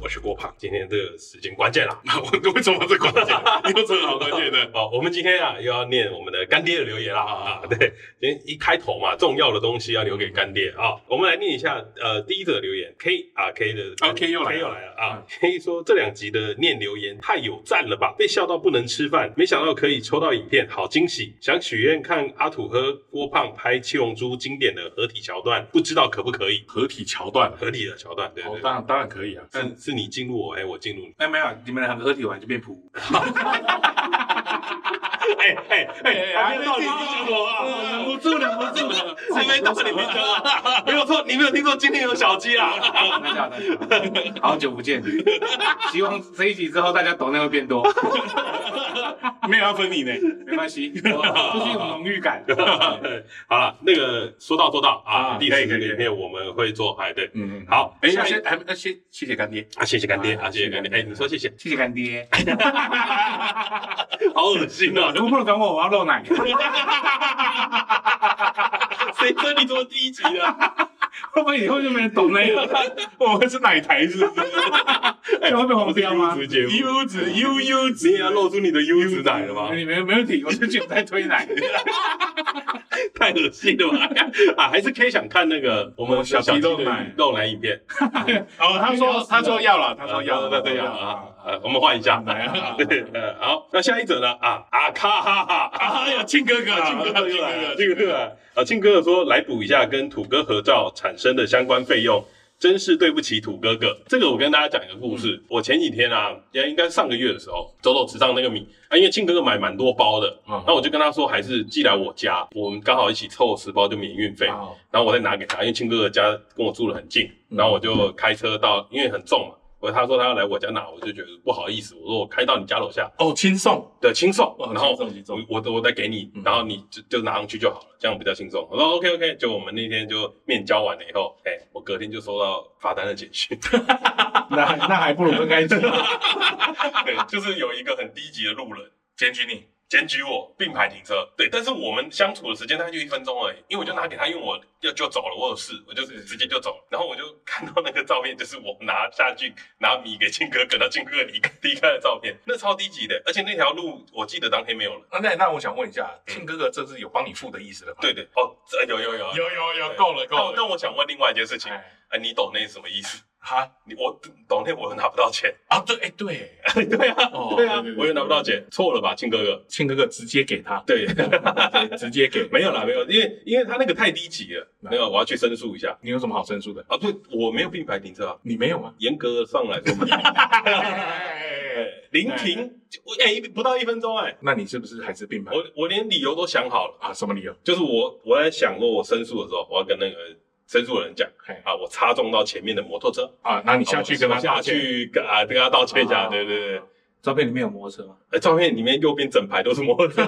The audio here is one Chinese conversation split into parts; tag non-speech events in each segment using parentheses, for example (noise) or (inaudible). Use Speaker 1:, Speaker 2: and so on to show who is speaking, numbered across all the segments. Speaker 1: 我是郭胖，今天这个时间关键了。
Speaker 2: (laughs) 我为什么是关键？你有什么好关键的？
Speaker 1: 好，我们今天啊又要念我们的干爹的留言啦啊！ (laughs) 对，今天一开头嘛，重要的东西要留给干爹啊。我们来念一下呃第一则留言 K 啊 K 的
Speaker 2: 啊 K 又来了嗯
Speaker 1: 又来了啊！K 说这两集的念留言太有赞了吧，被笑到不能吃饭，没想到可以抽到影片，好惊喜！想许愿看阿土和郭胖拍七龙珠经典的合体桥段，不知道可不可以？
Speaker 2: 合体桥段，
Speaker 1: 合理的桥段，对
Speaker 2: 哦
Speaker 1: 对，对
Speaker 2: 当然当然可以啊，但
Speaker 1: 是是你进入我，哎，我进入你。
Speaker 3: 哎，没有，你们两个合体完就变普。
Speaker 1: 哎哎哎，还没有到你
Speaker 2: 哎
Speaker 1: 进入我啊！
Speaker 2: 忍不住，忍不住了，
Speaker 1: 还没到你没讲啊，没有错，你没有听错，今天有小鸡啊！
Speaker 3: 大家好，好久不见，希望这一集之后大家抖量会变多，
Speaker 2: 没有要分你呢。嗯
Speaker 3: 没
Speaker 2: (laughs)
Speaker 3: 关系，我就是有荣誉感。
Speaker 1: 好了，那个说到做到啊，
Speaker 2: 啊
Speaker 1: 第
Speaker 2: 可
Speaker 1: 四
Speaker 2: 以
Speaker 1: 个
Speaker 2: 可以
Speaker 1: 影片我们会做排队。
Speaker 2: 嗯，好，
Speaker 1: 好，
Speaker 2: 哎，
Speaker 1: 下
Speaker 2: 要
Speaker 1: 一
Speaker 2: 先还要先谢谢干爹，
Speaker 1: 啊，谢谢干爹
Speaker 2: 啊
Speaker 1: 啊，谢谢干爹。哎，你说谢谢，
Speaker 3: 谢谢干爹，
Speaker 1: 好恶心啊！
Speaker 3: 哦如果不能转我，我要露奶， (laughs) 会
Speaker 1: 谁跟你这么低级的？
Speaker 3: 不会以后就没人懂那个？
Speaker 2: (laughs) 我们是奶台
Speaker 3: (laughs)
Speaker 2: 是不是？
Speaker 3: 这样会被红
Speaker 2: (laughs)
Speaker 3: 标吗？
Speaker 1: 节目，
Speaker 2: 优质优优
Speaker 1: 你也
Speaker 2: 质
Speaker 1: 要露出你的优质奶了吗？
Speaker 3: 你没没问题，我就觉得在推奶。
Speaker 1: 太恶心了吧！啊，还是 K 想看那个我们小
Speaker 2: 小
Speaker 1: 鸡
Speaker 2: 鸡
Speaker 1: 的
Speaker 2: 肉奶
Speaker 1: 肉奶影片。
Speaker 2: (laughs) 哦，他
Speaker 3: (laughs)
Speaker 2: 说他说要了，他说要了，
Speaker 1: 那
Speaker 2: 他
Speaker 1: 这
Speaker 2: 说要
Speaker 1: 样
Speaker 2: 了
Speaker 1: 啊，呃，我们换一下。
Speaker 2: (laughs) 来啊
Speaker 1: (laughs) 对，呃好，那下一则呢？啊啊咔哈哈，
Speaker 2: 哎呀，庆哥哥，
Speaker 1: 啊，
Speaker 2: 庆哥哥，庆哥哥，
Speaker 1: 庆哥哥啊，啊，庆哥哥说来补一下跟土哥合照产生的相关费用。真是对不起土哥哥，这个我跟大家讲一个故
Speaker 2: 嗯
Speaker 1: 事。我前几天啊，也应该上个月的时候，走走池上那个米啊，因为庆哥哥买蛮多包的，
Speaker 2: 嗯
Speaker 1: 那我就跟他说，还是寄来我家，我们刚好一起凑十包就免运费。
Speaker 2: 好
Speaker 1: 然后我再拿给他，因为亲哥哥家跟我住得很近，
Speaker 2: 嗯
Speaker 1: 然后我就开车到，因为很重嘛，我他说他要来我家拿，我就觉得不好意思，我说我开到你家楼下
Speaker 2: 哦，轻松，
Speaker 1: 的轻松
Speaker 2: 哦，
Speaker 1: 然后
Speaker 2: 轻松轻松
Speaker 1: 我我我再给你
Speaker 2: 嗯，
Speaker 1: 然后你就就拿上去就好了，这样比较轻松。我说 OK OK，就我们那天就面交完了以后，哎，我隔天就收到罚单的简讯， (laughs)
Speaker 3: 那还那还不如分开吃。
Speaker 1: 对，就是有一个很低级的路人
Speaker 2: 检举你，
Speaker 1: 检举我并排停车，对，但是我们相处的时间大概就一分钟而已，因为我就拿给他，因为我要就走了，我有事，我就直接就走了。然后我就看到那个照片，就是我拿下去拿米给庆哥，给到庆哥离开离开的照片，那超低级的，而且那条路我记得当天没有人。
Speaker 2: 啊那那那我想问一下，庆哥哥这是有帮你付的啊意思了吧？
Speaker 1: 对，对，哦，这有有有，
Speaker 2: 有有有，
Speaker 1: 对
Speaker 2: 够了
Speaker 1: 但
Speaker 2: 够
Speaker 1: 我
Speaker 2: 了。
Speaker 1: 但我想问另外一件事情，
Speaker 2: 哎
Speaker 1: 哎，你懂那是什么意思？
Speaker 2: 哈
Speaker 1: 你我懂那我又拿不
Speaker 2: (laughs)
Speaker 1: 到钱，
Speaker 2: 啊，对，哎对，
Speaker 1: 对啊，
Speaker 2: 哦
Speaker 1: 对啊
Speaker 2: 对对，对
Speaker 1: 我又拿不到钱，错了吧，庆哥哥？
Speaker 2: 庆哥哥直接给他， (laughs)
Speaker 1: 对， (laughs)
Speaker 2: 直接给，
Speaker 1: 没有啦，没有，因为因为他那个太低级了，没有，我要去申诉一下。
Speaker 2: 你有什么好申诉的？
Speaker 1: 啊，对，我没有并排停车啊。
Speaker 2: 你没 (laughs) 有吗？
Speaker 1: 严格上来
Speaker 2: (laughs)
Speaker 1: 说，
Speaker 2: 哎
Speaker 1: 临停就哎、一不到一分钟哎、
Speaker 2: 那你是不是还是并排？
Speaker 1: 我我连理由都想好了，
Speaker 2: 啊，什么理由？
Speaker 1: 就是我我在想说，我申诉的时候，我要跟那个申诉的人讲
Speaker 2: 嘿
Speaker 1: 啊，我擦撞到前面的摩托车，
Speaker 2: 哎啊，那你下去跟他
Speaker 1: 我下
Speaker 2: 道歉。
Speaker 1: 去跟啊跟他道歉一下，
Speaker 3: 啊
Speaker 1: 对对对。
Speaker 3: 照片里面有摩托车吗？
Speaker 1: 哎，照片里面右边整排都是摩托
Speaker 2: (laughs)
Speaker 1: 车，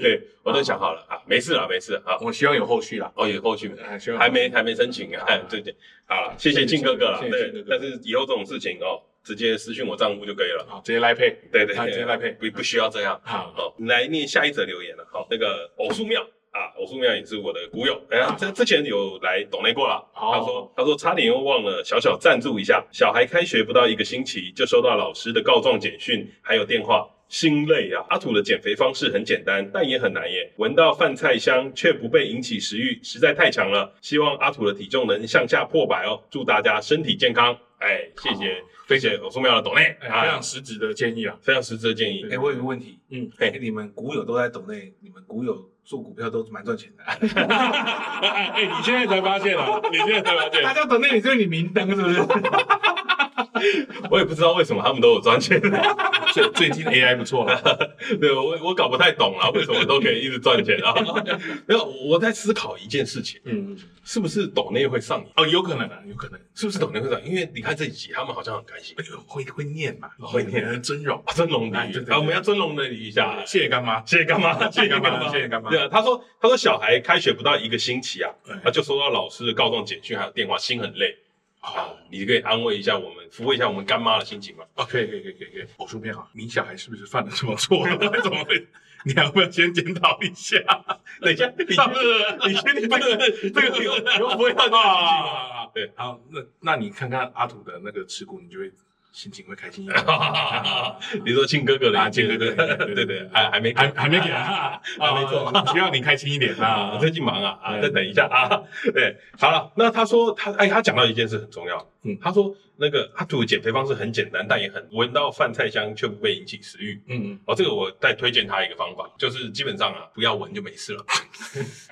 Speaker 1: 对我都想好了啊，没事了，没事啊。
Speaker 2: 我希望有后续啦，
Speaker 1: 哦，有后续没？
Speaker 2: 啊希望
Speaker 1: 还没还没申请啊，哎对对，好了，谢谢
Speaker 2: 谢谢
Speaker 1: 庆哥哥了，
Speaker 2: 谢谢
Speaker 1: 对
Speaker 2: 庆，哥
Speaker 1: 但
Speaker 2: 哥
Speaker 1: 是以后这种事情哦，直接私信我账户就可以了。
Speaker 2: 啊，直接来配。
Speaker 1: 对对
Speaker 2: 啊
Speaker 1: 对，
Speaker 2: 直接来配
Speaker 1: 不不需要这样。
Speaker 2: 好，
Speaker 1: 好，来念下一则留言了。好，那个偶数庙啊，偶数庙也是我的股友，哎呀，这之前有来懂内过了。
Speaker 2: 哦
Speaker 1: 他说他说差点又忘了小小赞助一下，小孩开学不到一个星期就收到老师的告状简讯，还有电话。心累啊！阿土的减肥方式很简单，但也很难耶。闻到饭菜香却不被引起食欲，实在太强了。希望阿土的体重能向下破百哦！祝大家身体健康。哎，谢谢，谢谢偶数庙的懂内，
Speaker 2: 哎非
Speaker 1: 啊，
Speaker 2: 常实质的建议啦。
Speaker 1: 非常实质的建议。
Speaker 3: 哎，我有个问题，
Speaker 2: 嗯，
Speaker 3: 哎，你们股友都在抖内，你们股友做股票都蛮赚钱的。
Speaker 2: 哎，你现在才发现啊，你现在才发
Speaker 3: (laughs) 大
Speaker 2: 现。
Speaker 3: 家抖内你就是你明灯是不是？ (laughs)
Speaker 1: (laughs) 我也不知道为什么他们都有赚钱，
Speaker 2: 最最近的 AI 不错了， (laughs)
Speaker 1: 对我我搞不太懂啊，为什么都可以一直赚钱啊？ (laughs) 没有，我在思考一件事情，
Speaker 2: 嗯，
Speaker 1: 是不是抖内会上瘾？
Speaker 2: 哦，有可能啊，有可能
Speaker 1: 是不是抖内会上瘾？因为你看这一集，他们好像很开心。
Speaker 2: 会哦会念嘛，
Speaker 1: 会念
Speaker 2: 很尊 (laughs) 容。
Speaker 1: 啊、尊龙的
Speaker 2: 哎对对对
Speaker 1: 啊，我们要尊龙的一下。啊
Speaker 2: 谢谢干妈，
Speaker 1: 谢谢干妈，谢谢干妈，
Speaker 2: 谢谢干妈
Speaker 1: 对啊，他说，他说小孩开学不到一个星期啊，
Speaker 2: 哎
Speaker 1: 他就收到老师的告状简讯，还有电话，心很累啊。你可以安慰一下我们，抚慰一下我们干妈的心情吗？
Speaker 2: 哦，可以可以可以可以可以。偶数片啊，你小孩是不是犯了什么错？ (laughs) 怎么会？你要不要先检讨一下？
Speaker 1: (laughs) 等一下，你
Speaker 2: (laughs) 是
Speaker 1: 你确定这个这个
Speaker 2: (laughs) 这个
Speaker 1: 又又不会让你
Speaker 2: 啊，好，
Speaker 1: 对，
Speaker 2: 好，那那你看看阿土的那个持股，你就会心情会开心一点。
Speaker 1: (laughs) 你说亲哥哥
Speaker 2: (laughs)
Speaker 1: 的
Speaker 2: 啊，
Speaker 1: 意
Speaker 2: 健
Speaker 1: 见，
Speaker 2: 哥哥，
Speaker 1: 对对对，还还没
Speaker 2: 还还没给 (laughs) 啊，
Speaker 1: 还没做
Speaker 2: 啊需要你开心一点 (laughs)
Speaker 1: 啊，
Speaker 2: 啊
Speaker 1: 我。最近忙 (laughs) 啊啊，
Speaker 2: 嗯
Speaker 1: 再等一下啊。 (laughs) 对，好了，那他说他哎，他讲到一件事很重要，
Speaker 2: 嗯
Speaker 1: 他说那个阿土减肥方式很简单，但也很闻到饭菜香却不会引起食欲。
Speaker 2: 嗯 (laughs) 嗯，
Speaker 1: 哦，这个我再推荐他一个方法，就是基本上啊，不要闻就没事了。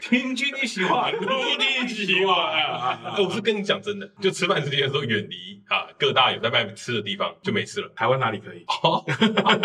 Speaker 3: 听君一席
Speaker 2: 啊
Speaker 3: 话，如
Speaker 1: 你
Speaker 3: 你
Speaker 1: 喜
Speaker 3: 喜
Speaker 1: 欢
Speaker 3: 欢
Speaker 1: 啊！哎，我是跟你讲真的，就吃饭时间的时候远离啊各大有在卖吃的地方就没事了。
Speaker 2: 台湾哪里可以？
Speaker 1: 哦
Speaker 2: (laughs)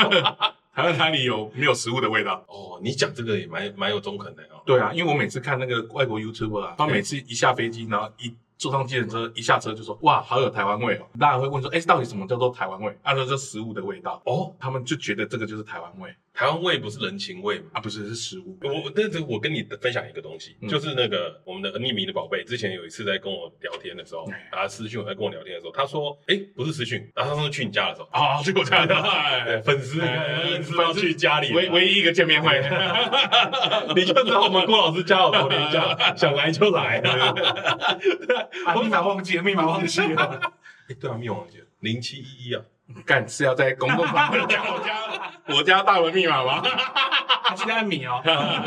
Speaker 2: 台湾哪里有没有食物的味道？
Speaker 1: 哦，你讲这个也蛮蛮有中肯的哦。
Speaker 2: 对啊，因为我每次看那个外国 YouTuber 啊，他每次一下飞机，然后一坐上计程车，一下车就说哇，好有台湾味哦。大家会问说，哎，到底什么叫做台湾味？按照这食物的味道，
Speaker 1: 哦，
Speaker 2: 他们就觉得这个就是台湾味
Speaker 1: 台湾味不是人情味吗？
Speaker 2: 啊，不是是食物。
Speaker 1: 我但是我跟你分享一个东西，
Speaker 2: 嗯
Speaker 1: 就是那个我们的匿名的宝贝，之前有一次在跟我聊天的时候
Speaker 2: 嗯，
Speaker 1: 他私讯我在跟我聊天的时候，他说，哎，不是私讯，然后他上次去你家的时候，
Speaker 2: 啊，这个我知道，
Speaker 1: 哎
Speaker 2: (laughs) 哎
Speaker 1: 粉丝
Speaker 2: 哎
Speaker 1: 粉丝要去家里，
Speaker 2: 唯唯一一个见面 (laughs) 会。
Speaker 1: (laughs) 你就知道我们郭老师家有多
Speaker 2: (laughs)
Speaker 1: 廉价，想来就来。
Speaker 3: 啊，密码忘记了，密码忘记了。
Speaker 1: 哎对啊，密王姐零七一一啊，
Speaker 2: 干是要在公共场合讲我家 (laughs) 我家大门密码吗？
Speaker 3: (laughs) 他现在按米哦，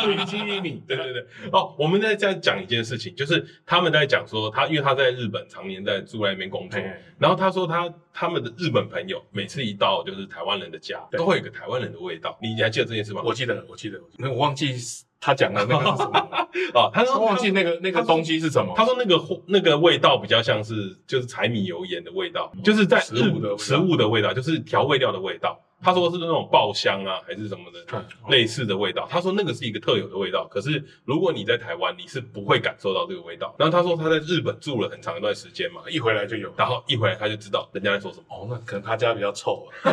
Speaker 3: 零七一米。
Speaker 1: 对对对，哦，我们在在讲一件事情，就是他们在讲说他，因为他在日本常年在住在那边工作，
Speaker 2: 哎
Speaker 1: 然后他说他他们的日本朋友每次一到就是台湾人的家，
Speaker 2: 对
Speaker 1: 都会有一个台湾人的味道。你你还记得这件事吗？
Speaker 2: 我记得，我记得，我记得我忘记他讲的那个是什么了，
Speaker 1: 啊，他说
Speaker 2: 忘记那个那个东西是什么。
Speaker 1: 他说那个货那个味道比较像是就是柴米油盐的味道，就是在
Speaker 2: 嗯食物的味道
Speaker 1: 食物的味道，就是调味料的味道。他说是那种爆香啊，还是什么的
Speaker 2: 嗯
Speaker 1: 类似的味道。他说那个是一个特有的味道，可是如果你在台湾，你是不会感受到这个味道。然后他说他在日本住了很长一段时间嘛，
Speaker 2: 一回来就有。
Speaker 1: 然后一回来他就知道人家在说什么。
Speaker 2: 哦，那可能他家比较臭啊。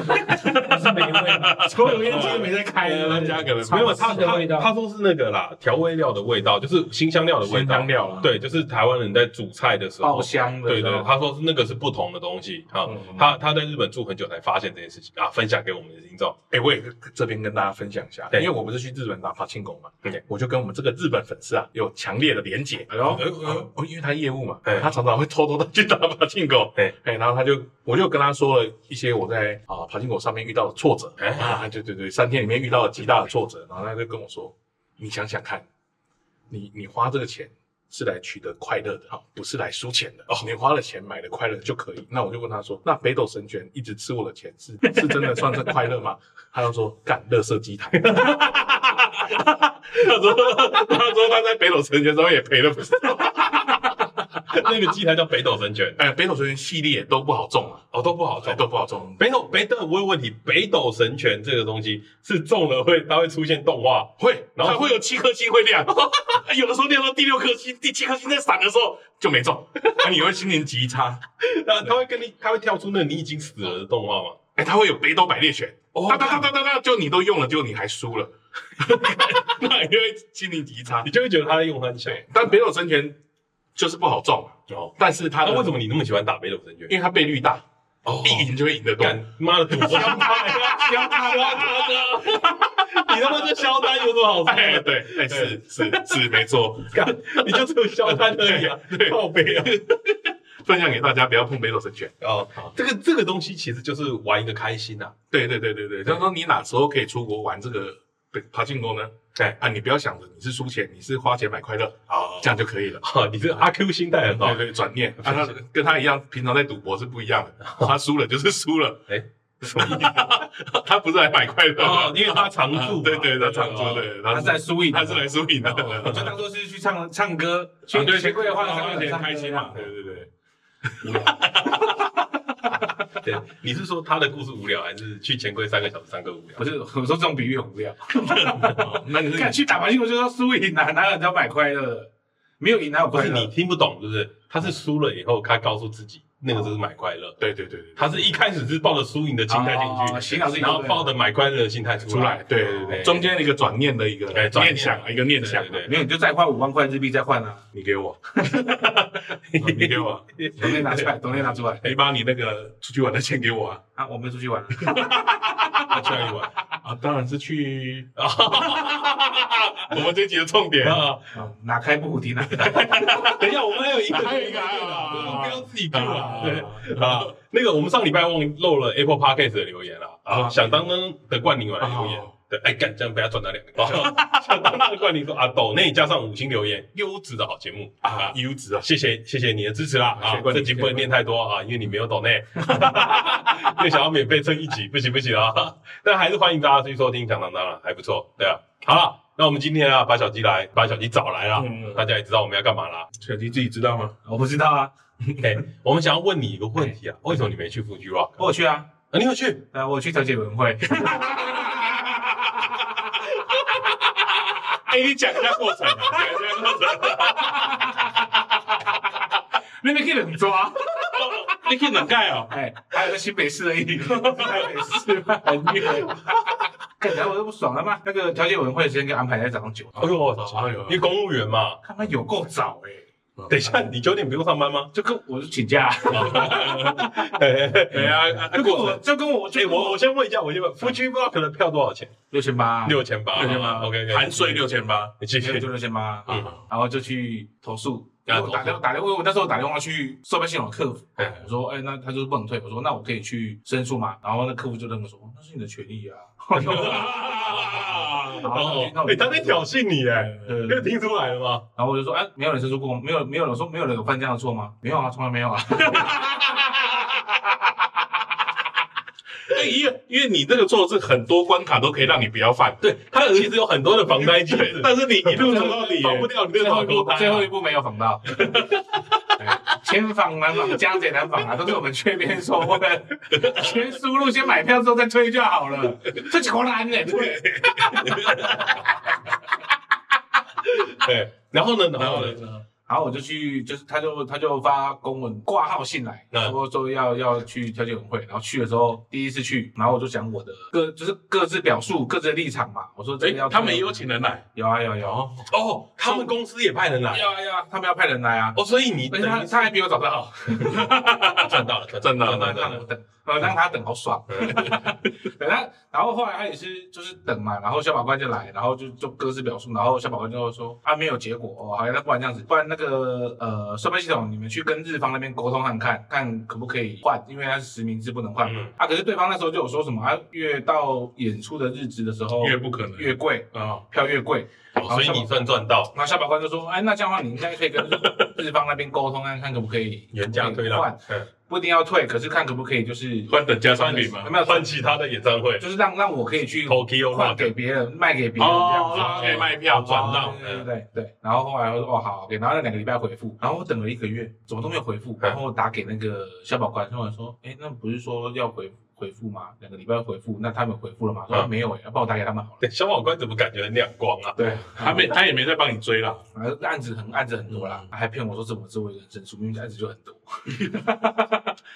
Speaker 3: 抽油烟机都没在开
Speaker 2: 他
Speaker 3: 的，
Speaker 2: 家可能
Speaker 1: 没
Speaker 2: 没
Speaker 1: 有
Speaker 2: 有
Speaker 1: 他
Speaker 3: 是的
Speaker 1: 他
Speaker 3: 味道
Speaker 1: 他说是那个啦，调味料的味道，就是新香料的味
Speaker 2: 新
Speaker 1: 道
Speaker 2: 香。料了。
Speaker 1: 对，就是台湾人在煮菜的时候
Speaker 3: 爆香的。
Speaker 1: 对对，他说是那个是不同的东西啊
Speaker 2: 嗯嗯。
Speaker 1: 他他在日本住很久才发现这件事情啊，分享给我们的听众。
Speaker 2: 哎，我也这边跟大家分享一下，
Speaker 1: 对
Speaker 2: 因为我不是去日本打发庆功嘛
Speaker 1: 对，
Speaker 2: 我就跟我们这个日本粉丝啊有强烈的连结。
Speaker 3: 哎呦
Speaker 1: 哎哎
Speaker 2: 哦，因为他业务嘛，
Speaker 1: 哎
Speaker 2: 他常常会偷偷的去打爬进狗，
Speaker 1: 哎
Speaker 2: 哎哎，然后他就我就跟他说了一些我在啊爬进狗上面遇到的挫折，
Speaker 1: 哎
Speaker 2: 啊，对对对，三天里面遇到了极大的挫折，然后他就跟我说，你想想看，你你花这个钱是来取得快乐的啊，不是来输钱的哦，你花了钱买了快乐就可以。那我就问他说，那北斗神拳一直吃我的钱是是真的算是快乐吗？他就说干，乐色鸡台。他说：“他说他在北斗神拳上面也赔了不少，
Speaker 1: 那个鸡台叫北斗神拳，
Speaker 2: 哎，北斗神拳系列都不好中啊，
Speaker 1: 哦，都不好
Speaker 2: 哎
Speaker 1: 中。
Speaker 2: 都不好中。
Speaker 1: 北斗北斗，我有问题，北斗神拳这个东西是中了会它会出现动画，
Speaker 2: 会，
Speaker 1: 然
Speaker 2: 然
Speaker 1: 后
Speaker 2: 后会有七颗星会
Speaker 1: (laughs)
Speaker 2: 亮，有的时候亮到第六颗星、第七颗星在闪的时候就没中，那你会心情极
Speaker 1: (laughs)
Speaker 2: 差。
Speaker 1: 它它会跟你它会跳出那个你已经死了的动画吗？
Speaker 2: 哎，他会有北斗百裂拳，
Speaker 1: 哦
Speaker 2: 哒哒哒哒哒哒，就你都用了，就你还输
Speaker 1: (laughs)
Speaker 2: 了，那你就会心情极差
Speaker 1: 你。就会觉得它在用很小。
Speaker 2: 对，但北斗神拳就是不好中啊，
Speaker 1: 哦，
Speaker 2: 但是他
Speaker 1: 那为什么？你那么喜欢打北斗神拳
Speaker 2: 因？为他倍率大，
Speaker 1: 哦
Speaker 2: 一赢就会赢得多。
Speaker 1: 干妈的赌博，消 (laughs) 他消他的，你他妈这消单有什么好
Speaker 2: 哎，
Speaker 1: 说
Speaker 2: (laughs)
Speaker 1: 的？
Speaker 2: 对，哎，是是是，没错。
Speaker 1: 干，你就只有消单而已啊，
Speaker 2: 对
Speaker 1: 靠背啊。
Speaker 2: 分享给大家，不要碰北斗神拳。
Speaker 1: 哦，这个这个东西其实就是玩一个开心啊呐、
Speaker 2: 对对对对对，就是说你哪时候可以出国玩这个爬进宫呢？
Speaker 1: 对
Speaker 2: 啊，你不要想着你是输钱，你是花钱买快乐，
Speaker 1: 啊。 (laughs) 哦
Speaker 2: 这，样就可以了。
Speaker 1: 好，你这阿 Q 心态很好
Speaker 2: 对。对，转念，啊，他跟他一样，平常在赌博是不一样的，他输了就是输了，
Speaker 1: 哎，
Speaker 2: (laughs) 他不是来买快乐
Speaker 1: 哦
Speaker 2: 的，，啊
Speaker 1: 因为他常驻嘛，
Speaker 2: 对对，他常做
Speaker 1: 哦。
Speaker 2: 对，
Speaker 3: 他是来输赢的哦
Speaker 2: 他是来输赢的，
Speaker 3: 我就当做是去唱唱歌，
Speaker 2: 啊 (laughs)
Speaker 3: 去
Speaker 2: 对
Speaker 3: 学会的话，
Speaker 2: 花
Speaker 3: 上面
Speaker 2: 钱
Speaker 3: 唱歌
Speaker 2: 开心嘛，对对对，
Speaker 1: 对，你是说他的故事无聊，还是去钱柜三个小时上课无聊
Speaker 3: 不？是，我说这种比喻很无聊。
Speaker 2: 哦那你是
Speaker 3: 看去打麻将，我就说输赢啊，哪有人要买快乐？没有赢哪有
Speaker 1: 不
Speaker 3: 快
Speaker 1: 是你
Speaker 3: 乐？
Speaker 1: 听不懂，是不是？他是输了以后，他告诉自己那个就是买快乐。
Speaker 2: 对对对对，
Speaker 1: 他是一开始是抱着输赢的心态进
Speaker 3: 哦
Speaker 1: 去，
Speaker 3: 洗脑自己
Speaker 1: 然后抱着买快乐的心态
Speaker 2: 出
Speaker 1: 出
Speaker 2: 来，
Speaker 1: 来。
Speaker 2: 对对对，
Speaker 1: 哎
Speaker 2: 中间一个转念的一个
Speaker 1: 哎转念
Speaker 2: 念想，一个念想，
Speaker 1: 对对对
Speaker 3: 没有你就再换五万块日币再换啊，
Speaker 2: 你给我，你给我，
Speaker 3: 昨天拿出来，昨天拿出来
Speaker 1: 哎
Speaker 2: 你把你那个出去玩的钱给我啊！
Speaker 3: 啊，我们出去玩了，
Speaker 1: 他去哪里玩？
Speaker 4: 啊，当然是去
Speaker 1: 我们这集的重点啊，
Speaker 3: 好哪哦开不胡提哪开，
Speaker 1: 等一下，我们还有一个，
Speaker 4: 还有一个还有一个
Speaker 1: 不要自己 Q 啊
Speaker 4: 啊，
Speaker 1: 对。啊，那个我们上礼拜忘漏了 Apple Podcast 的留言了啊，
Speaker 4: 啊
Speaker 1: 响当当的冠宁来留言
Speaker 4: 哦，
Speaker 1: 对，哎干，这样被他赚到两个， (laughs) 响当当的冠宁说啊，抖内加上五星留言，优质的好节目啊
Speaker 4: 啊，，优质啊，
Speaker 1: 谢谢谢谢你的支持啦
Speaker 4: 谢
Speaker 1: 啊
Speaker 4: 谢，冠
Speaker 1: 这
Speaker 4: 宁
Speaker 1: 集不能念太多啊，因为你没有抖内， (laughs) 因为想要免费蹭一集，不行不行啊， (laughs) 但还是欢迎大家去收听响当当了，还不错，对啊，好了，那我们今天啊把小鸡来把小鸡找来了，
Speaker 4: 嗯
Speaker 1: 大家也知道我们要干嘛啦，
Speaker 4: 小鸡自己知道吗？
Speaker 3: 我不知道啊，
Speaker 4: (laughs)
Speaker 1: 哎，我们想要问你一个问
Speaker 4: 哎
Speaker 1: 题啊，为什么你没去 Fuji Rock？
Speaker 3: 我有去啊，
Speaker 1: 啊，你有去？ (laughs)
Speaker 3: 啊，我有去调解委员会， (laughs)
Speaker 4: 哎，你讲一下过程啊，讲一下过程。
Speaker 3: 那边可以啊冷抓，
Speaker 4: 你可以冷盖哦。
Speaker 3: 哎，还有个新北市而已，台北市很远，看起来我都不爽了嘛。那个调解委员会的时间给安排在早上九，
Speaker 1: 哎呦，我操！
Speaker 4: 哎呦
Speaker 1: 你公务员嘛？
Speaker 3: 他妈有够早哎、
Speaker 1: 等
Speaker 4: 嗯
Speaker 1: 一下，你九点不用上班吗？
Speaker 3: 就跟我就请假，
Speaker 4: 哎呀，
Speaker 1: (laughs)
Speaker 3: 就跟我就跟我
Speaker 1: 哎，
Speaker 3: 就跟
Speaker 1: 我我先问一下，我先问 Fuji Rock 的票多少钱？
Speaker 3: 啊六千八，
Speaker 1: 六千八，
Speaker 4: 六千八
Speaker 1: OK OK，
Speaker 4: 含税六千八。
Speaker 1: 你继
Speaker 3: 没有就
Speaker 1: 续。
Speaker 3: 六千八，
Speaker 1: 嗯
Speaker 3: 然后就去投诉。
Speaker 1: 啊
Speaker 3: 因为我打
Speaker 1: 投
Speaker 3: 电
Speaker 1: 诉
Speaker 3: 话打电话，因为我那时候打电话去售票系统的客服
Speaker 1: 哎，
Speaker 3: 我说，哎，那他就是不能退。我说，那我可以去申诉嘛？然后那客服就跟我说，那是你的权利 (laughs) 啊。
Speaker 1: 哦，哎，他在挑衅你哎，
Speaker 3: 呃
Speaker 1: 有听出来了吗？
Speaker 3: 然后我就说，哎，没有人申诉过吗，没有，没有人我说没有人有犯这样的错吗？没有啊，从来没有啊。
Speaker 4: 哎，因为因为你这个做是很多关卡都可以让你不要犯，
Speaker 1: 对他其实有很多的防呆机制，
Speaker 4: 但是你一路走到底，
Speaker 1: 防不掉你这
Speaker 3: 最
Speaker 1: 个逃
Speaker 3: 后一
Speaker 1: 脱
Speaker 3: 步，
Speaker 1: 单。啊
Speaker 3: 最后一步没有防到。 (laughs) 哎千访难访，江姐难访啊，都是我们缺边说的。 (laughs) 先输入，先买票之后再推就好了。这球难呢，对，
Speaker 1: 对，然后呢？然
Speaker 4: 然后
Speaker 1: 后呢？
Speaker 4: 呢？
Speaker 3: (laughs) 然后我就去，就是他就他就发公文挂号信来，
Speaker 1: 嗯
Speaker 3: 说说要要去调解委员会。然后去的时候，第一次去，然后我就讲我的各就是各自表述各自的立场嘛。我说这个要
Speaker 4: 哎，他们也有请人来，
Speaker 3: 有啊有啊有啊
Speaker 1: 哦，他们公司也派人来。
Speaker 3: 有啊有啊，他们要派人来啊。
Speaker 1: 哦，所以你
Speaker 3: 而且他
Speaker 1: 等于哦
Speaker 3: 他还比我早到，
Speaker 1: 赚到了，
Speaker 4: 真的
Speaker 3: (laughs)
Speaker 1: 赚到了，赚
Speaker 3: 让
Speaker 1: 到
Speaker 3: 我
Speaker 1: 了。
Speaker 3: 等，呃让他等好爽。 (laughs)
Speaker 1: 嗯
Speaker 3: 等他，然后后来他也是就是等嘛，然后小法官就来，然后就就各自表述，然后小法官就说啊没有结果哦，好，那不然这样子，不然那个呃售票系统你们去跟日方那边沟通看看，看可不可以换，因为它是实名制不能换嘛。
Speaker 1: 嗯
Speaker 3: 啊，可是对方那时候就有说什么啊，越到演出的日子的时候
Speaker 4: 越不可能
Speaker 3: 越贵，
Speaker 4: 啊，
Speaker 3: 票越贵，
Speaker 1: 哦所以你算赚到，
Speaker 3: 然后小法官就说，哎，那这样的话你应该可以跟
Speaker 1: (laughs)
Speaker 3: 日方那边沟通看看可不可以
Speaker 1: 原价推
Speaker 3: 换
Speaker 1: 了，，嗯
Speaker 3: 不一定要退，可是看可不可以就是
Speaker 4: 换等价商品嘛。
Speaker 3: 没有
Speaker 1: 换其他的演唱会
Speaker 3: 就是让让我可以去
Speaker 1: ，Tokyo
Speaker 3: 换
Speaker 1: Rock
Speaker 3: 给别人，卖给别人这样
Speaker 4: 哦，
Speaker 3: 子。
Speaker 4: 让他可以卖票转让
Speaker 1: 哦，
Speaker 3: 对对对对，然后后来我说哦好，OK，然后那两个礼拜回复，然后我等了一个月，怎么都没有回复，然后我打给那个消保官，消保官说，哎，那不是说要回回复吗？两个礼拜回复，那他们回复了吗？说
Speaker 1: 嗯
Speaker 3: 没有哎，要不然我打给他们好了。
Speaker 1: 对，小法官怎么感觉很亮光啊？
Speaker 3: 对，
Speaker 4: 他没他也没在帮你追啦。
Speaker 3: 反正案子很案子很多啦，还骗我说这我这我一个人申诉，明明案子就很多， (laughs)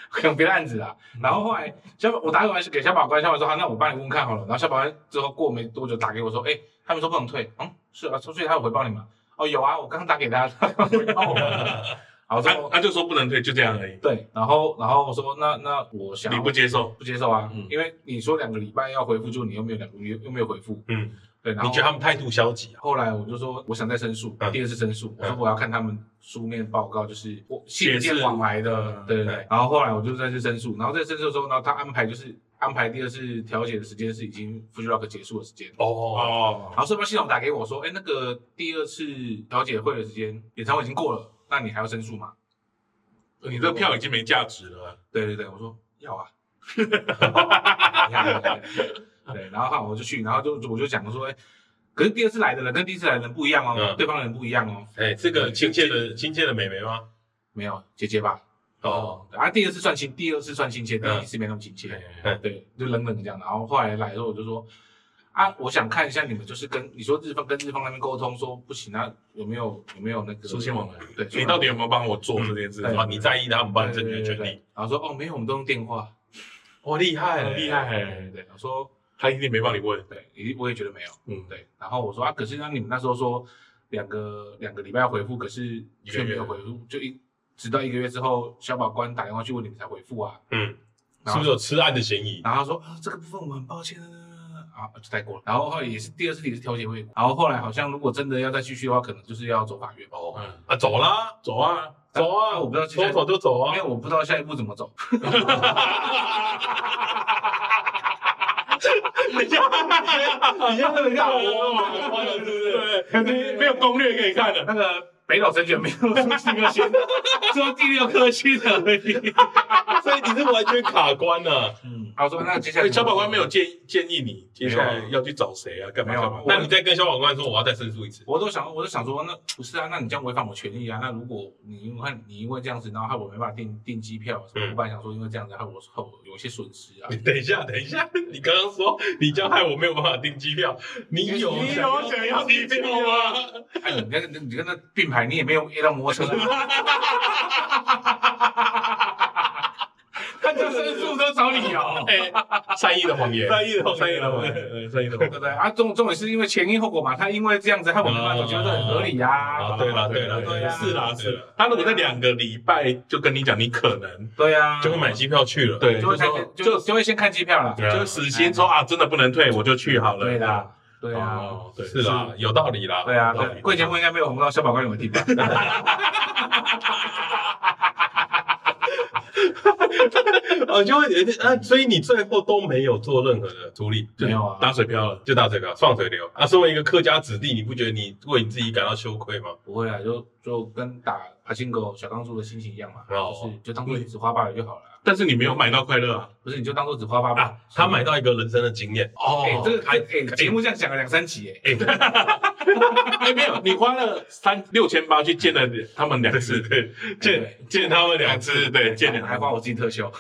Speaker 3: 可能别的案子啦。然后后来消保我打给完给消保官，消保官说好，那我帮你问问看好了。然后消保官之后过没多久打给我说，哎、他们说不能退，嗯，是啊，所以他有回报你吗？哦，有啊，我刚刚打给他，他刚回报我 (laughs) 了。好，我
Speaker 4: 他
Speaker 2: (laughs)
Speaker 3: 说
Speaker 4: 他就说不能退，就这样而已。
Speaker 3: 对，然后然后我说那那我想
Speaker 4: 你
Speaker 3: 要
Speaker 4: 不接受，
Speaker 3: 不接受啊，
Speaker 4: 嗯
Speaker 3: 因为你说两个礼拜要回复，就你又没有两个月又没有回复，
Speaker 1: 嗯，
Speaker 3: 对，然
Speaker 1: 你
Speaker 3: 后
Speaker 1: 觉得他们态度消极啊？
Speaker 3: 后来我就说我想再申诉，
Speaker 1: 嗯
Speaker 3: 第二次申诉，我说
Speaker 1: 嗯
Speaker 3: 我要看他们书面报告，就是我信
Speaker 4: 解
Speaker 3: 件
Speaker 4: 释
Speaker 3: 往来的
Speaker 4: 嗯，
Speaker 3: 对对
Speaker 1: 对
Speaker 3: 对。然后后来我就再次申诉，然后再申诉的时候，然后他安排就是安排第二次调解的时间是已经 f u j i Rock 结束的时间。
Speaker 1: 哦，
Speaker 4: 哦
Speaker 3: 然，后社保系统打给我说，哎，那个第二次调解会的时间，演唱会已经过了，那你还要申诉吗？
Speaker 4: 呃你这票已经没价值了啊。
Speaker 3: 对对对，我说要啊。对，然后哈，我就去，然后就就我就讲说，哎，可是第二次来的人跟第一次来的人不一样哦
Speaker 1: 嗯，
Speaker 3: 对方人不一样哦，
Speaker 1: 哎，这个亲切的亲切的美眉吗？
Speaker 3: 没有姐姐吧？
Speaker 1: 哦，
Speaker 3: 对啊，第二次算亲，第二次算亲切，第
Speaker 1: 嗯
Speaker 3: 一次没那么亲切。
Speaker 1: 嗯
Speaker 3: 对，就冷冷这样。然后后来来的时候，我就说啊，我想看一下你们就是跟你说日方跟日方那边沟通，说不行啊，有没有有没有那个
Speaker 4: 书信往来，
Speaker 3: 对，
Speaker 4: 你到底有没有帮我做这件事
Speaker 3: 对
Speaker 1: 啊，
Speaker 4: 情？
Speaker 1: 你在意他们帮你
Speaker 3: 对
Speaker 1: 争取
Speaker 3: 对
Speaker 1: 的
Speaker 3: 对
Speaker 1: 权
Speaker 3: 对
Speaker 1: 利？
Speaker 3: 然后说哦，没有，我们都用电话。
Speaker 1: 哇，厉害
Speaker 4: 很厉害
Speaker 3: 对对
Speaker 4: 欸，
Speaker 3: 对，然后说
Speaker 4: 他一定没帮你问。
Speaker 3: 对，咦我也觉得没有。
Speaker 4: 嗯，
Speaker 3: 对，然后我说啊，可是那你们那时候说两个两个礼拜要回复，可是
Speaker 4: 一个
Speaker 3: 却
Speaker 4: 月
Speaker 3: 没有回复，就一直到一个月之后，小法官打电话去问你们才回复啊。
Speaker 1: 嗯，
Speaker 3: 然
Speaker 1: 是
Speaker 3: 后
Speaker 1: 不是有吃案的嫌疑？
Speaker 3: 然后他说啊，这个部分我们很抱歉啊，啊，就带过了。然后后来也是第二次也是调解未果，然后后来好像如果真的要再继续的话，可能就是要走法院吧。
Speaker 2: 哦，
Speaker 1: 啊，走啦，
Speaker 2: 走啊，
Speaker 1: 走啊，
Speaker 3: 但我不知道接下
Speaker 1: 说走
Speaker 3: 来
Speaker 1: 就走
Speaker 3: 因
Speaker 1: 啊
Speaker 3: 为。我不知道下一步怎么走。
Speaker 1: 你这样，你这样
Speaker 3: 很
Speaker 2: 啊
Speaker 3: 好
Speaker 1: 我是不是？
Speaker 2: 肯定没有攻略可以看的。
Speaker 3: 那个北岛神卷没有出七颗星，只有第六颗星而已。
Speaker 1: 啊所以你是完全卡关了。
Speaker 3: 嗯，他说那接下
Speaker 2: 所
Speaker 3: 来
Speaker 2: 以小法官没有，建议建议你接下来
Speaker 3: 没有啊
Speaker 2: 要去找谁啊，干嘛
Speaker 3: 没有啊
Speaker 2: 干嘛？
Speaker 3: 我
Speaker 2: 那
Speaker 1: 那你再跟消防官说，我要再申诉一次。 (laughs)
Speaker 3: 我都想我都想说那不是啊，那你这样违反我权益啊。那如果你因为你因为这样子，然后害我没办法订订机票什么，
Speaker 1: 嗯
Speaker 3: 我本来想说因为这样子害我害我有一些损失啊。 (laughs)
Speaker 1: 你等一下，等一下，你刚刚说你这样害我没有办法订机票，你有
Speaker 2: 你有想要
Speaker 1: 要
Speaker 2: 订
Speaker 1: 订
Speaker 2: 机
Speaker 1: 机
Speaker 2: 票
Speaker 1: 票
Speaker 2: 吗
Speaker 1: 吗？
Speaker 3: 哎，你跟那你跟那并排，你也没有 A 到摩托车啊。 (laughs) 他就申诉都找你哦。
Speaker 1: 哎，
Speaker 2: 善意的谎言，
Speaker 1: 善意的谎
Speaker 2: 啊 (laughs)
Speaker 1: 言
Speaker 2: 善意的谎言，对善意的谎
Speaker 3: 对不对啊？重重点是因为前因后果嘛，他因为这样子害我没办法走，觉得很合理
Speaker 1: 啊，
Speaker 3: 呀。
Speaker 1: 对啦，对啦，
Speaker 2: 对
Speaker 1: 对
Speaker 2: 啦
Speaker 1: 啦，是啦，是啦。
Speaker 2: 他如果在两个礼拜就跟你讲，你可能
Speaker 3: 对呀，
Speaker 1: 就会买机票去了。
Speaker 2: 对
Speaker 3: 就会
Speaker 2: 就
Speaker 3: 看
Speaker 2: 说
Speaker 3: 就就会先看机票了。
Speaker 1: 对啊
Speaker 2: 就死心说啊，真的不能退，我就去好了。
Speaker 3: 对啦，对啊，
Speaker 2: 哦，对，
Speaker 1: 是啦，有道理啦。
Speaker 3: 对啊，
Speaker 1: 有道理
Speaker 3: 对，贵节目应该没有红到小宝官有的地方。
Speaker 1: 哦，就会有点啊，所以你最后都没有做任何的处理，
Speaker 2: 是，
Speaker 3: 没有啊
Speaker 2: 打水漂了。
Speaker 1: 就打水漂，放水流啊。身为一个客家子弟，你不觉得你为你自己感到羞愧吗？
Speaker 3: (laughs) 不会啊，就 (laughs) 就跟打爬行狗小钢珠的心情一样嘛，
Speaker 1: 哦
Speaker 3: 就是就当做只花爸爸就好了啊，
Speaker 2: 但是你没有买到快乐啊。
Speaker 3: 不是你就当做只花爸爸
Speaker 1: 啊。，他买到一个人生的经验，
Speaker 2: 哦
Speaker 3: 哎，这个
Speaker 1: 哎
Speaker 3: 哎哎，节目这样讲了两三集哎。
Speaker 2: 哎没有，你花了三六千八去见了他们两次，
Speaker 1: 对，
Speaker 3: 对哎
Speaker 1: 见见他们两次，对，见
Speaker 3: 还
Speaker 1: 两
Speaker 3: 还花我自己特效，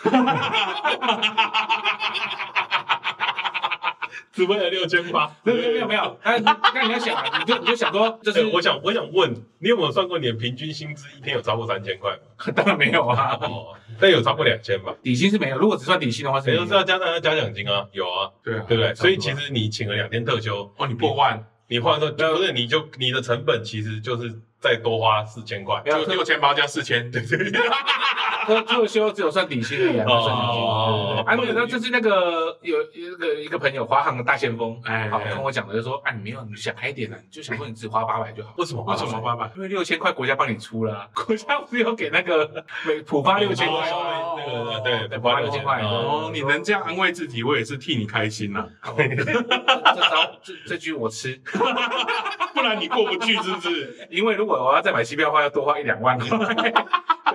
Speaker 1: 只为了六千八。
Speaker 3: 没有没有没有没有，那那你要想啊，你就你就想说，
Speaker 1: 就
Speaker 3: 就
Speaker 1: 是
Speaker 3: 是
Speaker 1: 哎我想，我想问你有没有算过你的平均薪资一天有超过三千块吗？
Speaker 3: 当然没有 (laughs) 啊，
Speaker 1: 哦，但有超过两千吧？
Speaker 3: 底薪是没有，如果只算底薪的话是
Speaker 1: 也
Speaker 3: 没
Speaker 1: 就
Speaker 3: 有
Speaker 1: 是要加上要加奖金啊，有啊，
Speaker 2: 对啊
Speaker 1: 对不对？
Speaker 3: 嗯差不多
Speaker 1: 所以其实你请了两天特休，
Speaker 2: 哦，你破万，
Speaker 1: 你换算就不是你就你的成本其实就是再多花四千块
Speaker 3: 没。有
Speaker 2: 就六千八加四千， (laughs) 对对对，
Speaker 3: 特特休只有算底薪而已啊，不算底薪。
Speaker 1: 哦
Speaker 3: 啊，那那这是那个有有一个一个朋友，华航的大先锋，
Speaker 2: 哎
Speaker 3: 好跟我讲的，就说啊，你没有，你想开一点啊，你就想说你只花八百就好，
Speaker 1: 为什么？
Speaker 2: 为什么八百？
Speaker 3: 因为六千块国家帮你出了啊，国家不是有给那个每普发六千块吗？
Speaker 2: 哦
Speaker 1: 那个对，
Speaker 3: 对
Speaker 1: 不花六千
Speaker 3: 八百多块
Speaker 2: 哦，你能这样安慰自己，我也是替你开心呐、 (laughs)
Speaker 3: 这这招这这局我吃，
Speaker 2: 不然你过不去是不
Speaker 3: (laughs)
Speaker 2: 是？
Speaker 3: 因为如果我要再买机票的话，要多花一两万块，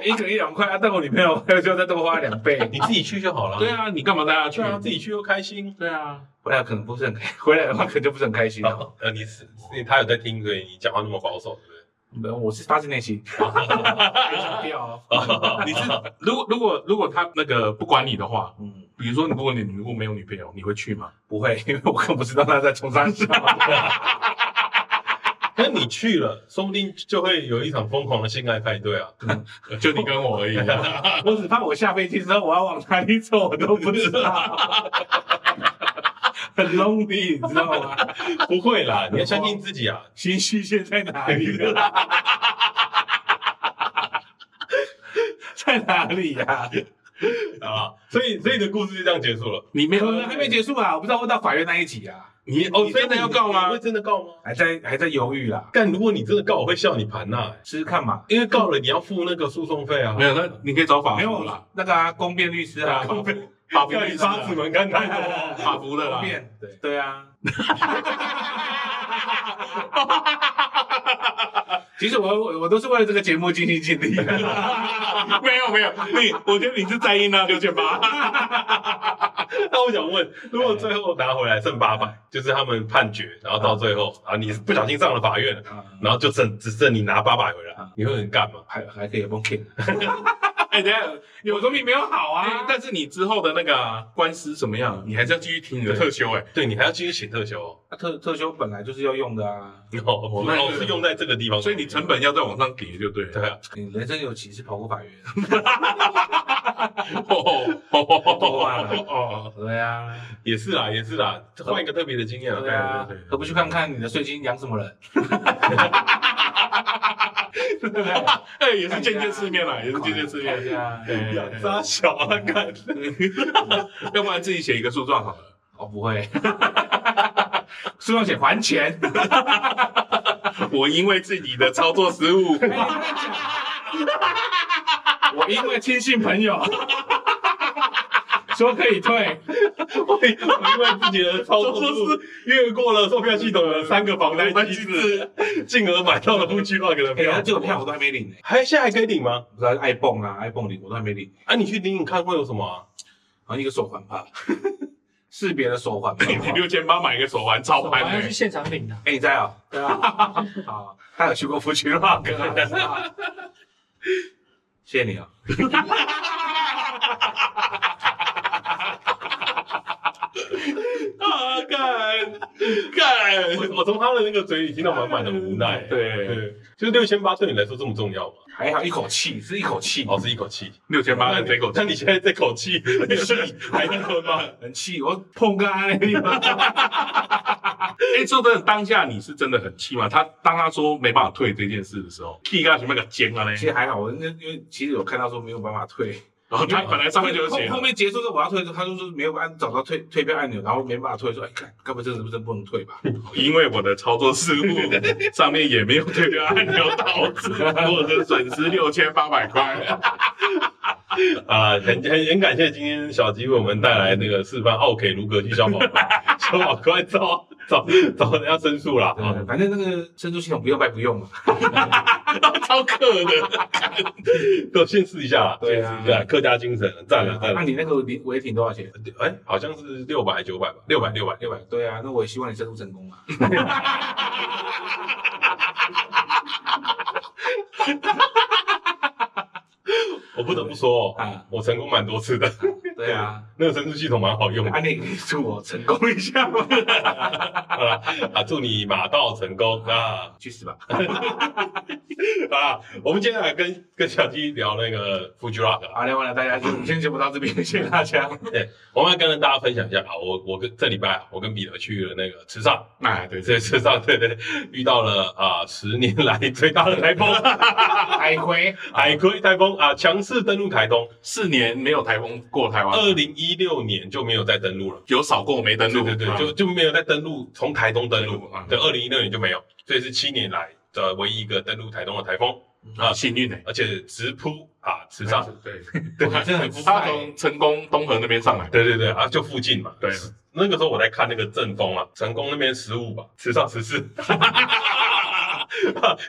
Speaker 3: 一个人一两块，啊，但我女朋友就要再多花两倍，
Speaker 1: 你自己去就好了。
Speaker 2: 对，啊，你干嘛带他去
Speaker 1: 对？啊，自己去又开心。
Speaker 2: 对啊，
Speaker 3: 回来可能不是很开，回来的话可能就不是很开心了。
Speaker 1: (laughs) 呃，你是你他有在听，所以你讲话那么保守，对不对？
Speaker 3: 没有，我是发自内心，强调哦，
Speaker 2: 你是如果如果如果他那个不管你的话，
Speaker 3: 嗯。
Speaker 2: 比如说如果你如果没有女朋友，你会去吗？
Speaker 3: (laughs) 不会，因为我更不知道他在冲山笑。
Speaker 1: 那你去了，说不定就会有一场疯狂的性爱派对啊！ (laughs)
Speaker 2: 就你跟我而已、啊。
Speaker 3: 我只怕我下飞机之后我要往哪里走，我都不知道。很 lonely，你知道吗？
Speaker 1: 不会啦，你要相信自己啊！
Speaker 3: 新西线在哪里？在哪里呀、啊？
Speaker 1: 啊，所以所以你的故事就这样结束了。
Speaker 2: (laughs) 你没有，
Speaker 3: 还没结束啊，我不知道会到法院那一集啊，
Speaker 2: 你
Speaker 1: 哦，
Speaker 2: 哦，真的要告吗
Speaker 1: 会？真的告吗？
Speaker 3: 还在还在犹豫啦，
Speaker 1: 干，如果你真的告，我会笑你盘呐、
Speaker 3: 试试看嘛。
Speaker 1: 因为告了你要付那个诉讼费啊。
Speaker 2: 没有，那你可以找法
Speaker 3: 没
Speaker 2: 服
Speaker 3: 有
Speaker 2: 啦，
Speaker 3: 那个啊，公辩律师 (laughs) 啊，
Speaker 2: 公
Speaker 3: 辩
Speaker 2: 法服
Speaker 1: 要
Speaker 2: 律
Speaker 1: 你
Speaker 2: 师
Speaker 1: 杀子
Speaker 2: 啊，
Speaker 1: 门看太多。
Speaker 2: 法服的啦
Speaker 3: 公。辩，对对 (laughs) 啊。其实我我我都是为了这个节目尽心尽力的。
Speaker 2: (laughs) 没有没有，你我觉得你是在意那六千八，
Speaker 1: (laughs) 那我想问，如果最后拿回来剩八百，就是他们判决，然后到最后啊，你不小心上了法院了，
Speaker 3: 嗯
Speaker 1: 然后就剩只剩你拿八百回来
Speaker 3: 啊，
Speaker 1: 你会很干吗？
Speaker 3: 还还可以 OK，
Speaker 2: 哎，等一下
Speaker 3: 有总比没有好
Speaker 2: 哎
Speaker 3: 啊。
Speaker 2: 但是你之后的那个啊官司怎么样？你还是要继续听你的
Speaker 1: 对
Speaker 2: 特休哎。
Speaker 1: 对你还要继续请特休哦，
Speaker 3: 但特特休本来就是要用的啊。
Speaker 1: 哦，
Speaker 2: 那
Speaker 1: 哦是用在这个地方，
Speaker 2: 所以你成本要再往上叠就对了。
Speaker 1: 对啊，
Speaker 3: 你人生有几次跑过法院？ (laughs)
Speaker 2: 哦哦哦
Speaker 3: 多啊
Speaker 2: 哦，
Speaker 3: 对啊，
Speaker 1: 也是啦，也是啦，换一个特别的经验啊，
Speaker 3: 对啊
Speaker 2: 对对对，
Speaker 3: 何不去看看你的税金养什么人？
Speaker 2: 哎，也是见见世面啦，也是见见世面。
Speaker 3: 对 (laughs) 啊。
Speaker 2: 对
Speaker 1: 养杀小啊，干， (laughs)
Speaker 2: 要不然自己写一个诉状好了。
Speaker 3: 哦，不会，书上写还钱，
Speaker 1: 我因为自己的操作失
Speaker 2: (laughs)
Speaker 1: 误，
Speaker 3: 我因为亲信朋友说可以退，
Speaker 1: 我因为自己的操作失误越过了售票系统的三个防呆机制，进而买到了不 g bug 的
Speaker 3: 哎、
Speaker 1: 票
Speaker 3: 那。这个票我都还没领呢、
Speaker 1: 还现在还可以领吗？
Speaker 3: 不知道爱蹦啊，爱蹦领我都还没领，
Speaker 1: 啊，你去领领看会有什么啊？
Speaker 3: 好像一个手环吧， (laughs) 识别的手环吧。
Speaker 1: 你六千八买一个手环超
Speaker 5: 我
Speaker 1: 盘
Speaker 5: 还要
Speaker 1: 呢
Speaker 5: 去？现场领的。
Speaker 3: 哎、你在啊？
Speaker 5: 对
Speaker 3: (laughs)
Speaker 5: 啊，
Speaker 3: 啊，他有去过福区吗？哥，
Speaker 2: 哎
Speaker 3: 谢谢你啊。
Speaker 1: 啊，干干！我我从他的那个嘴里听到满满的无奈。
Speaker 3: 对，
Speaker 1: 对，就是六千八对你来说这么重要吗？
Speaker 3: 还好一口气，是一口气，
Speaker 1: 哦，是一口气。
Speaker 4: 六千
Speaker 2: 啊
Speaker 4: 八的这口
Speaker 1: 那你现在这口气，你是还能吞吗？
Speaker 3: 很气，我碰个安利
Speaker 4: 哎，说真的，当下你是真的很气嘛？他当他说没办法退这件事的时候，气到什么个尖了嘞？
Speaker 3: 其实还好，我那因为其实有看到说没有办法退，
Speaker 4: 然后他本来上面就有写
Speaker 3: 后后
Speaker 4: 了，
Speaker 3: 面结束之后我要退，他就说没有按找到退退票按钮，然后没办法退，说哎，看，该不会这是不是真不能退吧？
Speaker 4: 因为我的操作失误，上面也没有退票按钮，导
Speaker 1: (laughs)
Speaker 4: 致我的损失六千八百块。
Speaker 1: 啊，很很很感谢今天小吉为我们带来那个示范奥 K 如何去消保官，消保官找找找人家申诉啦，啊
Speaker 3: 对，反正那个申诉系统不用白不用嘛。
Speaker 1: 超客的，都先试一下啦，
Speaker 3: 对
Speaker 1: 先
Speaker 3: 啊嗯
Speaker 1: 试一下客家精神，赞
Speaker 3: (laughs)
Speaker 1: 了赞
Speaker 3: 那
Speaker 1: 了。
Speaker 3: 你那个违违停多少钱？
Speaker 1: 哎，好像是六百九百吧，六百六百。
Speaker 3: 六百。对啊，那我也希望你申诉成功啊。
Speaker 1: 我不得不说哦
Speaker 3: 啊，
Speaker 1: 我成功蛮多次的，
Speaker 3: 对啊，
Speaker 1: 那个申诉系统蛮好用的 (laughs)
Speaker 3: 安利你祝我成功一下吗？
Speaker 1: 啊啊！祝你马到成功啊！
Speaker 3: 去死吧！
Speaker 1: 啊，我们接下来跟跟小鸡聊那个 Fuji Rock 啊，
Speaker 3: 好，聊完了，大家就今天节目到这边，谢谢大家。
Speaker 1: 我们要跟大家分享一下啊，我我跟这礼拜啊，我跟彼得去了那个池上，
Speaker 4: 哎，对，
Speaker 1: 这池上 (laughs) 对对，遇到了啊十年来最大的台风 (laughs)
Speaker 3: 海葵，
Speaker 1: 海葵台风啊，强势登陆台东，
Speaker 4: 四年没有台风过台湾，
Speaker 1: 二零一六年就没有再登陆了。
Speaker 4: 有扫过没登
Speaker 1: 对
Speaker 4: 录？
Speaker 1: 对
Speaker 2: 啊
Speaker 1: 对，就就没有再登陆，从台东登陆
Speaker 4: 啊，
Speaker 1: 对，二零一六年就没有，所以是七年来的唯一一个登陆台东的台风，
Speaker 4: 啊，幸运哎，
Speaker 1: 而且直扑啊池上，
Speaker 4: 对，
Speaker 3: 哇真的很
Speaker 4: (laughs) 他
Speaker 3: 帅欸。
Speaker 4: 从成功东河那边上来，
Speaker 1: 对对对啊，就附近嘛，
Speaker 4: 对
Speaker 1: 那个时候我在看那个阵风啊，成功那边十五吧，池上十四， (laughs)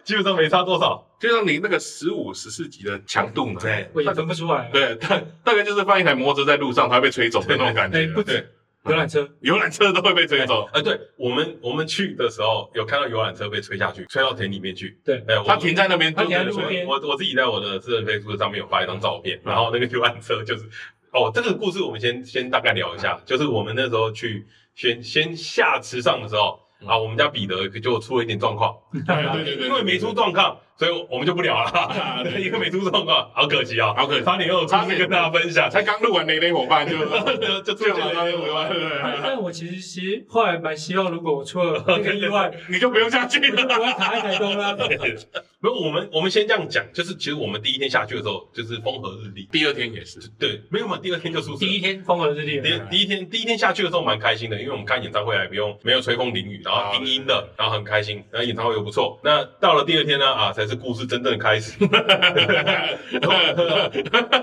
Speaker 1: 基本上没差多少。
Speaker 4: 就像你那个十五、十四级的强度呢，
Speaker 1: 对
Speaker 5: 我也分不出来。啊
Speaker 4: 对，大大概就是放一台摩托车在路上，它会被吹走的那种感觉
Speaker 5: 哎，。不
Speaker 1: 对
Speaker 5: 止游览车，
Speaker 4: 游览车都会被吹走，
Speaker 1: 啊，对我们我们去的时候有看到游览车被吹下去，吹到田里面去。
Speaker 5: 对
Speaker 1: 哎，我
Speaker 4: 它停在那边，
Speaker 5: 它停在
Speaker 4: 就是
Speaker 5: 路边
Speaker 1: 我我自己在我的私人 Facebook 上面有发一张照片，然后那个游览车就是，哦，这个故事我们先先大概聊一下，就是我们那时候去先先下池上的时候
Speaker 5: 嗯
Speaker 1: 啊，我们家彼得就出了一点状况，
Speaker 4: 对对对对，啊
Speaker 1: 因为没出状况，所以我们就不聊了，对， (laughs) 因为没出状况，好可惜啊，
Speaker 4: 好可惜
Speaker 1: 差点又有故事跟大家分享，
Speaker 4: 才刚录完雷雷伙伴就
Speaker 1: (laughs) 就就出
Speaker 4: 就
Speaker 1: 现
Speaker 4: 马上就回
Speaker 1: 了。
Speaker 3: (laughs) 哎
Speaker 4: 来，
Speaker 5: 但
Speaker 1: (laughs)
Speaker 5: 但我其实其实后来蛮希望，如果我出了那个意外，
Speaker 4: 你就不用下去
Speaker 5: 我就
Speaker 4: (laughs) 了。
Speaker 5: 不会卡在台东啦。
Speaker 1: 没有，我们我们先这样讲，就是其实我们第一天下去的时候，就是风和日丽，
Speaker 4: 第二天也是，
Speaker 1: 对，没有嘛，第二天就出事了。
Speaker 5: 第一天风和日丽
Speaker 1: 第
Speaker 5: 了，
Speaker 1: 第一天第一天下去的时候蛮开心的，因为我们看演唱会还不用没有吹风淋雨，然后阴阴的，然后很开心，然后演唱会又不错。那到了第二天呢啊，才是故事真正的开始。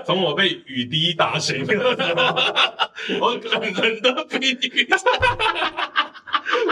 Speaker 1: 从我被雨滴打醒的时候，我感人的比喻。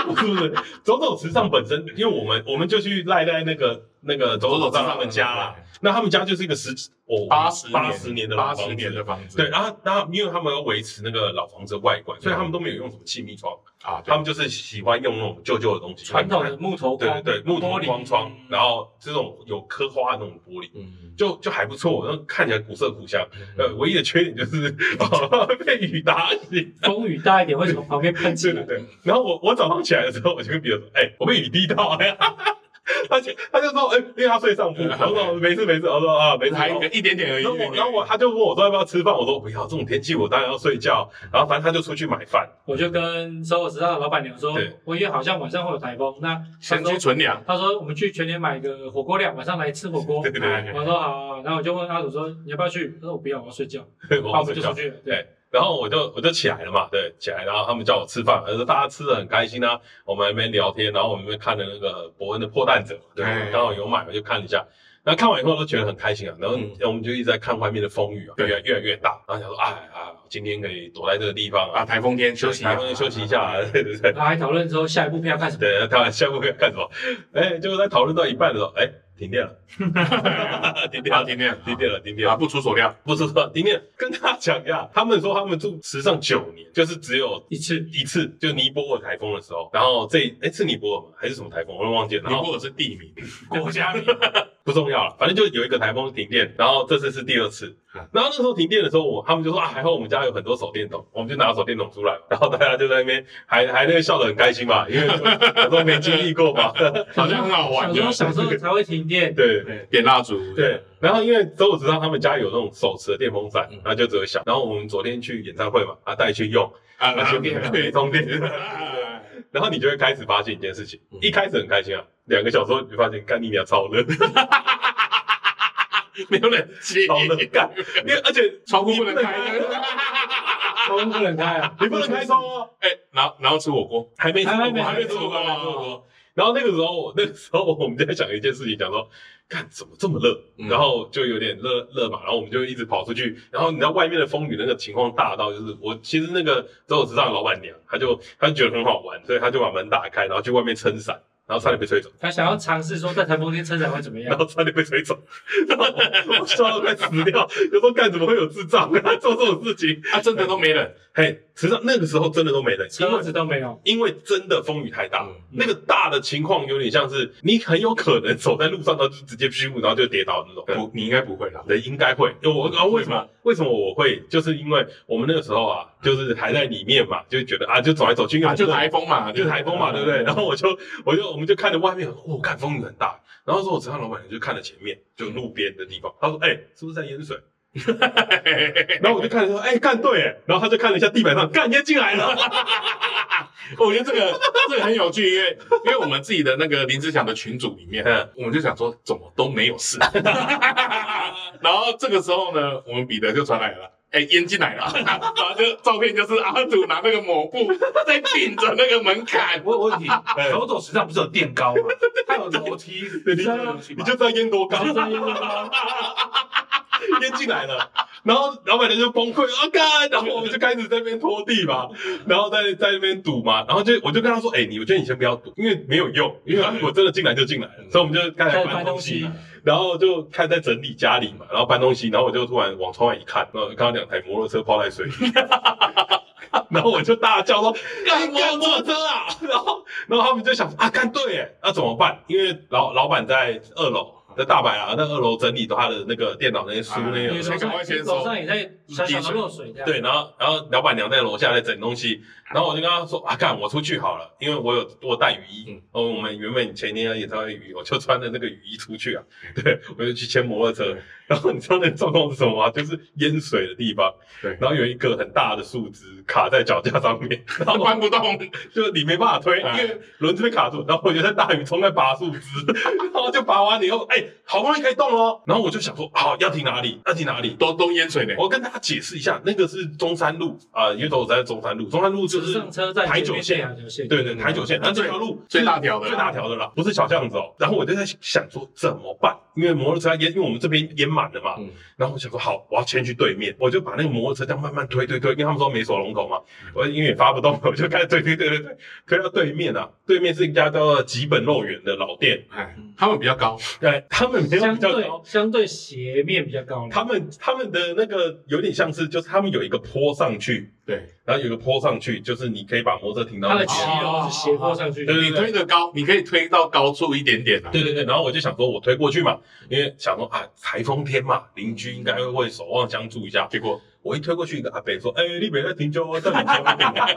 Speaker 1: 不是不是，走走池上本身，因为我们我们就去赖赖那个那个走走
Speaker 4: 走
Speaker 1: 上
Speaker 4: 池
Speaker 1: 他
Speaker 4: 上
Speaker 1: 们家啦，那他们家就是一个十哦
Speaker 4: 80
Speaker 1: 八十年的老
Speaker 4: 八
Speaker 1: 房
Speaker 4: 十
Speaker 1: 子
Speaker 4: 年的房子，
Speaker 1: 对，然后然后因为他们要维持那个老房子的外观，所以他们都没有用什么气密窗，
Speaker 4: 啊，
Speaker 1: 他
Speaker 4: 他们
Speaker 1: 们就是喜欢用那种旧旧的东西，
Speaker 5: 传统的木头
Speaker 1: 对
Speaker 5: 框，
Speaker 1: 对对木头
Speaker 5: 玻璃嗯
Speaker 1: 框窗，然后这种有刻花的那种玻璃。
Speaker 4: 嗯，
Speaker 1: 就就还不错，然后看起来古色古香。
Speaker 5: 嗯
Speaker 1: 呃，唯一的缺点就是 (laughs) 哦被雨打醒。
Speaker 5: 风雨大一点会从旁边喷进
Speaker 1: 对 (laughs) 对
Speaker 5: 来。
Speaker 1: 对。然后我我早上起来的时候，我就跟别人说：“哎、我被雨滴到了。” (laughs) 他就他就说：“哎、因为他睡上铺。”我说：“哦没事没事。”我说：“啊，没事。”
Speaker 4: 还有一个一点点而已。
Speaker 1: 然后我，然后我，他就问我说要不要吃饭，我说不要，这种天气我当然要睡觉。然后反正他就出去买饭，
Speaker 5: 我就跟所有时尚的老板娘说
Speaker 1: 对，
Speaker 5: 我也好像晚上会有台风，那她
Speaker 4: 先
Speaker 5: 说
Speaker 4: 去存粮，
Speaker 5: 他说我们去全年买个火锅料，晚上来吃火锅。
Speaker 1: (laughs) 对对对
Speaker 5: 我说好啊，然后我就问阿祖说你要不要去？他说我不要，我要睡觉。
Speaker 1: 对，
Speaker 5: 那
Speaker 1: 我
Speaker 5: 我
Speaker 1: 不
Speaker 5: 们
Speaker 1: 睡
Speaker 5: 就出
Speaker 1: 觉。
Speaker 5: 去了。
Speaker 1: 对
Speaker 5: 对，
Speaker 1: 然后我就我就起来了嘛，对，起来，然后他们叫我吃饭，而且大家吃的很开心啊，我们还没聊天，然后我们就看了那个伯恩的破蛋者，对
Speaker 4: 哎，
Speaker 1: 刚好有买，我就看了一下。然后看完以后都觉得很开心啊，然后
Speaker 4: 嗯
Speaker 1: 我们就一直在看外面的风雨啊，
Speaker 4: 对
Speaker 1: 越来越来越大，然后想说，哎啊，今天可以躲在这个地方
Speaker 4: 啊，
Speaker 1: 啊，
Speaker 4: 台风天休息
Speaker 1: 台
Speaker 4: 啊，
Speaker 1: 风休息一下啊，对对对，
Speaker 5: 然后还讨论说下一部片要看什么。
Speaker 1: 对，他们下一步要干什么？哎，就是在讨论到一半的时候，哎，停电了，停电
Speaker 4: 啊，
Speaker 1: 了，
Speaker 4: 停电，
Speaker 1: 停电了，停电
Speaker 4: 啊，
Speaker 1: 了。
Speaker 4: 不出所料，
Speaker 1: 不是说停电，跟大家讲一下，他们说他们住史上九年，就是只有
Speaker 5: 一次
Speaker 1: 一次，就尼泊尔台风的时候，然后这哎是尼泊尔吗？还是什么台风？我都忘记了。
Speaker 4: 尼
Speaker 1: 然后
Speaker 4: 泊尔是地名，
Speaker 3: 国家名，
Speaker 1: 不重要了，反正就有一个台风停电，然后这次是第二次。然后那时候停电的时候，我他们就说啊，还好我们家有很多手电筒，我们就拿手电筒出来，然后大家就在那边还还那个笑得很开心嘛，因为我都没经历过嘛。
Speaker 4: 好像很好玩
Speaker 5: 小时候小时候才会
Speaker 1: (laughs)
Speaker 5: 停电，
Speaker 1: 对，
Speaker 4: 对，点蜡烛，
Speaker 1: 对，，然后因为周五知道他们家有那种手持的电风扇
Speaker 4: 嗯，
Speaker 1: 然后就只会响。然后我们昨天去演唱会嘛，啊带去用，
Speaker 4: 啊，
Speaker 1: 啊
Speaker 4: 就
Speaker 1: 就
Speaker 4: 变
Speaker 1: 对通电。 (laughs)
Speaker 4: 啊
Speaker 1: 然后你就会开始发现一件事情
Speaker 4: 嗯，
Speaker 1: 一开始很开心啊，两个小时后你就发现干你娘超热， (laughs)
Speaker 4: 没有人接
Speaker 2: (laughs)
Speaker 1: 超热干，因为而且
Speaker 4: 超过不
Speaker 1: 你
Speaker 4: 能
Speaker 1: 不能
Speaker 4: 开
Speaker 1: 开
Speaker 4: 灯，
Speaker 5: 风不能开啊。
Speaker 1: (laughs) 你不能开窗哦，
Speaker 4: 哎，然后然后吃火锅，
Speaker 1: 还没吃火
Speaker 5: 还没
Speaker 1: 锅，还没吃火
Speaker 2: 啊
Speaker 1: 锅，还啊没吃火锅。然后那个时候，那个时候我 (laughs) 们就在想一件事情，讲说，看怎么这么热，
Speaker 4: 嗯
Speaker 1: 然后就有点热热嘛，然后我们就一直跑出去，然后你知道外面的风雨那个情况大到，就是我其实那个周有知道的老板娘，她就她就觉得很好玩，所以她就把门打开，然后去外面撑伞，然后差点被吹走，
Speaker 5: 他想要尝试说在台风天撑伞会怎么
Speaker 1: (laughs)
Speaker 5: 样
Speaker 1: 然？后差点被吹走，然后我我笑到快死掉，有时候干怎么会有智障啊 (laughs) 做这种事情？
Speaker 4: 啊，真的都没人，
Speaker 1: 嘿，实际上那个时候真的都没人，因为
Speaker 5: 车子都没有，
Speaker 1: 因为真的风雨太大，
Speaker 4: 嗯
Speaker 1: 那个大的情况有点像是你很有可能走在路上，然后就直接虚雾，然后就跌倒那种。
Speaker 4: 不，你应该不会啦，
Speaker 1: 人应该会，我啊为什么？为什么我会？就是因为我们那个时候啊，就是还在里面嘛，就觉得啊，就走来走去，因为
Speaker 4: 嗯啊，就
Speaker 1: 很热
Speaker 4: 台风嘛，嗯
Speaker 1: 就台风嘛，对不对？然后我就我就我们就看着外面，哦，看风雨很大。然后说我车上老板娘就看着前面，就路边的
Speaker 4: 嗯
Speaker 1: 地方，他说：“哎、是不是在淹水？”
Speaker 4: (laughs)
Speaker 1: 然后我就看着说：“哎、干对。”哎，然后他就看了一下地板上，干淹进来了。
Speaker 4: 我觉得这个这个很有趣，因为因为我们自己的那个林志祥的群组里面，
Speaker 1: 嗯
Speaker 4: 我们就想说怎么都没有事， (laughs) 然后这个时候呢，我们彼得就传来了。哎，淹进来了， (laughs) 然后就照片就是阿土拿那个抹布在顶着那个门槛，
Speaker 3: (laughs) 我有问题，
Speaker 1: 哎
Speaker 3: 手肘实际上不是有垫
Speaker 1: (laughs)
Speaker 3: 高吗？它有楼梯，
Speaker 1: 对，
Speaker 3: 你
Speaker 1: 你
Speaker 3: 知
Speaker 1: 就
Speaker 3: 道那个东西
Speaker 1: 你
Speaker 3: 吗
Speaker 1: 就知道烟多高，
Speaker 5: 声音吗？
Speaker 1: 烟进来了，然后老板娘就崩溃，啊干，然后我们就开始在那边拖地嘛，然后在在那边赌嘛，然后就我就跟他说，哎、你我觉得你先不要赌，因为没有用，因为他如果真的进来就进来了，所以我们就开始
Speaker 5: 在
Speaker 1: 搬
Speaker 5: 搬
Speaker 1: 东
Speaker 5: 东
Speaker 1: 西
Speaker 5: 西，，
Speaker 1: 然后就开始在整理家里嘛，然后搬东西，然后我就突然往窗外一看，呃然后看到两台摩托车泡在水里。 (laughs) 然后我就大叫说：“干摩托车啊！”然后，然后他们就想啊，干对耶，那、怎么办？因为老老板在二楼，在大白啊，那二楼整理他的那个电脑那些书那
Speaker 4: 对
Speaker 1: 些有
Speaker 5: 啊因
Speaker 1: 的没
Speaker 5: 为
Speaker 1: 的
Speaker 5: 楼上楼上也在小小的落水这样。
Speaker 1: 嗯对，然后然后老板娘在楼下在整东西，然后我就跟她说啊，干我出去好了，因为我有我带雨衣，
Speaker 4: 嗯
Speaker 1: 哦，我们原本前天要演唱会雨衣，我就穿着那个雨衣出去啊，对，我就去牵摩托车
Speaker 4: 对，
Speaker 1: 然后你知道那个状况是什么吗？就是淹水的地方，
Speaker 4: 对
Speaker 1: 然后有一个很大的树枝卡在脚架上面，然后
Speaker 4: 搬不动，
Speaker 1: 就你没办法推，因
Speaker 4: 哎
Speaker 1: 为轮子被卡住，然后我就在大雨冲在拔树枝， (laughs) 然后就拔完了以后，哎，好不容易可以动哦，然后我就想说，好、要停哪里？要停哪里？
Speaker 4: 都都淹水嘞。
Speaker 1: 我要跟大家解释一下，那个是中山路啊、呃，因为都在中山路，中山路就
Speaker 5: 直
Speaker 1: 是
Speaker 5: 上车站
Speaker 1: 台九线
Speaker 5: 台九线。
Speaker 1: 对对台九线，那这条路
Speaker 4: 最大条的啦
Speaker 1: 最大条的啦，不是小巷子哦。然后我就在想说怎么办，因为摩托车淹，因为我们这边淹满了嘛。
Speaker 4: 嗯
Speaker 1: 然后我想说好，我要牵去对面，我就把那个摩托车这样慢慢推推推，因为他们说没锁龙头嘛，
Speaker 4: 嗯
Speaker 1: 我因为也发不动，我就开始推推推推推，推到对面啊，对面是一家叫做吉本肉圆的老店，
Speaker 4: 哎，他们比较高，
Speaker 1: 对，他们没有
Speaker 5: 相
Speaker 1: 比较高
Speaker 5: 对相对斜面比较高，
Speaker 1: 他们他们的那个有点像是，就是他们有一个坡上去，
Speaker 4: 对
Speaker 1: 然后有一个坡上去，就是你可以把摩托车停到
Speaker 5: 它
Speaker 1: 那
Speaker 5: 的
Speaker 1: 边。
Speaker 5: 骑楼是斜坡上去的。
Speaker 4: 你推得高，你可以推到高处一点点啊。
Speaker 1: 对对对，然后我就想说，我推过去嘛，因为想说啊，台风天嘛，邻居应该会会守望相助一下。
Speaker 4: 结果
Speaker 1: 我一推过去，一个阿伯说：“哎、你别在停车哦，到你前面停。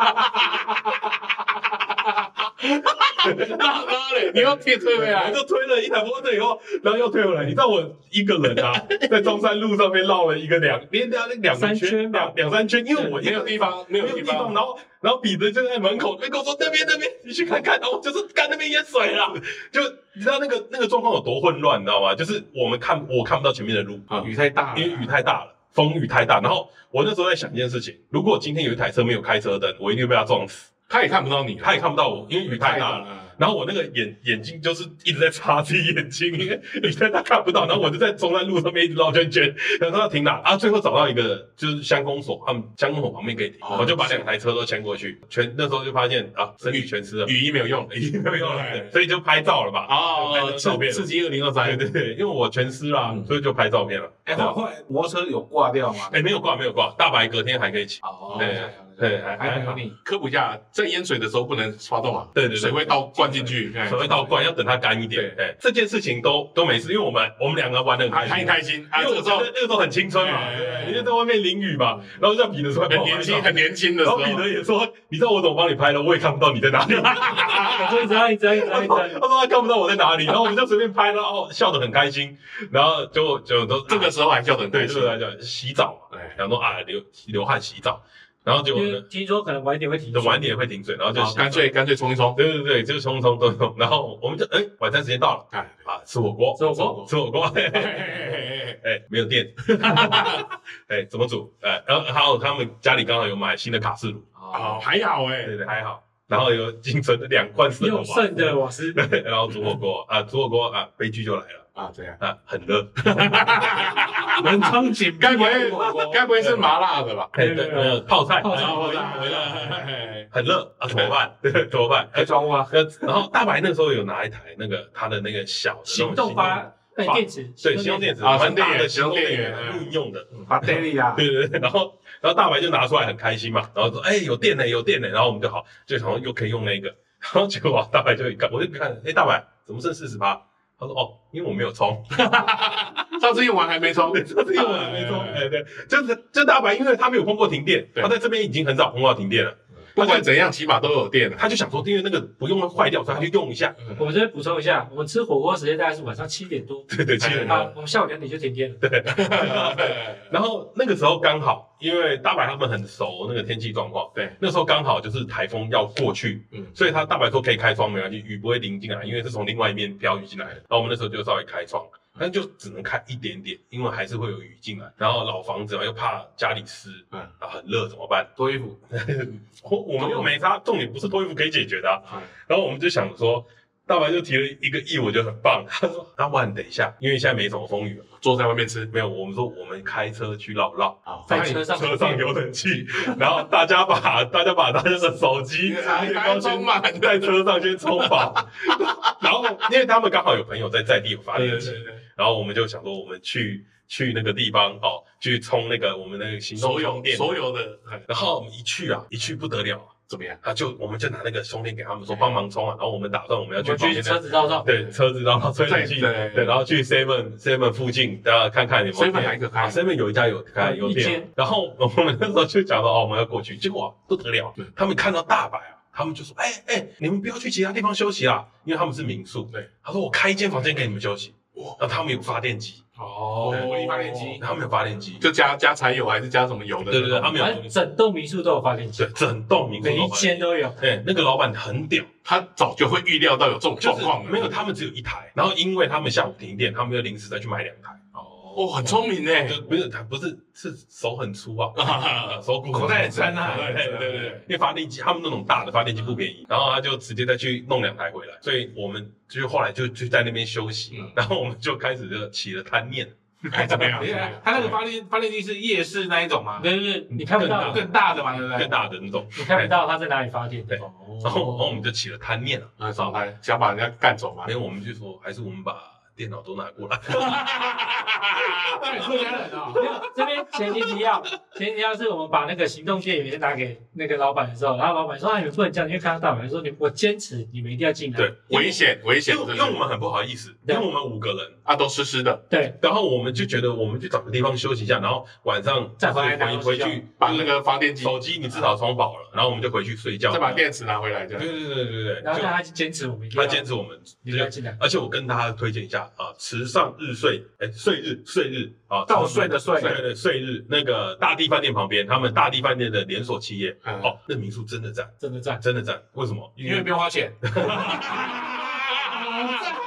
Speaker 4: 拉拉嘞，你又贴推回”
Speaker 1: 我
Speaker 5: 啊
Speaker 4: 来，
Speaker 1: 就推了一台摩托车以后，然后又推回来。你知道我一个人啊，在中山路上面绕了一个两连两两个
Speaker 5: 三
Speaker 1: 圈
Speaker 5: 圈吧
Speaker 1: 两两三圈，因为我一
Speaker 4: 没
Speaker 1: 个
Speaker 4: 有地方，没
Speaker 1: 没
Speaker 4: 有
Speaker 1: 有地
Speaker 4: 地
Speaker 1: 方，
Speaker 4: 方。
Speaker 1: 然后然后彼得就在门口哎就跟我说那边那边，你去看看，然后我就是干那边淹水了， (laughs) 就你知道那个那个状况有多混乱，你知道吗？就是我们看我看不到前面的路，
Speaker 4: 啊
Speaker 3: 雨太大了，
Speaker 1: 因为雨太大了，风雨太大。然后我那时候在想一件事情：如果今天有一台车没有开车灯，我一定会被它撞死，
Speaker 4: 他也看不到你了，啊
Speaker 1: 他也看不到我，因为雨太大了。
Speaker 4: 了。
Speaker 1: 然后我那个眼眼睛就是一直在擦自己眼睛，因为雨太大看不到。然后我就在中山路上面一直绕圈圈，然后要停哪啊？最后找到一个就是乡公所，他们乡公所旁边可以停，
Speaker 4: 哦
Speaker 1: 我就把两台车都牵过去。全那时候就发现啊，生意全失了，
Speaker 4: 雨衣没有用，
Speaker 1: 已经没有用了
Speaker 4: 对，
Speaker 1: 所以就拍照了吧？
Speaker 4: 哦，
Speaker 1: 就拍张照
Speaker 4: 刺
Speaker 1: 片
Speaker 4: 刺激二零二
Speaker 1: 对
Speaker 4: 三，
Speaker 1: 对对，因为我全湿啦，
Speaker 4: 嗯
Speaker 1: 所以就拍照片了。
Speaker 3: 哎，后来后来摩托车有挂掉吗？
Speaker 1: 啊哎，没有挂，没有挂，大白隔天还可以骑。
Speaker 3: 哦
Speaker 1: 对对哎还
Speaker 3: 还
Speaker 1: 还
Speaker 3: 有
Speaker 1: 好
Speaker 3: 你，
Speaker 4: 科普一下，在淹水的时候不能发动啊，
Speaker 1: 对对对
Speaker 4: 水会倒灌进去，哎
Speaker 1: 所谓倒灌要等它干一点，哎，这件事情都都没事，因为我们我们两个玩的很
Speaker 4: 还
Speaker 1: 开
Speaker 4: 开
Speaker 1: 心，
Speaker 4: 开心啊，
Speaker 1: 因
Speaker 4: 这个
Speaker 1: 为我
Speaker 4: 时
Speaker 1: 觉
Speaker 4: 候
Speaker 1: 得那个时候很青春嘛，
Speaker 4: 哎
Speaker 1: 对你就在外面淋雨嘛，然后在比的时候
Speaker 4: 很年轻，很年轻的
Speaker 1: 哎
Speaker 4: 时
Speaker 1: 然后
Speaker 4: 候，
Speaker 1: 彼得也说，你知道我怎么帮你拍的，我也看不到你
Speaker 4: (laughs)
Speaker 1: 在哪里。
Speaker 5: 啊一张一张一张一
Speaker 1: 他
Speaker 5: 张，
Speaker 1: 说他看不到我在哪里，然后我们就随便拍，然后哦笑得很开心，然后就就都啊
Speaker 4: 这个时候还笑得很
Speaker 1: 对
Speaker 4: 开
Speaker 1: 这
Speaker 4: 心，
Speaker 1: 个来讲洗澡嘛，
Speaker 4: 哎，
Speaker 1: 想说啊流流汗洗澡，然后结果
Speaker 5: 因为
Speaker 1: 呢，
Speaker 5: 听说可能晚一点会停
Speaker 1: 等。晚一点会停水，然后就
Speaker 4: 好
Speaker 1: 洗
Speaker 4: 哦干脆干脆冲一冲，
Speaker 1: 对对对，就是冲冲冲冲，然后我们就哎晚餐时间到了
Speaker 4: 哎，
Speaker 1: 啊，吃火锅，
Speaker 5: 吃火锅
Speaker 1: 吃火锅，嘿嘿嘿哎，没有电， (laughs) 哎，怎么煮？哎，然后还有他们家里刚好有买新的卡式炉，
Speaker 4: 好
Speaker 3: 哦，
Speaker 4: 还好哎
Speaker 1: 对，对，还好。然后有仅存的两罐剩的
Speaker 5: 用
Speaker 1: 瓦斯
Speaker 5: 剩的瓦斯，
Speaker 1: 对，然后煮火锅啊，煮火锅啊，悲剧就来了
Speaker 4: 啊这样，
Speaker 1: 啊，很热，啊
Speaker 5: 门窗
Speaker 1: (laughs)
Speaker 5: 紧闭
Speaker 4: 该不
Speaker 5: 啊。
Speaker 4: 会该不会是麻辣的吧？
Speaker 1: 哎
Speaker 5: 对
Speaker 1: 对，
Speaker 5: 对
Speaker 1: 呃，泡菜，
Speaker 5: 泡菜
Speaker 1: 哎
Speaker 5: 泡
Speaker 4: 菜
Speaker 1: 回来回来很热啊，怎么 (laughs) 办？对，怎么办？
Speaker 5: 可以装屋啊，
Speaker 1: 呃，然后大白那时候有拿一台那个他的那个小的那种
Speaker 5: 行动发，哎，电池，
Speaker 1: 对，行动电池
Speaker 4: 啊
Speaker 1: 蛮大的
Speaker 4: 行动电源行动电
Speaker 1: 行
Speaker 4: 源哎
Speaker 1: 动电路用的，
Speaker 3: 把 daily 啊，
Speaker 1: 对对对。然后然后大白就拿出来很开心嘛，然后说哎有电了有电了，然后我们就好就想说又可以用那个，然后结果大白就一看我就看哎大白怎么剩四十八？他说哦，因为我没有充，
Speaker 4: 上次用完还没冲，
Speaker 1: 上次用完没充，哎对，就是就大白，因为他没有碰过停电，
Speaker 4: 对
Speaker 1: 他在这边已经很少碰到停电了，
Speaker 4: 不管怎样，起码都有电了。
Speaker 1: 他就想说因为那个不用会坏掉，所以他就用一下，
Speaker 5: 我们这边补充一下，我们吃火锅时间大概是晚上七点多，
Speaker 1: 对对，
Speaker 4: 哎
Speaker 1: 其实
Speaker 5: 啊，我们下午两点就停电了。
Speaker 1: 然后那个时候刚好，因为大白他们很熟那个天气状况，
Speaker 4: 对，
Speaker 1: 那时候刚好就是台风要过去，
Speaker 4: 嗯
Speaker 1: 所以他大白说可以开窗没关系，雨不会淋进来，因为是从另外一面飘雨进来的。然后我们那时候就稍微开窗，但就只能开一点点，因为还是会有雨进来。然后老房子嘛，又怕家里湿，
Speaker 4: 嗯
Speaker 1: 啊很热怎么办？ (laughs)
Speaker 3: 脱衣服，
Speaker 1: 我我们又没差，重点不是脱衣服可以解决的啊、
Speaker 4: 嗯
Speaker 1: 然后我们就想说。大白就提了一个亿，我觉得很棒。他说：“那我等一下，因为现在没什么风雨，
Speaker 4: 坐在外面吃，
Speaker 1: 没有。”我们说我们开车去绕绕。
Speaker 4: 好
Speaker 5: 在车上
Speaker 1: 车上有冷气，然后大家把大家把大家的手机、
Speaker 4: 还还充满
Speaker 1: (laughs) 在车上先充饱，然后因为他们刚好有朋友在在地有发电机，然后我们就想说我们去去那个地方哦，去充那个我们那个行动
Speaker 4: 所有
Speaker 1: 充电，
Speaker 4: 所有的哎
Speaker 1: 然后我们一去啊，一去不得了啊，
Speaker 4: 怎么样？
Speaker 1: 他就我们就拿那个充电给他们说帮忙充啊，然后我们打算我们要
Speaker 5: 我
Speaker 1: 去旁
Speaker 5: 们去
Speaker 1: 边
Speaker 5: 车
Speaker 1: 的
Speaker 5: 子绕绕，
Speaker 1: 对车子，然后吹冷气，
Speaker 4: 对对对
Speaker 1: 对，然后去 seven seven 附近，大家看看有没有
Speaker 4: 水
Speaker 1: 电
Speaker 4: 粉还可
Speaker 1: 啊，
Speaker 2: 嗯
Speaker 4: 开，
Speaker 1: 身边有一家有开有
Speaker 5: 一
Speaker 1: 店
Speaker 5: 间，
Speaker 1: 然后 (laughs) 我们那时候就讲到哦，我们要过去，结果、啊、不得了
Speaker 4: 对，
Speaker 1: 他们看到大白啊，他们就说，哎哎，你们不要去其他地方休息啦，因为他们是民宿。
Speaker 4: 对，
Speaker 1: 他说我开一间房间给你们休息，
Speaker 4: 哇
Speaker 1: 然后他们有发电机，
Speaker 3: 哦
Speaker 4: 对
Speaker 3: 火力发电机，
Speaker 1: 然后他们有发电机，
Speaker 4: 就加加柴油还是加什么油的？
Speaker 1: 对对对他没有
Speaker 5: 反正整栋民宿都有发电机
Speaker 1: 对，，整栋民宿
Speaker 5: 哎每
Speaker 1: 都
Speaker 5: 一
Speaker 1: 发电
Speaker 5: 间
Speaker 1: 机。
Speaker 5: 都有。
Speaker 1: 对，那个老板很屌，
Speaker 4: 他早就会预料到有这种
Speaker 1: 就
Speaker 4: 状
Speaker 1: 是
Speaker 2: 啊
Speaker 4: 况了，
Speaker 1: 没有他们只有一台，然后因为他们下午停电，他们又临时再去买两台。
Speaker 4: 哦，很聪明哎，
Speaker 1: 就不是他不是是手很粗啊，
Speaker 4: 啊
Speaker 1: (laughs) 手骨
Speaker 3: 口袋很深啊
Speaker 1: 对对对
Speaker 4: 对
Speaker 1: 对，因为发电机他们那种大的发电机不便宜，然后他就直接再去弄两台回来，所以我们就是后来就就在那边休息
Speaker 4: 嗯，
Speaker 1: (laughs) 然后我们就开始就起了贪念，
Speaker 4: 哎怎么样嗯
Speaker 3: 等一？下啊它那个发电发电机是夜市那一种吗？
Speaker 5: 对对对，你看不到，
Speaker 3: 更大的嘛，对不对？
Speaker 1: 更大的那种，
Speaker 5: 你看不到它在哪里发电。
Speaker 1: 对 (laughs) 然后然后我们就起了贪念了，
Speaker 2: 嗯
Speaker 4: 啊，找他哦想把人家干走嘛
Speaker 1: 没？有我们就说还是我们把电脑都拿过来，
Speaker 3: 那你客家人啊，
Speaker 5: 没有这边前提提要，前提要是我们把那个行动电源拿给那个老板的时候，然后老板说：“啊，你们不能这样，因为看到大白说你，我坚持你们一定要进来。
Speaker 1: 对，
Speaker 4: (laughs) 危险危险，
Speaker 1: 因为
Speaker 4: 对
Speaker 1: 因
Speaker 4: 不对
Speaker 1: 为我们很不好意思，因
Speaker 5: 对
Speaker 1: 为我们五个人。
Speaker 4: 啊都湿湿的，
Speaker 5: 对
Speaker 1: 然后我们就觉得，我们去找个地方休息一下，然后晚上
Speaker 5: 再回来拿
Speaker 1: 回
Speaker 5: 东
Speaker 1: 回
Speaker 5: 西
Speaker 1: 去
Speaker 4: 把那个发电机
Speaker 1: 手机你至少充饱了，然后我们就回去睡觉，
Speaker 4: 再把电池拿回来，这
Speaker 1: 对
Speaker 4: 样
Speaker 1: 对对对对，
Speaker 5: 然后
Speaker 1: 就
Speaker 5: 但他就坚持我们一定
Speaker 1: 他
Speaker 5: 要，
Speaker 1: 坚持我们，
Speaker 5: 一定要进来。
Speaker 1: 而且我跟大家推荐一下啊，池上日睡，哎，睡日睡日啊，
Speaker 3: 到睡的睡
Speaker 1: 对对睡日那个大地饭店旁边，他们大地饭店的连锁企业，
Speaker 4: 嗯
Speaker 1: 哦，那民宿真的赞，
Speaker 5: 真的赞。
Speaker 1: 真的赞，为什么？
Speaker 3: 因为不用花钱。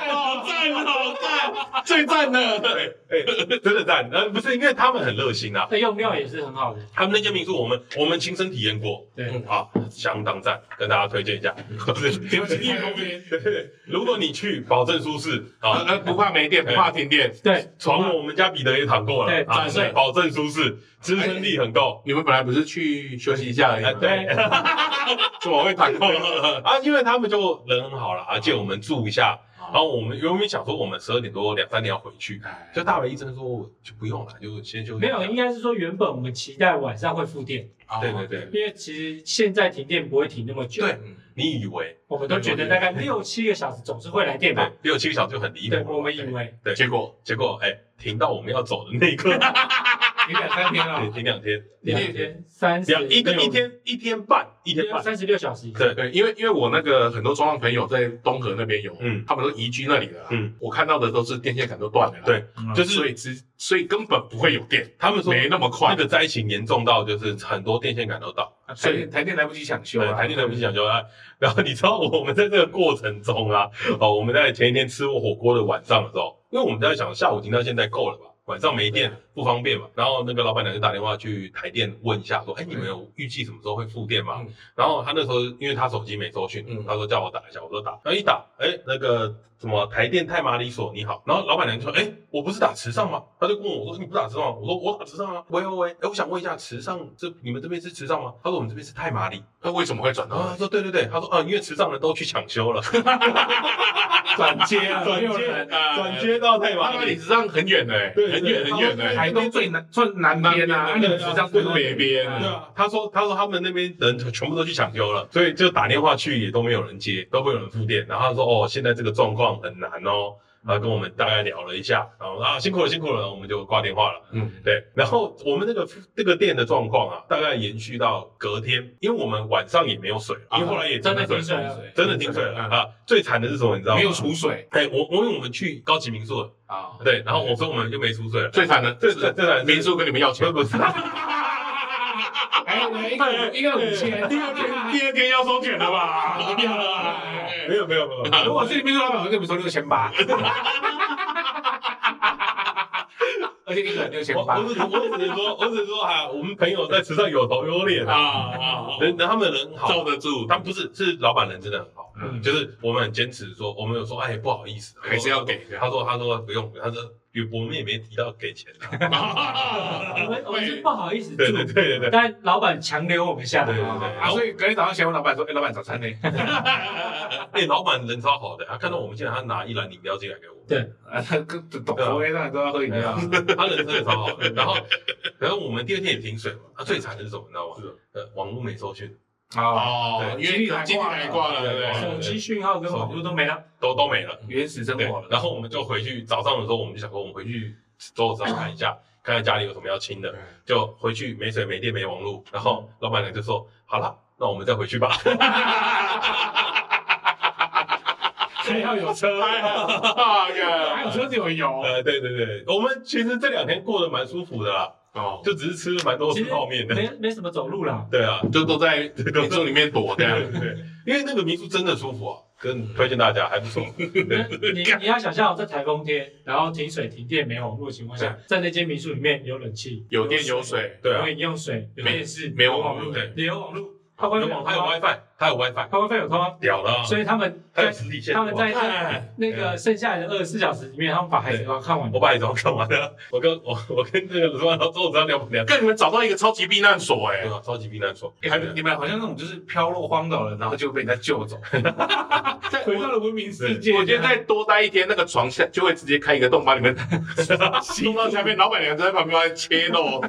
Speaker 1: 赞
Speaker 2: 好赞，好赞，最赞的。
Speaker 1: 对，哎，真的赞。呃，不是，因为他们很热心啊，
Speaker 5: 那用料也是很好的，
Speaker 1: 他们那间民宿我们我们亲身体验过，
Speaker 5: 对，
Speaker 1: 啊，相当赞，跟大家推荐一下。 (laughs)
Speaker 3: 有经验空间，
Speaker 1: 对对，如果你去，保证舒适啊。
Speaker 2: 呃，不怕没电，不怕停电。
Speaker 5: 对，
Speaker 1: 床我们家彼得也躺过了，
Speaker 5: 对
Speaker 1: 啊
Speaker 5: 保证
Speaker 1: 保证舒适，支撑力很够。
Speaker 2: 你们本来不是去休息一下而已
Speaker 1: 哎，
Speaker 2: 吗？
Speaker 1: 对，
Speaker 2: (laughs) 怎么会躺空？
Speaker 1: 啊，因为他们就人很好了，啊，借我们住一下。
Speaker 5: 哦
Speaker 1: 然后我们原本想说，我们十二点多两三点要回去，
Speaker 2: 哎
Speaker 1: (laughs) 就大伟医生说就不用了，就先休息
Speaker 5: 没
Speaker 1: 一下。
Speaker 5: 有，应该是说原本我们期待晚上会复电，
Speaker 2: 哎
Speaker 1: 对
Speaker 2: 哦
Speaker 1: 对对，
Speaker 5: 因为其实现在停电不会停那么久，
Speaker 1: 对
Speaker 2: 嗯
Speaker 1: 你以为
Speaker 5: 我们都觉得大概六七个小时总是会来电
Speaker 1: 对
Speaker 5: 吧，
Speaker 1: 六七个小时就很离谱
Speaker 5: 对，
Speaker 1: 了，
Speaker 5: 我们以为
Speaker 1: 对，
Speaker 2: 结果
Speaker 1: 结果哎，停到我们要走的那
Speaker 5: (laughs)
Speaker 1: 一刻，
Speaker 3: 你两三天了
Speaker 1: 对，，停两天，
Speaker 5: 两天三十
Speaker 1: 两一个一天一天半一天半，
Speaker 5: 三十六小时以上，
Speaker 1: 对
Speaker 2: 对，因为因为我那个很多中浪朋友在东河那边有，
Speaker 1: 嗯
Speaker 2: 他们都移居那里了。
Speaker 1: 嗯
Speaker 2: 嗯，我看到的都是电线杆都断了啦。
Speaker 1: 对就
Speaker 2: 就是是所以只所以根本不会有电，
Speaker 1: 他们说
Speaker 2: 没那么
Speaker 1: 那
Speaker 2: 快。
Speaker 1: 个灾情严重到就是很多电线杆都倒，
Speaker 3: 台电台电来不及抢修
Speaker 1: 啊对，
Speaker 3: 啊，
Speaker 1: 台电来不及抢修啊。然后你知道我们在这个过程中啊， (laughs) 哦，我们在前一天吃火锅的晚上的时候，因为我们在想下午停到现在够了吧，晚上没电不方便嘛。然后那个老板娘就打电话去台电问一下，说，哎，你们有预计什么时候会复电吗
Speaker 2: 嗯？
Speaker 1: 然后他那时候因为他手机没收讯
Speaker 2: 嗯，
Speaker 1: 他说叫我打一下，我说打，然后一打，哎，那个什么台电泰马里索你好，然后老板娘就说，哎，我不是打池上吗？他就问我说，你不打池上吗？我说我打池上啊，喂喂喂，哎，我想问一下池上这你们这边是池上吗？他说我们这边是泰马里。
Speaker 2: 那为什么会转
Speaker 1: 然后他
Speaker 2: 到？
Speaker 1: 说对对对，他说啊，因为池上人都去抢修了，
Speaker 3: 转接啊，没有人
Speaker 1: (laughs)
Speaker 3: 啊，
Speaker 1: 转接到太嗯麻
Speaker 2: 哎他
Speaker 1: 烦
Speaker 2: 们离子上很远呢，哎
Speaker 1: 对
Speaker 2: 很远很远呢。
Speaker 3: 台东最南算南边啊，那你们实际上
Speaker 2: 最北边
Speaker 1: 对啊，他说他说他们那边人全部都去抢修了，所以就打电话去也都没有人接，都没有人复电。然后他说哦，现在这个状况很难哦，啊，跟我们大概聊了一下，然后啊辛苦了辛苦了，我们就挂电话了。
Speaker 2: 嗯，
Speaker 1: 对，然后我们那个这个店的状况啊，大概延续到隔天，因为我们晚上也没有水了，因为后来也
Speaker 5: 真的停
Speaker 1: 水
Speaker 5: 水
Speaker 1: 了，
Speaker 5: 了，
Speaker 1: 啊真的停水了
Speaker 2: 嗯
Speaker 1: 啊！最惨的是什么，你知道吗？
Speaker 3: 没有储水
Speaker 1: 哎，我我因为我们去高级民宿了，
Speaker 3: 啊，
Speaker 1: 对，然后我说我们就没出水了，
Speaker 2: 最惨的，
Speaker 1: 这这这
Speaker 2: 民宿跟你们要
Speaker 1: 不
Speaker 2: 钱
Speaker 1: 是，不是，
Speaker 3: 还有一个一个五千，第二天
Speaker 2: 第二天要收钱了吧？一定要了啊。
Speaker 1: 没有没有没有，
Speaker 3: 啊如果是民宿老板，我跟你们收六千八， (laughs) 而且一个人六千
Speaker 1: 我
Speaker 3: 八
Speaker 1: 我只我只能说，我只能说啊，我们朋友在池上有头有脸
Speaker 2: 啊
Speaker 1: 啊，
Speaker 2: 啊，
Speaker 1: 人他们人很好，
Speaker 2: 罩得住，
Speaker 1: 他们不是是老板人真的很好，
Speaker 2: 嗯
Speaker 1: 就是我们很坚持说，我们有说哎不好意思，
Speaker 2: 还是要给的。
Speaker 1: 他说他说不用，他说我们也没提到给钱啊， (laughs)
Speaker 5: 我们我们是不好意思
Speaker 1: 对
Speaker 5: 住
Speaker 1: 对，对对对，
Speaker 5: 但老板强留我们下
Speaker 1: 对
Speaker 5: 来，
Speaker 3: 啊，所以隔天早上起来问老板说，哎，老板早餐呢？
Speaker 1: 哎老板人超好的，他看到我们进来，他拿一篮饮料进来给我们。
Speaker 3: 啊，跟懂国威让都要喝饮料，
Speaker 1: 他人真的超好的。然后，然后我们第二天也停水嘛。啊，最惨的是什么，你知道吗？呃，网络没收讯，
Speaker 3: 啊，
Speaker 2: 哦，因为今天还挂了，对不对？
Speaker 5: 手机讯号跟网络都
Speaker 1: (laughs)
Speaker 5: 没了，
Speaker 1: 都都没了。
Speaker 3: 原始生
Speaker 1: 对
Speaker 3: 活，了，
Speaker 1: 然后我们就回去，早上的时候我们就想说，我们回去周早上看一
Speaker 5: (laughs)
Speaker 1: 下，看看家里有什么要清的。就回去没水、没电、没网络。然后老板娘就说：“好了，那我们再回去吧。
Speaker 3: 还要有车，
Speaker 2: 那个
Speaker 3: 还有车子有”油，
Speaker 1: 呃， (laughs) 对对对，我们其实这两天过得蛮舒服的啦，
Speaker 2: 哦，
Speaker 1: 就只是吃了蛮多次泡面的。
Speaker 5: 没没什么走路啦，
Speaker 1: 对啊，
Speaker 2: 就都在民宿里面躲这样。
Speaker 1: 对对对，因为那个民宿真的舒服啊，跟推荐大家还不错。
Speaker 5: 那你你要想象在台风天，然后停水、停电、没网络的情况下，在那间民宿里面有冷气、
Speaker 2: 有电有，水，
Speaker 1: 对
Speaker 5: 有
Speaker 1: 啊，
Speaker 5: 饮用水、有电视、
Speaker 2: 没有网络
Speaker 1: 对，
Speaker 5: 也有网络，它 WiFi 有
Speaker 1: 还有
Speaker 5: 通啊
Speaker 1: WiFi，它有 WiFi，
Speaker 5: 它 WiFi 有通啊，
Speaker 1: 屌了啊，
Speaker 5: 所以他们
Speaker 1: 还有
Speaker 5: 在
Speaker 1: 实体线，
Speaker 5: 他们在
Speaker 2: 哎
Speaker 5: 那个剩下的二十四小时里面，他们把孩子都要看完
Speaker 1: 我。把你怎么看完了？我跟我我跟这个鲁班老周子章聊聊，
Speaker 2: 跟你们找到一个超级避难所哎
Speaker 1: 对，啊，超级避难所，
Speaker 3: 哎还你们好像那种就是飘落荒岛了，然后就被人家救走，回到了文明世界。
Speaker 2: 我觉得再多待一天，那个床下就会直接开一个洞把你 (laughs)
Speaker 1: (laughs)
Speaker 2: 们弄到下面，老板娘就在旁边帮你切肉。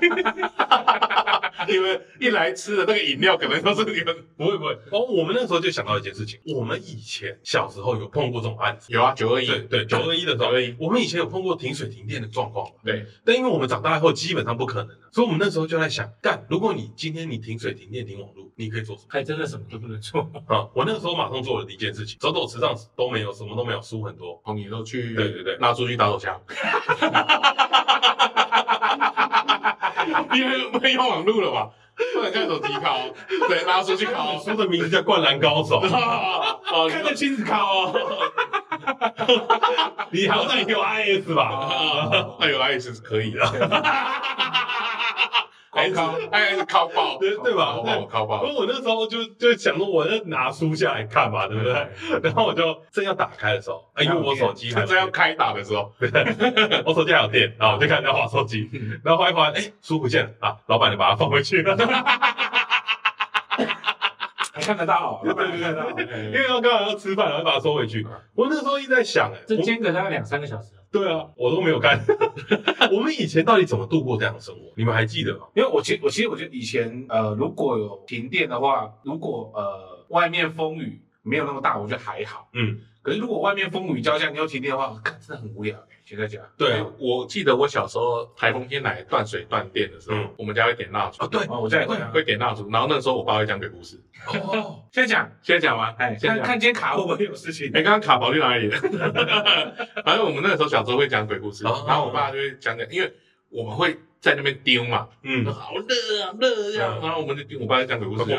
Speaker 2: 你们一来吃的那个饮料，可能都是你们
Speaker 1: 不会不会。哦，我们那时候就想到一件事情，我们以前小时候有碰过这种案子，
Speaker 2: 有啊，九二
Speaker 1: 对对，九二一的时候，我们以前有碰过停水停电的状况，
Speaker 2: 对，
Speaker 1: 但因为我们长大以后基本上不可能了，所以我们那时候就在想，干，如果你今天你停水停电停网络，你可以做什么？
Speaker 5: 还真的什么都不能做，
Speaker 1: 啊，我那个时候马上做了一件事情，走走池上都没有，什么都没有，输很多。
Speaker 2: 哦，你都去
Speaker 1: 对对对
Speaker 2: 拉出去打手
Speaker 1: (laughs)
Speaker 2: 枪，因为没有网路了嘛，不能看手机拷，对，拉出去
Speaker 1: (laughs) 我
Speaker 2: 拷。
Speaker 1: (laughs) 书的名字叫《灌篮高手》。
Speaker 2: 哦，
Speaker 3: 看得清楚靠哦，
Speaker 1: (laughs) 你好歹有 IS
Speaker 2: 啊
Speaker 1: 吧？
Speaker 2: (laughs) 那有 I 是可以
Speaker 1: (laughs)
Speaker 2: 的，还是
Speaker 3: 靠
Speaker 2: 还是靠爆，
Speaker 1: (laughs) 对对哦吧
Speaker 2: 靠爆靠
Speaker 1: 因为
Speaker 2: 爆，
Speaker 1: 我那时候就就想说，我就拿书下来看嘛，对不对？ (laughs) 然后我就正要打开的时候，哎，因为我手机还有
Speaker 2: 这样开打的时候，
Speaker 1: 我手机还有电，然后我就开始在划手机， (laughs) 然后划一划，哎，书不见了啊，老板你把它放回去了，
Speaker 3: 还看得到，老板还看得到，
Speaker 1: (laughs) 因为要刚好要吃饭，然后就把它收回去。我那时候一直在想，哎，
Speaker 5: 这
Speaker 1: 我
Speaker 5: 间隔大概两三个小时啊。
Speaker 1: 对啊，我都没有干。我们以前到底怎么度过这样的生活？你们还记得吗？
Speaker 3: 因为我其实我其实我觉得以前呃，如果有停电的话，如果呃外面风雨没有那么大，我觉得还好。
Speaker 1: 嗯，
Speaker 3: 可是如果外面风雨交加，你又停电的话，看真的很无聊、欸。现在家
Speaker 1: 对啊
Speaker 2: 哎我记得我小时候台风天来断水断电的时候
Speaker 1: 嗯，
Speaker 2: 我们家会点蜡烛
Speaker 1: 啊，，对，
Speaker 3: 哦，我家也会啊。
Speaker 2: (laughs) 会点蜡烛，然后那时候我爸会讲鬼故事，
Speaker 3: 哦，现在讲，
Speaker 2: 现在讲吗？
Speaker 3: 哎，
Speaker 2: 先
Speaker 3: 看
Speaker 2: 讲
Speaker 3: 看今天卡会不会有事情？
Speaker 2: 哎，刚刚卡跑去哪里了？ (laughs) 反正我们那个时候小时候会讲鬼故事，
Speaker 1: 哦
Speaker 2: 然后我爸就会讲讲，因为我们会在那边丢嘛，
Speaker 1: 嗯，
Speaker 2: 好热啊热这样，
Speaker 1: 嗯
Speaker 2: 然后我们就丢，我爸就讲鬼故事，
Speaker 1: 我
Speaker 2: 就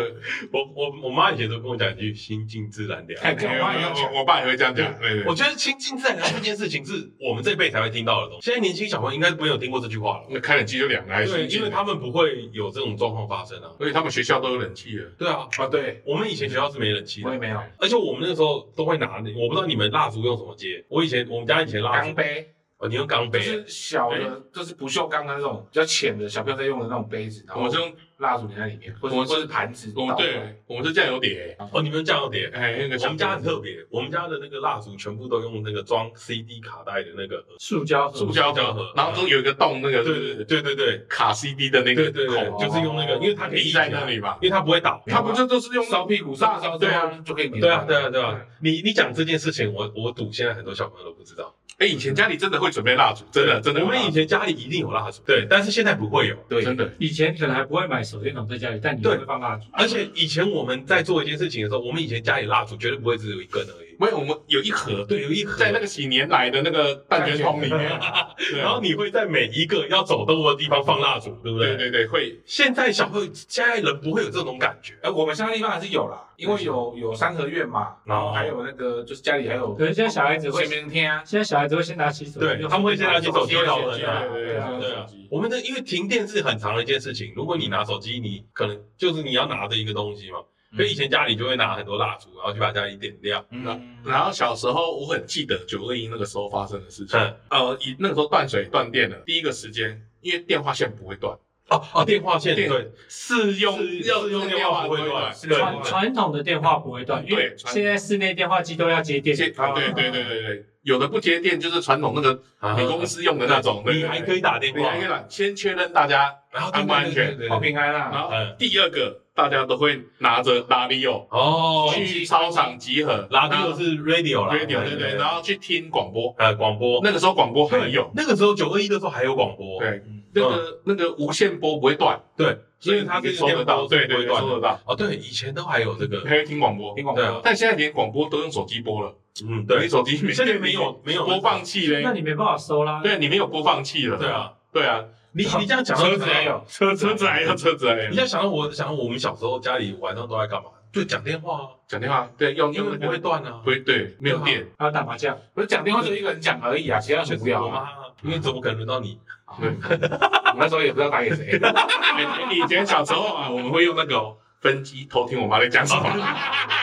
Speaker 1: 我我我妈以前都跟我讲一句“心静自然凉”，
Speaker 3: 哎看我爸也要
Speaker 1: 哦
Speaker 3: 讲
Speaker 2: 我我爸也会这样讲，对对
Speaker 1: 我觉得“心静自然凉”这件事情是我们这辈才会听到的东西，现在年轻小朋友应该没有听过这句话了。
Speaker 2: 那开冷气就凉了，还
Speaker 1: 对，
Speaker 2: 是
Speaker 1: 因为他们不会有这种状况发生啊。
Speaker 2: 而且他们学校都有冷气了，
Speaker 1: 对啊，
Speaker 3: 哦，对，
Speaker 1: 我们以前学校是没冷气
Speaker 3: 我也
Speaker 1: 的，
Speaker 3: 没有
Speaker 1: 而且我们那时候都会拿那，我不知道你们蜡烛用什么接。我以前我们家以前蜡
Speaker 3: 钢
Speaker 1: 烛，
Speaker 3: 杯，
Speaker 1: 哦，你用钢
Speaker 3: 就
Speaker 1: 杯，
Speaker 3: 是小的，就是不锈钢的那种比较浅的小朋友在用的那种杯子，然
Speaker 2: 我们
Speaker 3: 后
Speaker 2: 是用
Speaker 3: 蜡烛粘在里面，或
Speaker 2: 我
Speaker 3: 者
Speaker 2: 们是
Speaker 3: 或是盘子
Speaker 2: 我
Speaker 3: 倒
Speaker 2: 们
Speaker 3: 过来，
Speaker 2: 对，我们是酱油碟，
Speaker 1: 哦，你们用酱油碟。
Speaker 2: 哎，那个
Speaker 1: 哦我们家
Speaker 2: 酱
Speaker 1: 很特别，我们家的那个蜡烛全部都用那个装 CD 卡带的那个，
Speaker 5: 塑胶盒
Speaker 2: 塑胶
Speaker 1: 塑胶盒
Speaker 2: 盒，然后中有一个洞，那个
Speaker 1: 对对对对对
Speaker 2: 卡 CD 的那
Speaker 1: 对
Speaker 2: 个
Speaker 1: 对对，
Speaker 2: 孔，
Speaker 1: 就是用那个，因为它可以啊
Speaker 2: 立在那，里嘛，
Speaker 1: 因为它不会倒。
Speaker 2: 他不就都是用
Speaker 3: 烧屁股烧烧之
Speaker 2: 对
Speaker 3: 后
Speaker 2: 啊。
Speaker 3: 就可以粘
Speaker 1: 对啊
Speaker 3: 上
Speaker 1: 对啊对啊，你你讲这件事情，我我赌现在很多小朋友都不知道。
Speaker 2: 哎，以前家里真的会准备蜡烛，真的真的有
Speaker 1: 我
Speaker 2: 蜡烛。
Speaker 1: 们以前家里一定有蜡烛，对，但是现在不会有。
Speaker 3: 对，
Speaker 2: 真的
Speaker 5: 以前可能还不会买手电筒在家里，但你
Speaker 1: 对
Speaker 5: 会放蜡烛。
Speaker 1: 而且以前我们在做一件事情的时候，我们以前家里蜡烛绝对不会只有一根而已，
Speaker 2: 没有，我们有一盒
Speaker 1: 对，有一盒。
Speaker 2: 在那个几年来的那个蛋卷筒里
Speaker 1: (laughs)
Speaker 2: 面，对啊
Speaker 1: 然后你会在每一个要走动的地方放蜡烛，对不对？
Speaker 2: 对对对会，
Speaker 1: 现在小朋友，现在人不会有这种感觉。
Speaker 3: 哎，我们乡下地方还是有啦，因为有有三合院嘛，然后还有那个就是家里还有
Speaker 5: 可是现在小孩子会
Speaker 3: 前，明天啊，
Speaker 5: (laughs) 现在小孩子会先拿起手机，
Speaker 1: 对他们会先拿起手机
Speaker 3: 对
Speaker 1: 找
Speaker 3: 对
Speaker 1: 人啊。
Speaker 2: 对
Speaker 3: 对
Speaker 1: 对啊，我们的因为停电是很长的一件事情。如果你拿手机，你可能就是你要拿的一个东西嘛。
Speaker 2: 嗯
Speaker 1: 所以以前家里就会拿很多蜡烛，然后去把家里点亮。
Speaker 3: 嗯，然
Speaker 2: 然
Speaker 3: 后
Speaker 2: 后小时候我很记得九二一那个时候发生的事情，
Speaker 1: 嗯，
Speaker 2: 呃，以那个时候断水断电了，第一个时间因为电话线不会断，
Speaker 1: 哦哦，电话线
Speaker 2: 电
Speaker 1: 对，
Speaker 2: 是用
Speaker 1: 是
Speaker 2: 要
Speaker 1: 是用
Speaker 2: 用
Speaker 1: 电
Speaker 2: 电话
Speaker 1: 话不
Speaker 2: 不
Speaker 1: 会
Speaker 2: 会
Speaker 1: 断
Speaker 2: 断，
Speaker 1: 对
Speaker 5: 传传统的电话不会断，因为
Speaker 2: 对传
Speaker 5: 现在室内电话机都要接电
Speaker 2: 接。啊对对对对对，有的不接电就是传统那个
Speaker 1: 啊
Speaker 2: 你公司用的那种，对
Speaker 1: 你还可以打电话，
Speaker 2: 你还可以打，先确认大家
Speaker 1: 然后
Speaker 2: 安不安全
Speaker 1: 对对对对对
Speaker 3: 好平安啦，
Speaker 2: 然后
Speaker 1: 嗯
Speaker 2: 第二个，大家都会拿着拉力哦
Speaker 1: 哦，
Speaker 2: 去操场集合，
Speaker 1: 拉丁又是 radio 啦
Speaker 2: radio 对对，然后去听广播。
Speaker 1: 呃广播，
Speaker 2: 那个时候广播还有，
Speaker 1: 那个时候九二一的时候还有广播，嗯
Speaker 2: 对，那个那个无线波不会断，
Speaker 1: 对，因为它
Speaker 2: 可以
Speaker 1: 是
Speaker 2: 收得到，对
Speaker 1: 电波
Speaker 2: 对
Speaker 1: 是不会
Speaker 2: 对，
Speaker 1: 断
Speaker 2: 收得
Speaker 1: 的。
Speaker 2: 到，
Speaker 1: 哦，对，以前都还有这个，
Speaker 2: 还会听广播
Speaker 3: 听。广
Speaker 1: 对啊
Speaker 3: 播。
Speaker 2: 但现在连广播都用手机播了，
Speaker 1: 嗯，
Speaker 2: 你
Speaker 1: 对，
Speaker 2: 手机
Speaker 1: 现在没有没有
Speaker 2: 播放器嘞
Speaker 5: 那，你没办法收啦。
Speaker 2: 对，你没有播放器了，
Speaker 1: 对，啊，
Speaker 2: 对啊，
Speaker 1: 你你这样讲到
Speaker 2: 车子还有，车车子啊还有，车子还有
Speaker 1: 你，要想到我想到我们小时候家里晚上都在干嘛？就讲电话啊，
Speaker 2: 讲电话，对，用
Speaker 1: 因
Speaker 2: 用
Speaker 1: 为
Speaker 2: 那
Speaker 1: 不会
Speaker 2: 个
Speaker 1: 断啊
Speaker 2: 不，会对，没有电，
Speaker 5: 还有打麻将，
Speaker 3: 不是讲电话就一个人讲而已啊，其他
Speaker 1: 就
Speaker 3: 很无
Speaker 1: 是
Speaker 3: 聊
Speaker 1: 我
Speaker 3: 啊。
Speaker 1: 妈，因为怎么可能轮到你？
Speaker 2: 对。
Speaker 3: 我那时候也不知道打给谁，
Speaker 2: 哎以前小时候啊，我们会用那个哦分机偷听我妈在讲什么。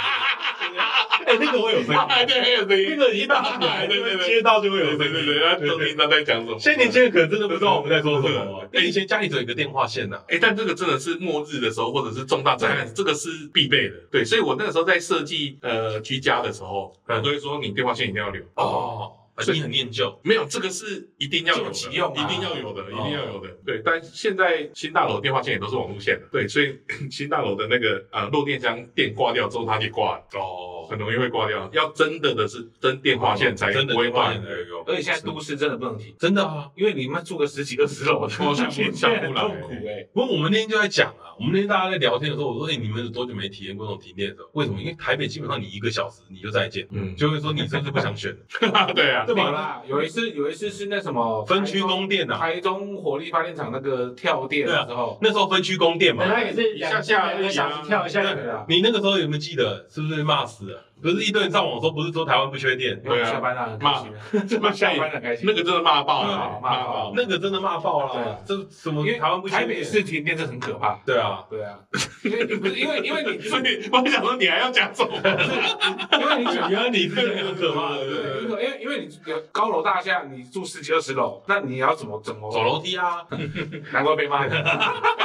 Speaker 1: 哎，那个我有声音，
Speaker 2: 对，对有声
Speaker 1: 那
Speaker 2: 音。
Speaker 1: 个一大
Speaker 2: 对对对对
Speaker 1: 接到就会有
Speaker 2: 对
Speaker 1: 声
Speaker 2: 对
Speaker 1: 音
Speaker 2: 对。对，然后偷听她在讲什么。
Speaker 1: 现在年轻人可能真的不知道我们在说什么。
Speaker 2: 对
Speaker 1: 哎，以前家里只有一个电话线啊呐，
Speaker 2: 哎，但这个真的是末日的时候，或者是重大灾害，这个是必备的。对，所以我那个时候在设计呃居家的时候，我
Speaker 1: 嗯
Speaker 2: 都会说你电话线一定要留。
Speaker 1: 哦，你很念旧。
Speaker 2: 没有，这个是一定要有的，
Speaker 3: 就急用
Speaker 2: 一
Speaker 3: 啊
Speaker 2: 定要有的，一定要有的。对，但现在新大楼的电话线也都是网路线的，对，所以 (laughs) 新大楼的那个呃漏电箱电挂掉之后，它也挂了，
Speaker 1: 哦
Speaker 2: 很容易会挂掉。要真的的是哦真电话线才
Speaker 1: 真的
Speaker 2: 不会
Speaker 1: 挂
Speaker 2: 断
Speaker 1: 线才有用，
Speaker 3: 而且现在都市真的不能停，
Speaker 1: 真的啊。
Speaker 3: 因为你们住个十几二十楼，
Speaker 2: 我想不想不来
Speaker 3: 痛苦哎。
Speaker 1: 不过我们那天就在讲啊，我们那天大家在聊天的时候，我说：“哎、你们有多久没体验过那种停电的时候？为什么？因为台北基本上你一个小时你就再见，
Speaker 2: 嗯，
Speaker 1: 就会说你是不是不想选，
Speaker 2: (laughs) 对啊，
Speaker 1: 对
Speaker 3: 有
Speaker 1: 吧？
Speaker 3: 啦，有一次有一次是那什么
Speaker 1: 分区供电啊，
Speaker 3: 台中火力发电厂那个跳电的时候，
Speaker 1: 那时候分区供电嘛
Speaker 5: 本，来也是两
Speaker 2: 一下下而已啊
Speaker 5: 两个小时跳一下就可以了。
Speaker 1: 你那个时候有没有记得？是不是骂死了？可是一堆人上网说，不是说台湾不缺电，
Speaker 3: 因为我
Speaker 2: 对啊
Speaker 3: 下班了，
Speaker 2: 骂
Speaker 3: 这么下班了开心
Speaker 2: (laughs) 那。个真的骂爆
Speaker 1: 对
Speaker 2: 了，骂爆。
Speaker 1: 那个真的骂爆
Speaker 3: 对
Speaker 1: 了
Speaker 3: 啊。
Speaker 1: 这什么
Speaker 3: 因为
Speaker 1: 台湾不缺
Speaker 3: 台
Speaker 1: 电？
Speaker 3: 北市停电这很可怕。
Speaker 1: 对
Speaker 3: (laughs)
Speaker 1: 啊，
Speaker 3: 对啊，因为不是因为因为你
Speaker 2: 所以我想说，你还要讲什么？
Speaker 3: 因为你想
Speaker 1: 原来你是这个可怕的，对
Speaker 3: 对，
Speaker 1: 对
Speaker 3: 因
Speaker 1: 对
Speaker 3: 为因为你有高楼大厦，你住十几二十楼，那你要怎么怎么
Speaker 1: 走楼梯啊，
Speaker 3: 难怪被骂。 (laughs)
Speaker 2: 哎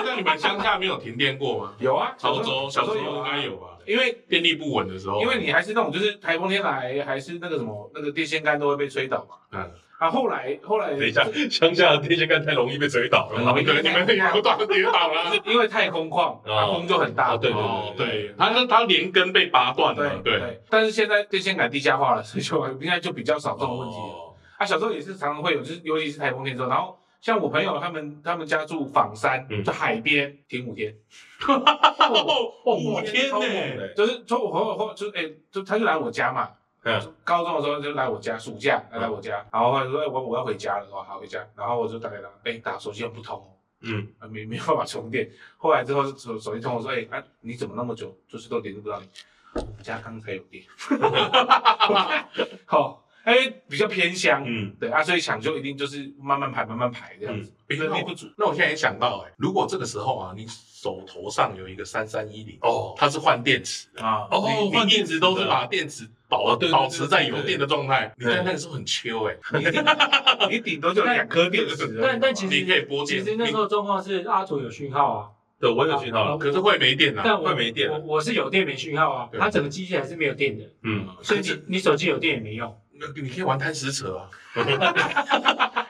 Speaker 2: 那你们乡下没有停电过吗？
Speaker 3: 有啊，
Speaker 2: (laughs) 潮州小时候
Speaker 3: 有
Speaker 2: 应
Speaker 3: 啊
Speaker 2: 该，有哦吧？
Speaker 3: 因为
Speaker 2: 电力不稳的时候，啊
Speaker 3: 因为你还是那种就是台风天来，还是那个什么那个电线杆都会被吹倒嘛。
Speaker 2: 嗯，
Speaker 3: 啊，后来后来
Speaker 1: 等一下，乡下的电线杆太容易被吹倒了。
Speaker 2: (laughs) 对，你们也不断跌倒了。啊
Speaker 3: 因为太空旷，
Speaker 1: 哦
Speaker 3: 啊风就很大。
Speaker 1: 哦对
Speaker 2: 哦，对
Speaker 1: 对，
Speaker 2: 他那他连根被拔断了，
Speaker 3: 对
Speaker 2: 哦对，
Speaker 3: 对，但是现在电线杆地下化了，所以就应该就比较少这种问题了。
Speaker 1: 哦
Speaker 3: 啊，小时候也是常常会有，就是尤其是台风天之后，然后像我朋友他们他们家住仿山，
Speaker 1: 嗯
Speaker 3: 就海边停五天，
Speaker 2: 哦，
Speaker 3: (laughs)
Speaker 2: 五天
Speaker 1: 超猛
Speaker 2: 呢，
Speaker 1: 的
Speaker 3: 就是就我朋友后就哎、就他就来我家嘛，
Speaker 1: 嗯
Speaker 3: 高中的时候就来我家，暑假他来我
Speaker 2: 嗯
Speaker 3: 家，然后他就说、哎我我要回家了，我说好回家，然后我就打给他，哎、打手机又不通哦。
Speaker 1: 嗯，
Speaker 3: 啊没没办法充电。后来之后手手机通我说，哎、啊，你怎么那么久，就是都联络不到你？我们家刚才有电。 (laughs) 好，哎、比较偏乡，
Speaker 1: 嗯，
Speaker 3: 对啊，所以抢救一定就是慢慢排，慢慢排这样子，
Speaker 2: 哎
Speaker 3: 能
Speaker 2: 那
Speaker 3: 力
Speaker 2: 我
Speaker 3: 不足。
Speaker 2: 那我现在也想到，哎，如果这个时候啊，你手头上有一个三三一零，
Speaker 1: 哦
Speaker 2: 它是换电池的，
Speaker 3: 啊
Speaker 1: 哦
Speaker 2: 你
Speaker 1: 换
Speaker 2: 你一
Speaker 1: 电池
Speaker 2: 直都是
Speaker 1: 的
Speaker 2: 把电池
Speaker 1: 哦
Speaker 2: 保
Speaker 1: 对对
Speaker 2: 保
Speaker 1: 对
Speaker 2: 持
Speaker 1: 对
Speaker 2: 在
Speaker 1: 对
Speaker 2: 有
Speaker 1: 对
Speaker 2: 电的状态，你
Speaker 1: 对
Speaker 2: 在那个时候很缺哎，
Speaker 3: 你顶你顶多就有两颗电池而已嘛。
Speaker 5: 但但其实
Speaker 2: 你可以拨
Speaker 5: 其
Speaker 2: 电，
Speaker 5: 实那时候状况是阿土有讯号啊，
Speaker 1: 对我有讯号了
Speaker 2: 你，可是会没电啊，
Speaker 5: 但我
Speaker 1: 快没电了
Speaker 5: 我我是有电没讯号啊，
Speaker 2: 对
Speaker 5: 它整个机器还是没有电的，
Speaker 1: 嗯，
Speaker 5: 所以你你手机有电也没用。
Speaker 2: 那你可以玩贪食蛇啊，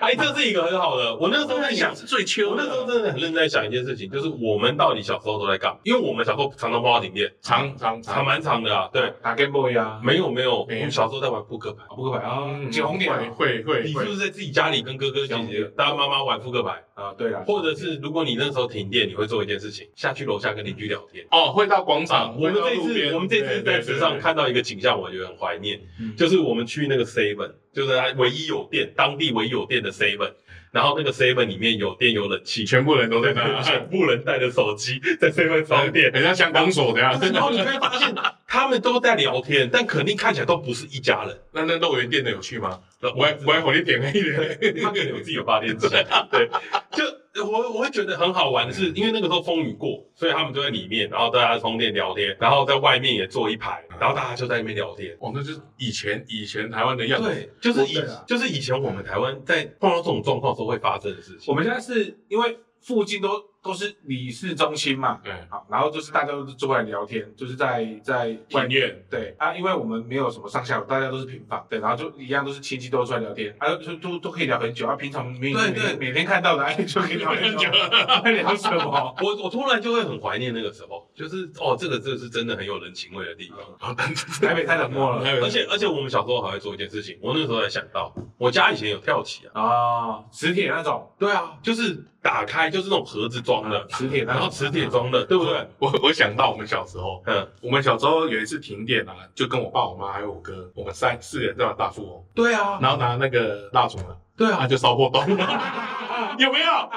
Speaker 1: 哎，这是一个很好的。我那时候在
Speaker 2: 想，
Speaker 1: 想
Speaker 2: 是最缺
Speaker 1: 我那时候真的很认真在想一件事情，就是我们到底小时候都在干嘛？因为我们小时候常常碰到停电，
Speaker 2: 长长
Speaker 1: 长
Speaker 2: 长，
Speaker 1: 蛮长的啊。对，
Speaker 3: 打 Game Boy 啊，
Speaker 1: 没有没有，我
Speaker 2: 没有
Speaker 1: 们小时候在玩扑克牌。
Speaker 3: 不可牌啊，
Speaker 2: 嗯
Speaker 3: 捡红点
Speaker 2: 会
Speaker 3: 啊
Speaker 2: 会
Speaker 1: 你
Speaker 2: 会
Speaker 1: 是不
Speaker 2: 会，
Speaker 1: 是在自己家里跟哥哥姐
Speaker 3: 兄
Speaker 1: 姐
Speaker 3: 弟、
Speaker 1: 大妈妈玩扑克牌？
Speaker 3: 啊，对了，
Speaker 1: 或者是如果你那时候停电，你会做一件事情，下去楼下跟邻居聊天。啊
Speaker 2: 哦，会到广场，
Speaker 1: 我们
Speaker 2: 会到
Speaker 1: 这
Speaker 2: 路
Speaker 1: 次
Speaker 2: 边
Speaker 1: 我们这次
Speaker 2: 对
Speaker 1: 在
Speaker 2: 对
Speaker 1: 池
Speaker 2: 对
Speaker 1: 上
Speaker 2: 对
Speaker 1: 看到一个景象，我觉得很怀念，
Speaker 3: 嗯
Speaker 1: 就是我们去那个 Seven，就是它唯一有电，当地唯一有电的 Seven，然后那个 Seven 里面有电有冷气，
Speaker 2: 全部人都在那，
Speaker 1: 全部人带着手机在 Seven (laughs) 充电。
Speaker 2: 很像香港所这样。
Speaker 1: 然后你会发现，他们都在聊天，但肯定看起来都不是一家人。
Speaker 2: 那那肉圆店的有去吗？
Speaker 1: (laughs)
Speaker 2: (laughs)
Speaker 1: 我
Speaker 2: 我还我还火力点黑的，
Speaker 1: 他可能有自己有发 (laughs) 电机，对，就我我会觉得很好玩的是，因为那个时候风雨过，所以他们就在里面，然后大家充电聊天，然后在外面也坐一排，然后大家就在那边聊天。
Speaker 2: (laughs) 哦，那就是以前以前台湾的样子。
Speaker 1: 对，就是以
Speaker 3: 对啊
Speaker 1: 就是以前我们台湾在碰到这种状况时候会发生的事
Speaker 3: 我
Speaker 1: 情。
Speaker 3: 们现在是因为附近都都是里市中心嘛，
Speaker 2: 对，
Speaker 3: 好，然后就是大家都是坐在聊天，就是在在外
Speaker 2: 庭
Speaker 3: 面。
Speaker 2: 院
Speaker 3: 对啊，因为我们没有什么上下楼，大家都是平房，对，然后就一样都是亲戚都出来聊天，啊，就都都可以聊很久啊，平常每
Speaker 1: 对
Speaker 3: 每
Speaker 1: 对
Speaker 3: 每天看到的，哎，就可以聊 (laughs) 很久，在聊什么？
Speaker 1: 我我突然就会很怀念那个时候，就是哦，这个这个是真的很有人情味的地方。
Speaker 3: (laughs) 台北太冷漠了
Speaker 1: 而且而且我们小时候还会做一件事情，我那时候才想到，我家以前有跳棋啊。
Speaker 3: 啊，磁铁那种，
Speaker 1: 对啊，就是打开就是那种盒子装的，
Speaker 3: 磁铁那
Speaker 1: 然
Speaker 3: 种，
Speaker 1: 后磁铁装的，对不对？
Speaker 2: (laughs) 我我想到我们小时候，
Speaker 1: 嗯，
Speaker 2: 我们小时候有一次停电啊，就跟我爸、我妈还有我哥，我们三四人在玩大富翁，
Speaker 1: 对啊，
Speaker 2: 然后拿那个蜡烛嘛，
Speaker 1: 对
Speaker 2: 啊
Speaker 1: 啊，
Speaker 2: 就烧破 (laughs) 洞，有没有？他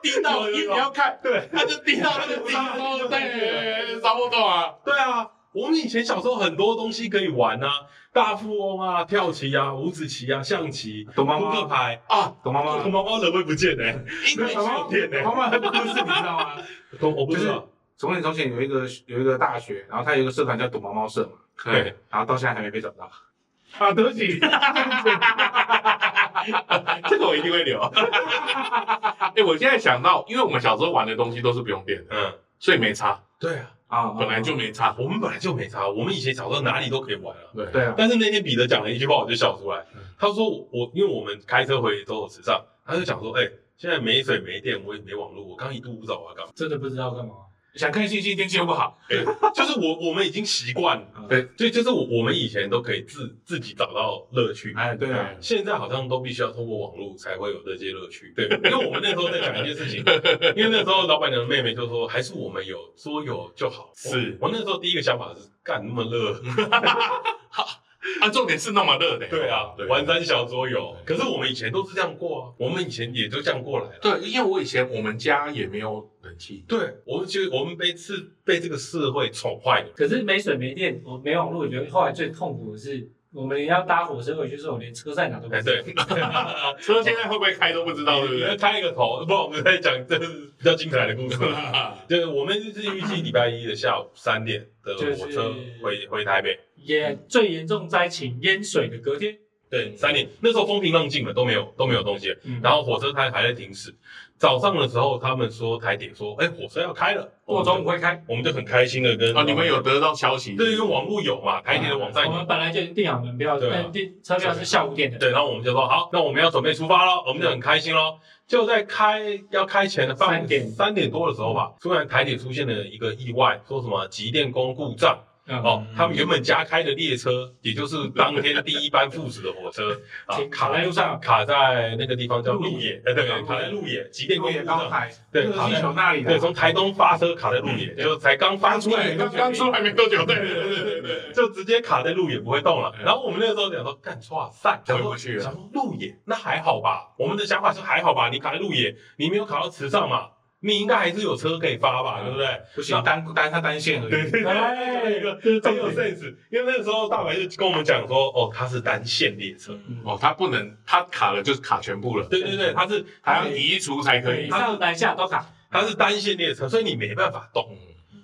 Speaker 2: 滴到，因为你要看，
Speaker 1: 对
Speaker 2: 他就滴到那个地方，对，烧破洞啊。
Speaker 1: (laughs) 对啊。我们以前小时候很多东西可以玩啊，大富翁啊、跳棋啊、五子棋啊、象棋、
Speaker 3: 懂吗？
Speaker 1: 扑克牌啊。
Speaker 3: 懂妈妈
Speaker 1: 我，毛毛人会不见呢、
Speaker 2: 因为
Speaker 1: 没有电呢
Speaker 3: 妈妈的故事你知道吗？
Speaker 1: 我我不知道。
Speaker 3: 从前从前有一个有一个大学，然后它有一个社团叫躲猫猫社嘛，
Speaker 1: 对，
Speaker 3: 然后到现在还没被找到。啊，对不起，
Speaker 2: 这个我一定会留。 (laughs) 哎、我现在想到，因为我们小时候玩的东西都是不用电的，
Speaker 1: 嗯，
Speaker 2: 所以没差，
Speaker 1: 对啊，
Speaker 3: 啊，
Speaker 2: 本来就没差。
Speaker 1: 我们本来就没差，我们以前小时候哪里都可以玩啊。
Speaker 2: 对
Speaker 3: 对啊，
Speaker 1: 但是那天彼得讲了一句话，我就笑出来。他说我我因为我们开车回周口池上，他就讲说，哎、现在没水没电，我也没网络，我刚一度不知道我要啊干嘛。
Speaker 5: 真的不知道干嘛。
Speaker 3: 想看星星，天气又不好，
Speaker 1: 就是我我们已经习惯了，
Speaker 2: 对
Speaker 1: 对，就是我我们以前都可以自自己找到乐趣。
Speaker 3: 哎，对啊，
Speaker 1: 现在好像都必须要通过网络才会有这些乐趣，对， (laughs) 因为我们那时候在讲一件
Speaker 2: (laughs)
Speaker 1: 事情，因为那时候老板娘的妹妹就说，还是我们有桌游就好。
Speaker 2: 是
Speaker 1: 我我那时候第一个想法是，干那么
Speaker 2: (laughs)
Speaker 1: 热，
Speaker 2: 啊，重点是弄完热的。
Speaker 1: 对啊，玩三小桌游，可是我们以前都是这样过啊，我们以前也就这样过来了。
Speaker 2: 对，因为我以前我们家也没有冷
Speaker 4: 冷气，
Speaker 1: 对，我们觉得我们被是被这个社会宠坏的。
Speaker 5: 可是没水没电，我没网络，我觉得后来最痛苦的是，我们要搭火车回去的时候，我连车在哪都不
Speaker 1: 哎，
Speaker 5: 知道。
Speaker 1: 对，
Speaker 2: 车现在会不会开都不知道，对不
Speaker 1: 你
Speaker 2: (laughs) 对？
Speaker 1: 开一个头，不然我们在讲这是比较精彩的
Speaker 2: (laughs)
Speaker 1: 故事。
Speaker 2: 啊
Speaker 1: 对，我们是预计礼拜一的下午三点的火车回回台北。
Speaker 5: 也最严重灾情淹水的隔天，
Speaker 2: 嗯
Speaker 1: 对，三点那时候风平浪静了，都没有都没有东西了。
Speaker 5: 嗯
Speaker 1: 然后火车开还在停驶。早上的时候，他们说台铁说，哎，火车要开了，
Speaker 2: 哦
Speaker 5: 过中午会开。
Speaker 1: 我们就很开心的跟
Speaker 2: 啊，你们有嗯得到消息？
Speaker 1: 对，因为网络有嘛，台铁的网站
Speaker 5: 我
Speaker 1: 有
Speaker 5: 们。本来就已经订好门票，
Speaker 1: 对啊
Speaker 5: 但订车票是下午五点的。
Speaker 1: 对，然后我们就说好，那我们要准备出发喽，我们就很开心喽。就在开要开前的半
Speaker 5: 三点
Speaker 1: 三点多的时候吧，突然台铁出现了一个意外，说什么急电工故障
Speaker 5: 嗯
Speaker 1: 哦，他们原本加开的列车，也就是当天第一班赴死的火车啊
Speaker 5: 停，
Speaker 1: 卡
Speaker 5: 卡在
Speaker 1: 在
Speaker 5: 路上
Speaker 1: 卡在那个地方叫
Speaker 5: 鹿
Speaker 1: 鹿野，哎对，卡在鹿野，急电工
Speaker 3: 路
Speaker 1: 故
Speaker 3: 也高
Speaker 1: 障，
Speaker 3: 台，
Speaker 1: 对，
Speaker 3: 热
Speaker 1: 卡
Speaker 3: 气
Speaker 1: 在
Speaker 3: 球那里
Speaker 1: 对，
Speaker 3: 的，
Speaker 1: 从台东发车卡在鹿野，就才刚发出来，
Speaker 2: 刚刚出来没多久，对对对对对对。
Speaker 1: 就直接卡在路也不会动了。然后我们那个时候想说，干哇塞，想
Speaker 2: 回
Speaker 1: 说
Speaker 2: 不去了
Speaker 1: 想说路野那还好吧？我们的想法是还好吧？你卡在路野，你没有卡到池上嘛？你应该还是有车可以发吧，
Speaker 3: 嗯
Speaker 1: 对不对？
Speaker 3: 不行，单单它单线而已。
Speaker 1: 对
Speaker 5: 哎
Speaker 1: 对，对，这个很有 sense。因为那个时候大白就跟我们讲说，哦，它是单线列车，
Speaker 2: 哦，他不能，他卡了就是卡全部了，
Speaker 1: 对对对，它是
Speaker 2: 还要移除才可以
Speaker 5: 以。上南下都卡。
Speaker 1: 它是单线列车，所以你没办法
Speaker 2: 嗯
Speaker 1: 动。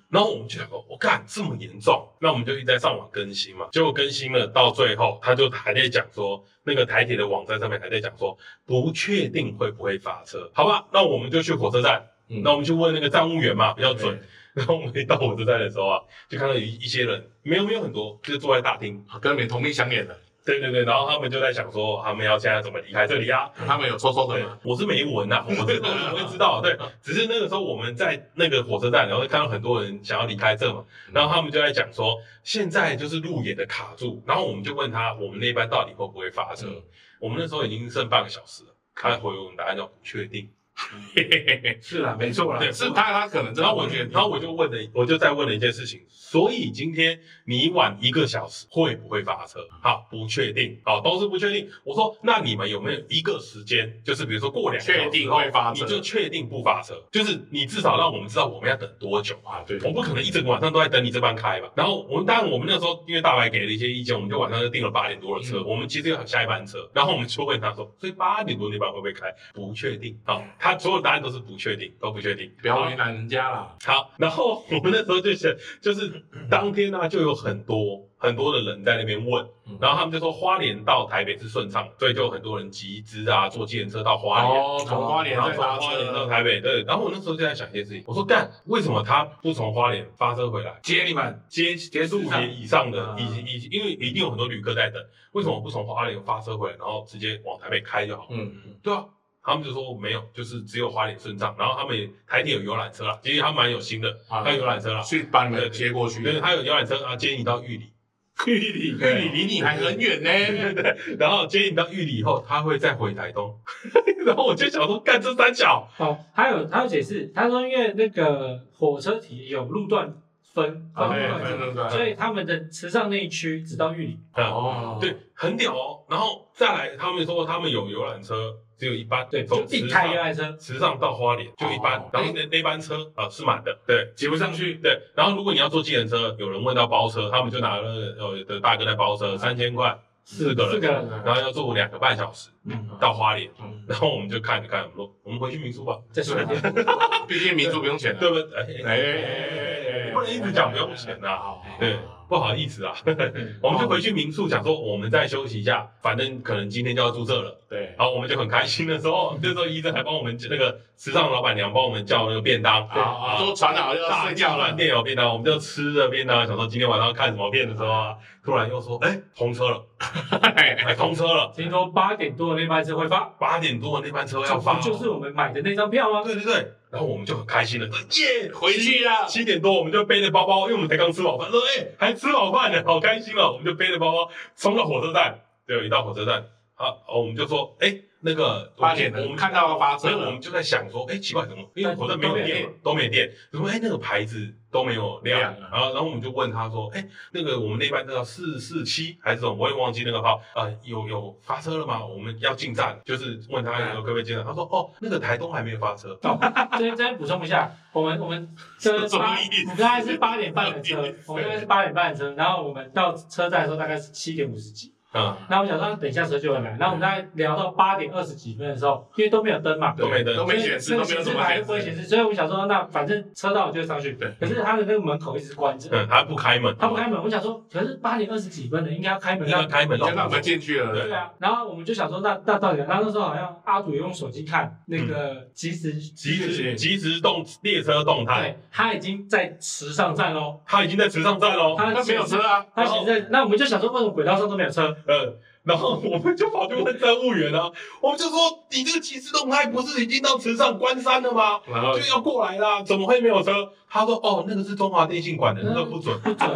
Speaker 1: 然后我们就想说，我、干这么严重，那我们就一直在上网更新嘛。结果更新了，到最后他就还在讲说，那个台铁的网站上面还在讲说，不确定会不会发车。好吧，那我们就去火车站，
Speaker 2: 嗯
Speaker 1: 那我们去问那个站务员嘛，比较准。然后我们一到火车站的时候啊，就看到有一一些人，没有没有很多，就是坐在大厅。
Speaker 2: 啊跟你们同一想眼的，
Speaker 1: 对对对，然后他们就在想说，他们要现在怎么离开这里啊？
Speaker 2: 他们有抽抽的
Speaker 1: 对
Speaker 2: 吗？，
Speaker 1: 我是没闻啊，我这个我会知道。对，只是那个时候我们在那个火车站，然后看到很多人想要离开这嘛，然后他们就在讲说，现在就是路也的卡住，然后我们就问他，我们那班到底会不会发车？我们那时候已经剩半个小时了，他回我们答案叫不确定。
Speaker 2: (laughs)
Speaker 3: 是啦，没错啦。
Speaker 1: 对
Speaker 2: 是他，他可能真
Speaker 1: 然
Speaker 2: 的
Speaker 1: 后我
Speaker 2: 完
Speaker 1: 就
Speaker 2: 全，
Speaker 1: 然后我就问了，我就再问了一件事情，所以今天你晚一个小时会不会发车？好，不确定，好，都是不确定。我说那你们有没有一个时间，就是比如说过两个小时
Speaker 2: 确定会发车
Speaker 1: 你就确定不发车，就是你至少让我们知道我们要等多久啊？
Speaker 2: 对
Speaker 1: 我们不可能一整个晚上都在等你这班开吧？然后我们当然我们那时候因为大白给了一些意见，我们就晚上就订了八点多的车，
Speaker 2: 嗯
Speaker 1: 我们其实有下一班车，然后我们就问他说，所以八点多那班会不会开？不确定啊，他所有答案都是不确定，都不确定，
Speaker 2: 不要为难人家啦。
Speaker 1: 好，然后我们那时
Speaker 2: (laughs)
Speaker 1: 候就想，就是当天呢、就有很多很多的人在那边问，
Speaker 2: 嗯
Speaker 1: 然后他们就说花莲到台北是顺畅的，所以就有很多人集资啊，坐计程车到花莲。
Speaker 2: 哦，从花莲
Speaker 1: 然后
Speaker 2: 再
Speaker 1: 从
Speaker 2: 发
Speaker 1: 花莲到
Speaker 2: 车，
Speaker 1: 台北，对。然后我那时候就在想一件事情，我说干，为什么他不从花莲发车回来，
Speaker 3: 接你们，
Speaker 1: 接接数节以上的，
Speaker 3: 啊
Speaker 1: 以及
Speaker 2: 嗯
Speaker 1: 以及因为一定有很多旅客在等，为什么不从花莲发车回来，然后直接往台北开就好了？
Speaker 2: 嗯，
Speaker 1: 对啊，他们就说没有，就是只有花莲顺畅，然后他们也台铁有游览车啦，其实他蛮有心的，
Speaker 2: 啊
Speaker 1: 他有游览车啦，
Speaker 2: 去把你们接过去，
Speaker 1: 对，他有游览车啊，接你到
Speaker 2: (laughs)
Speaker 1: 玉里，
Speaker 3: 距离
Speaker 2: 距离离你还很远呢。
Speaker 1: (laughs) 然后接你到玉里以后，他会再回台东， (laughs) 然后我就想说，干这三角，
Speaker 5: 哦，还有他有解释，他说因为那个火车体有路段分
Speaker 1: 啊
Speaker 2: 啊
Speaker 5: 分
Speaker 2: 对
Speaker 5: 段
Speaker 2: 对
Speaker 5: 制，
Speaker 2: 对对，
Speaker 5: 所以他们的池上那一区只到玉里。
Speaker 1: 嗯，
Speaker 2: 哦，
Speaker 1: 对，很屌哦。然后再来，他们说他们有游览车，只有一班，
Speaker 5: 对，就
Speaker 1: 从
Speaker 5: 自己
Speaker 1: 池
Speaker 5: 开游
Speaker 1: 上
Speaker 5: 览车，
Speaker 1: 池上到花莲就一班，
Speaker 2: 啊哦
Speaker 1: 然后那那班车啊、呃是满的，对。
Speaker 3: 挤不上去，
Speaker 1: 对，然后如果你要坐计程车，有人问到包车，他们就拿了呃有的大哥在包车三千块，四个人，
Speaker 5: 四个人
Speaker 1: 然后要坐两个半小时
Speaker 3: 嗯，
Speaker 1: 到花莲，
Speaker 2: 嗯
Speaker 1: 然后我们就看着看，我们说我们回去民宿吧，
Speaker 5: 在水边。
Speaker 2: (laughs) 毕竟民宿不用钱的
Speaker 1: 对，不对？哎哎
Speaker 2: 哎
Speaker 1: 不能一直讲不用钱呐、
Speaker 2: 啊
Speaker 1: 对，不好意思啊，我们就回去民宿，想说我们再休息一下，反正可能今天就要住这了。
Speaker 2: 对，
Speaker 1: 然后我们就很开心的时候，那时候医生还帮我们那个时尚老板娘帮我们叫那个便当，
Speaker 2: 啊啊，都传好要
Speaker 1: 大
Speaker 2: 睡觉
Speaker 1: 家
Speaker 2: 了
Speaker 1: 饭，店有便当，我们就吃着便当，想说今天晚上看什么片的时候啊，突然又说，哎，通车了，哎，通车了，
Speaker 5: 听说八点多的那班车会发，
Speaker 1: 八点多的那班车
Speaker 5: 这
Speaker 1: 要发
Speaker 5: 不
Speaker 1: 哦，
Speaker 5: 就是我们买的那张票啊吗？
Speaker 1: 对对对，然后我们就很开心的，耶，
Speaker 2: 回去啊，
Speaker 1: 七点多我们就背着包包，因为我们才刚吃饱饭，说哎、还吃饱饭呢，好开心哦！我们就背着包包冲到火车站，对，一到火车站，好，我们就说哎、那个
Speaker 3: 八点了
Speaker 1: 我们
Speaker 3: 看到发车
Speaker 1: 所
Speaker 3: 了
Speaker 1: 以我们就在想说，哎，奇怪，怎么？因为我们没有
Speaker 3: 都没
Speaker 1: 电
Speaker 3: 电
Speaker 1: 嘛，都没电。怎么？哎，那个牌子都没有亮。
Speaker 4: 亮啊
Speaker 1: 然后，然后我们就问他说，哎，那个我们那班车叫四四七还是什么？我也忘记那个号。呃，有有发车了吗？我们要进站，就是问他有可不可以进站。他说，哦，那个台东还没有发车。
Speaker 5: (laughs) 这边这边补充一下，我们我们车
Speaker 2: 什么
Speaker 5: 八，
Speaker 2: 意思
Speaker 5: 我们大概是八点半的车，我们大概是八点半的车，然后我们到车站的时候大概是七点五十几，
Speaker 1: 嗯，
Speaker 5: 然后我们想说等一下车就会来，然后我们大概聊到八点二十几分的时候，因为都没有灯嘛，
Speaker 1: 都没灯
Speaker 2: 都没显示，
Speaker 5: 那
Speaker 2: 都没有
Speaker 5: 个显
Speaker 2: 什
Speaker 5: 示
Speaker 2: 么
Speaker 5: 牌
Speaker 2: 显
Speaker 5: 都不会显
Speaker 2: 示。
Speaker 5: 示，所以我们想说，那反正车到我就会上去。
Speaker 1: 对
Speaker 5: 可是他的那个门口一直关着，
Speaker 1: 嗯，他不开门，
Speaker 5: 他不开门。我想说，可是八点二十几分了，应该要开门
Speaker 1: 应该
Speaker 5: 让
Speaker 1: 开门
Speaker 2: 已经让我们进去了，
Speaker 1: 对
Speaker 5: 对啊，然后我们就想说，那那到底？然后那时候好像阿祖用手机看那个即时，
Speaker 1: 即时即时动列车动态，
Speaker 5: 对，他已经在池上站喽，
Speaker 1: 他已经在池上站喽。
Speaker 5: 他
Speaker 2: 那没有车啊，
Speaker 5: 他其实
Speaker 1: 哦
Speaker 5: 在，那我们就想说，为什么轨道上都没有车？
Speaker 1: 嗯，然后我们就跑去问站务员啊，我们就说你这个即时动态不是已经到池上关山了吗？
Speaker 2: 然
Speaker 5: 呃
Speaker 2: 后
Speaker 1: 就要过来啦，怎么会没有车？他说哦，那个是中华电信管的，那个不准。 (laughs)
Speaker 5: 不准，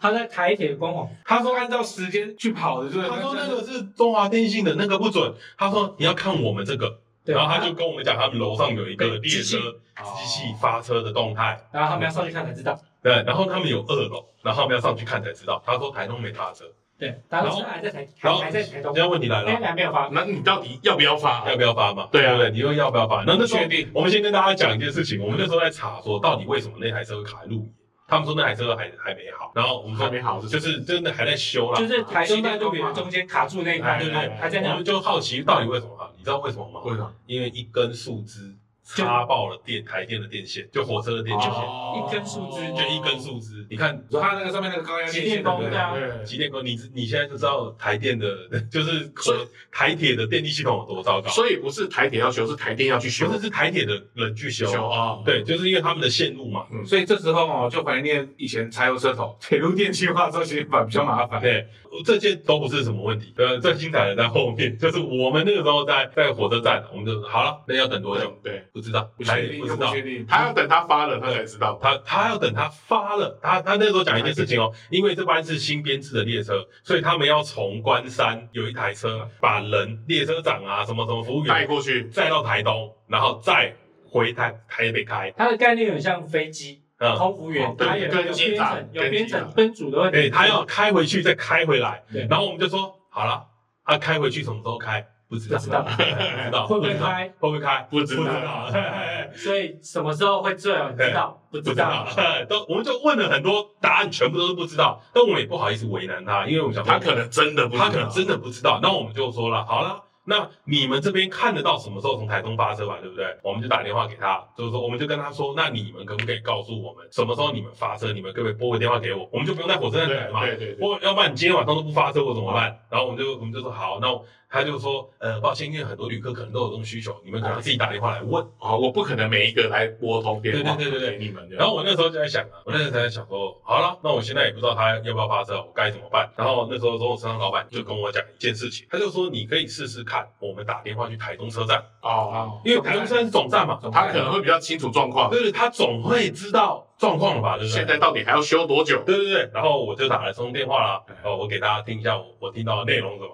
Speaker 5: 他在台铁官网，
Speaker 3: 他说按照时间去跑的，就是
Speaker 1: 他说那个是中华电信的，那个不准。他说你要看我们这个，
Speaker 5: 对，啊
Speaker 1: 然后他就跟我们讲，他们楼上有一个列
Speaker 5: 机器哦
Speaker 1: 车机器发车的动态。
Speaker 5: 然后他们要上去看才知道，
Speaker 1: 对，然后他们有二楼，然后他们要上去看才知道。他说台东没发车，
Speaker 5: 对，然后车还在台，
Speaker 1: 哦然
Speaker 5: 还
Speaker 1: 后
Speaker 5: 还在台
Speaker 1: 现
Speaker 5: 东，
Speaker 1: 在问题来
Speaker 5: 那
Speaker 1: 了，
Speaker 5: 还没有发，
Speaker 2: 那你到底要不要发？
Speaker 1: 要不要发嘛？
Speaker 2: 对啊
Speaker 1: 对不对？你又要不要发？那那时候
Speaker 2: 确定
Speaker 1: 我们先跟大家讲一件事情，我们那时候在查说到底为什么那台车会卡在路边，他们说那台车还还没好，然后我们说
Speaker 2: 还没好是什
Speaker 1: 就
Speaker 2: 么
Speaker 1: 是真的还在修啦
Speaker 5: 就。是台东在路边中间卡住那一块，
Speaker 2: 哎
Speaker 5: 对不
Speaker 2: 哎
Speaker 5: 对？
Speaker 2: 哎
Speaker 5: 还在
Speaker 1: 我
Speaker 5: 那
Speaker 1: 们，就好奇到底为什么好，你知道为什么吗？
Speaker 2: 为什么？
Speaker 1: 因为一根树枝插爆了电台电的电线，就火车的电线，
Speaker 2: 哦
Speaker 5: 一根树枝
Speaker 1: 就一根树枝。你看
Speaker 3: 说他那个上面那个高压
Speaker 5: 机
Speaker 3: 电
Speaker 5: 电
Speaker 3: 线
Speaker 5: 工对
Speaker 3: 对
Speaker 5: 啊，
Speaker 2: 对
Speaker 1: 机电工，你你现在就知道台电的， (laughs) 就是
Speaker 2: 所以
Speaker 1: 台铁的电力系统有多糟糕。
Speaker 2: 所以不是台铁要修，是台电要去修
Speaker 1: 不。是是台铁的人去修，
Speaker 2: 修啊，
Speaker 1: 对，就是因为他们的线路嘛。
Speaker 3: 所以这时候哦，就怀念以前柴油车头， (laughs) 铁路电气化之后其实反比较麻烦。
Speaker 1: 啊对，这些都不是什么问题。呃，最精彩的在后面， (laughs) 就是我们那个时候在在火车站，我们就好了，那要等多久？
Speaker 2: 对，
Speaker 1: 不知道，
Speaker 3: 不
Speaker 1: 台
Speaker 3: 确
Speaker 1: 铁
Speaker 3: 定，
Speaker 1: 不
Speaker 3: 又
Speaker 1: 知
Speaker 3: 不
Speaker 1: 道
Speaker 3: 确。定。
Speaker 2: 他要等他发了，他才知道。
Speaker 1: 他他要等他发了，他他那时候讲一件事情哦，因为这班是新编制的列车，所以他们要从关山有一台车把人列车长啊什么什么服务
Speaker 2: 带
Speaker 1: 员
Speaker 2: 过去，
Speaker 1: 载到台东，然后再回台台北开，
Speaker 5: 它的概念很像飞机，
Speaker 1: 嗯，
Speaker 5: 空服员，
Speaker 2: 哦对
Speaker 5: 它有有
Speaker 2: 跟
Speaker 5: 编
Speaker 2: 机
Speaker 5: 程
Speaker 2: 长，
Speaker 5: 有编
Speaker 2: 跟
Speaker 5: 程
Speaker 2: 机长
Speaker 5: 分组的问
Speaker 1: 对，
Speaker 5: 题，
Speaker 1: 他要开回去再开回来
Speaker 5: 对，
Speaker 1: 然后我们就说好了，他、开回去什么时候开？不知道，
Speaker 5: 不知道
Speaker 1: 对不知道
Speaker 5: (laughs) 会不会开
Speaker 1: 会不会开？
Speaker 2: 不知道
Speaker 1: 不知
Speaker 2: (laughs)
Speaker 1: 道，嘿嘿嘿
Speaker 5: 所以什么时候会最好你知道？不
Speaker 1: 不
Speaker 5: 知
Speaker 1: 知道
Speaker 5: 道，，
Speaker 1: 都我们就问了很多，答案全部都是不知道，但我们也不好意思为难他，因为我们想说
Speaker 2: 他可能真的不知道，
Speaker 1: 他可能真的不知道，那我们就说了，好了。那你们这边看得到什么时候从台东发车吧，对不对？我们就打电话给他，就是说，我们就跟他说，那你们可不可以告诉我们什么时候你们发车？你们可不可以拨个电话给我？我们就不用在火车站
Speaker 2: 对
Speaker 1: 等了嘛。
Speaker 2: 对对对，
Speaker 1: 我要不然你今天晚上都不发车，我怎么办？然后我们就我们就说好，那我他就说呃，抱歉，因为很多旅客可能都有这种需求，你们可能自己打电话来问。
Speaker 2: 啊，我不可能每一个来拨通电话，
Speaker 1: 对对对对对
Speaker 2: 给你们的。
Speaker 1: 然后我那时候就在想啊，我那时候在想说，好了，那我现在也不知道他要不要发车，我该怎么办？然后那时候中国车上老板就跟我讲一件事情，他就说你可以试试看，我们打电话去台东车站，
Speaker 2: 哦，
Speaker 1: 因为台东车站是总站嘛，
Speaker 2: 他可能会比较清楚状况，
Speaker 1: 对对，他总会知道状况了吧，对不对？
Speaker 2: 现在到底还要修多久？
Speaker 1: 对对对，然后我就打了通电话啦，然后我给大家听一下我我听到的内容是什么。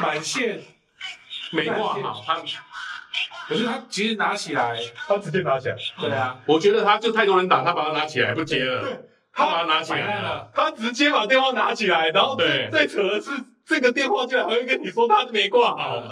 Speaker 3: 满线，
Speaker 2: 没挂好，他
Speaker 3: 可是他其实拿起来，
Speaker 1: (laughs) 他直接拿起来，
Speaker 3: 对啊，
Speaker 2: 我觉得他就太多人打，他把它拿起来不接了，他把它拿起来了。
Speaker 1: 他直接把电话拿起来，然后
Speaker 2: 对
Speaker 1: 最最扯的是，这个电话居然还会跟你说他没挂好。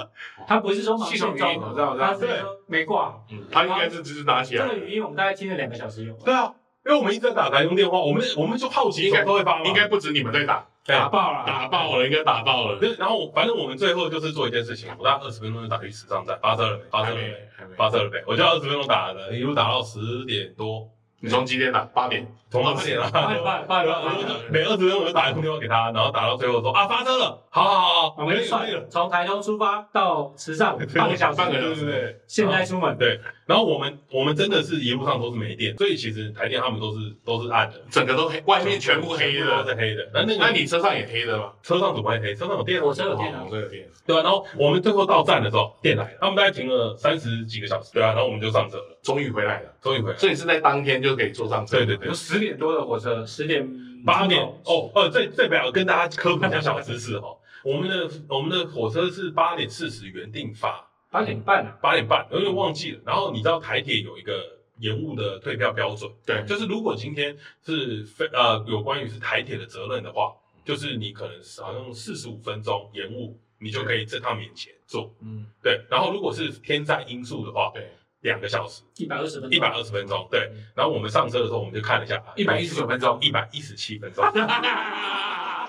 Speaker 5: 他不是说马
Speaker 3: 系
Speaker 5: 上
Speaker 3: 统语音，我
Speaker 5: 中，
Speaker 3: 知道，我知
Speaker 5: 他
Speaker 3: 道。
Speaker 5: 是说没挂。
Speaker 2: 嗯他应该是只是拿起
Speaker 5: 这
Speaker 2: 来
Speaker 5: 个，语音我们大概听了两个小时有吧，
Speaker 1: 对啊，因为我们一直在打台用电话，我们我们就好奇
Speaker 2: 应该
Speaker 1: 什么时候会发嘛
Speaker 2: 应该不止你们在打，
Speaker 1: 对
Speaker 3: 打爆了，
Speaker 2: 打爆了，应该打爆了。
Speaker 1: 对然后我反正我们最后就是做一件事情，我大概二十分钟就打去时尚站，发车了没？发
Speaker 2: 还
Speaker 1: 车了
Speaker 2: 没
Speaker 1: 没？，
Speaker 2: 还没。
Speaker 1: 发车了没？我就二十分钟打的，一路打到十点多，
Speaker 2: 你从几点打？八点。
Speaker 1: 从二十点啊。 (laughs)
Speaker 5: 八点半，八点
Speaker 1: 然后
Speaker 5: 半
Speaker 1: 我
Speaker 5: 八点
Speaker 1: 就每二十分钟我就打一通电话给他，然后打到最后说啊发车了，好好好好，
Speaker 2: 啊
Speaker 5: 半，我们就
Speaker 1: 可以
Speaker 5: 算
Speaker 1: 了，
Speaker 5: 从台中出发到池上半个小时，
Speaker 2: 半个
Speaker 1: 对对对。
Speaker 5: 现在出门，
Speaker 1: 对，然后我们我们真的是一路上都是没电，所以其实台电他们都是都是暗的，
Speaker 2: 整个都黑，外面全部黑
Speaker 1: 都
Speaker 2: 的。
Speaker 1: 是黑的。那那个
Speaker 2: 那你车上也黑的哦吗？
Speaker 1: 车上怎么会黑？车上有电啊，
Speaker 5: 我车有电啊
Speaker 2: 这有电。
Speaker 1: 对啊，然后我们最后到站的时候，电来了，他们大概停了三十几个小时，对啊，然后我们就上车了，
Speaker 2: 终于回来了，
Speaker 1: 终于回来了。
Speaker 2: 所以是在当天就可以坐上车。
Speaker 1: 对对对
Speaker 3: 有，十点多的火车，
Speaker 5: 十点
Speaker 1: 八点哦，呃，这这边要跟大家科普一下小知识哦，我们的我们的火车是八点四十原定发，
Speaker 5: 八点半啊，
Speaker 1: 八点半，有点忘记了。然后你知道台铁有一个延误的退票标准，
Speaker 2: 对
Speaker 1: 就是如果今天是非呃有关于是台铁的责任的话，就是你可能是好像四十五分钟延误，你就可以这趟免钱做，
Speaker 3: 嗯，
Speaker 1: 对。然后如果是天灾因素的话，
Speaker 2: 对，
Speaker 1: 两个小时，
Speaker 5: 一百二十分钟，
Speaker 1: 一百二十分钟，对。然后我们上车的时候，我们就看了一下，
Speaker 3: 119分钟
Speaker 1: 一百一十七分钟，
Speaker 2: (laughs)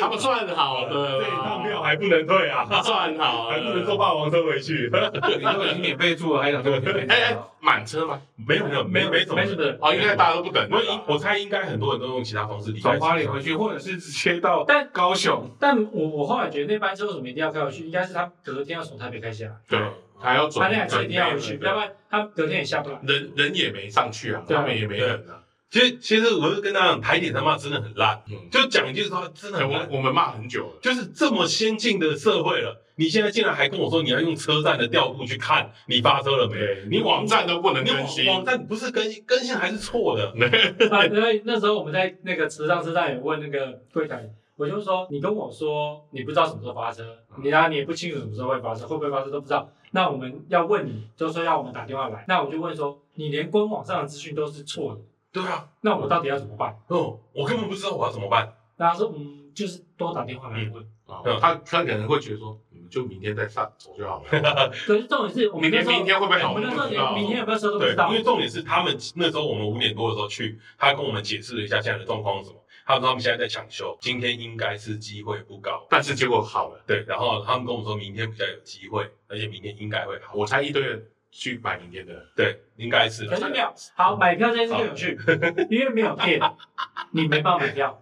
Speaker 2: 他们算好的啦，
Speaker 1: 这一趟票还不能退啊，
Speaker 2: 算啊好了，
Speaker 1: (laughs) 还不能坐霸王车回去。
Speaker 3: 你都已经免费住了，还想说免费住
Speaker 2: 哎哎，满车吗？
Speaker 1: 没有没有没没怎么
Speaker 5: 没什么。
Speaker 2: 哦，应该大家都不等
Speaker 1: 我
Speaker 2: 了
Speaker 1: 应
Speaker 2: 啦。
Speaker 1: 我猜应该很多人都用其他方式离开。
Speaker 3: 从花莲回去，或者是直接到
Speaker 5: 但
Speaker 3: 高雄，
Speaker 5: 但我我后来觉得那班车为什么一定要开回去？应该是他隔天要从台北开下来，
Speaker 2: 对，还要准
Speaker 5: 他那辆车
Speaker 2: 备
Speaker 5: 一定要回去，要不然他隔天也下不来。
Speaker 2: 人人也没上去啊，
Speaker 5: 对啊
Speaker 2: 他们也没人啊。
Speaker 1: 其实其实我是跟大家讲，台铁他妈真的很烂，
Speaker 2: 嗯，
Speaker 1: 就讲一句话，真的
Speaker 2: 对
Speaker 1: 很
Speaker 2: 我
Speaker 1: 烂。
Speaker 2: 我们骂很久了，
Speaker 1: 就是这么先进的社会了，你现在竟然还跟我说你要用车站的调度去看你发车了没
Speaker 2: 对？
Speaker 1: 你
Speaker 2: 你
Speaker 1: 网
Speaker 2: 网
Speaker 1: 站
Speaker 2: 站都不能
Speaker 1: 你
Speaker 2: 更新，
Speaker 1: 网网站不是更新更新还是错的，
Speaker 5: 啊，那那时候我们在那个池上车站有问那个柜台，我就说你跟我说你不知道什么时候发车，你然后你也不清楚什么时候会发车，会不会发车都不知道。那我们要问你，就说要我们打电话来。那我就问说，你连官网上的资讯都是错的，
Speaker 1: 对啊，
Speaker 5: 那我到底要怎么办？
Speaker 1: 哦，我根本不知道我要怎么办。
Speaker 5: 大家说，嗯，就是多打电话来问。
Speaker 2: 啊
Speaker 1: 嗯
Speaker 2: 他他可能会觉得说，你们就明天再上走就好了。
Speaker 5: (laughs) 可是重点是我们
Speaker 2: 明天
Speaker 5: 那时候，
Speaker 2: 明天会不会好？
Speaker 5: 我们那时候
Speaker 2: 不知道
Speaker 5: 连明天有没有车都不
Speaker 1: 对
Speaker 5: 知，道
Speaker 1: 因。为重点是他们那时候我们五点多的时候去，他跟我们解释了一下现在的状况是什么。他们说他们现在在抢修，今天应该是机会不高。
Speaker 2: 但是结果好了，
Speaker 1: 对，然后他们跟我们说明天比较有机会，而且明天应该会好。
Speaker 2: 我猜一堆人去买明天的。
Speaker 1: 对，应该是
Speaker 5: 可是没有好买票这件事更有趣，因为没有电，你没办法买票。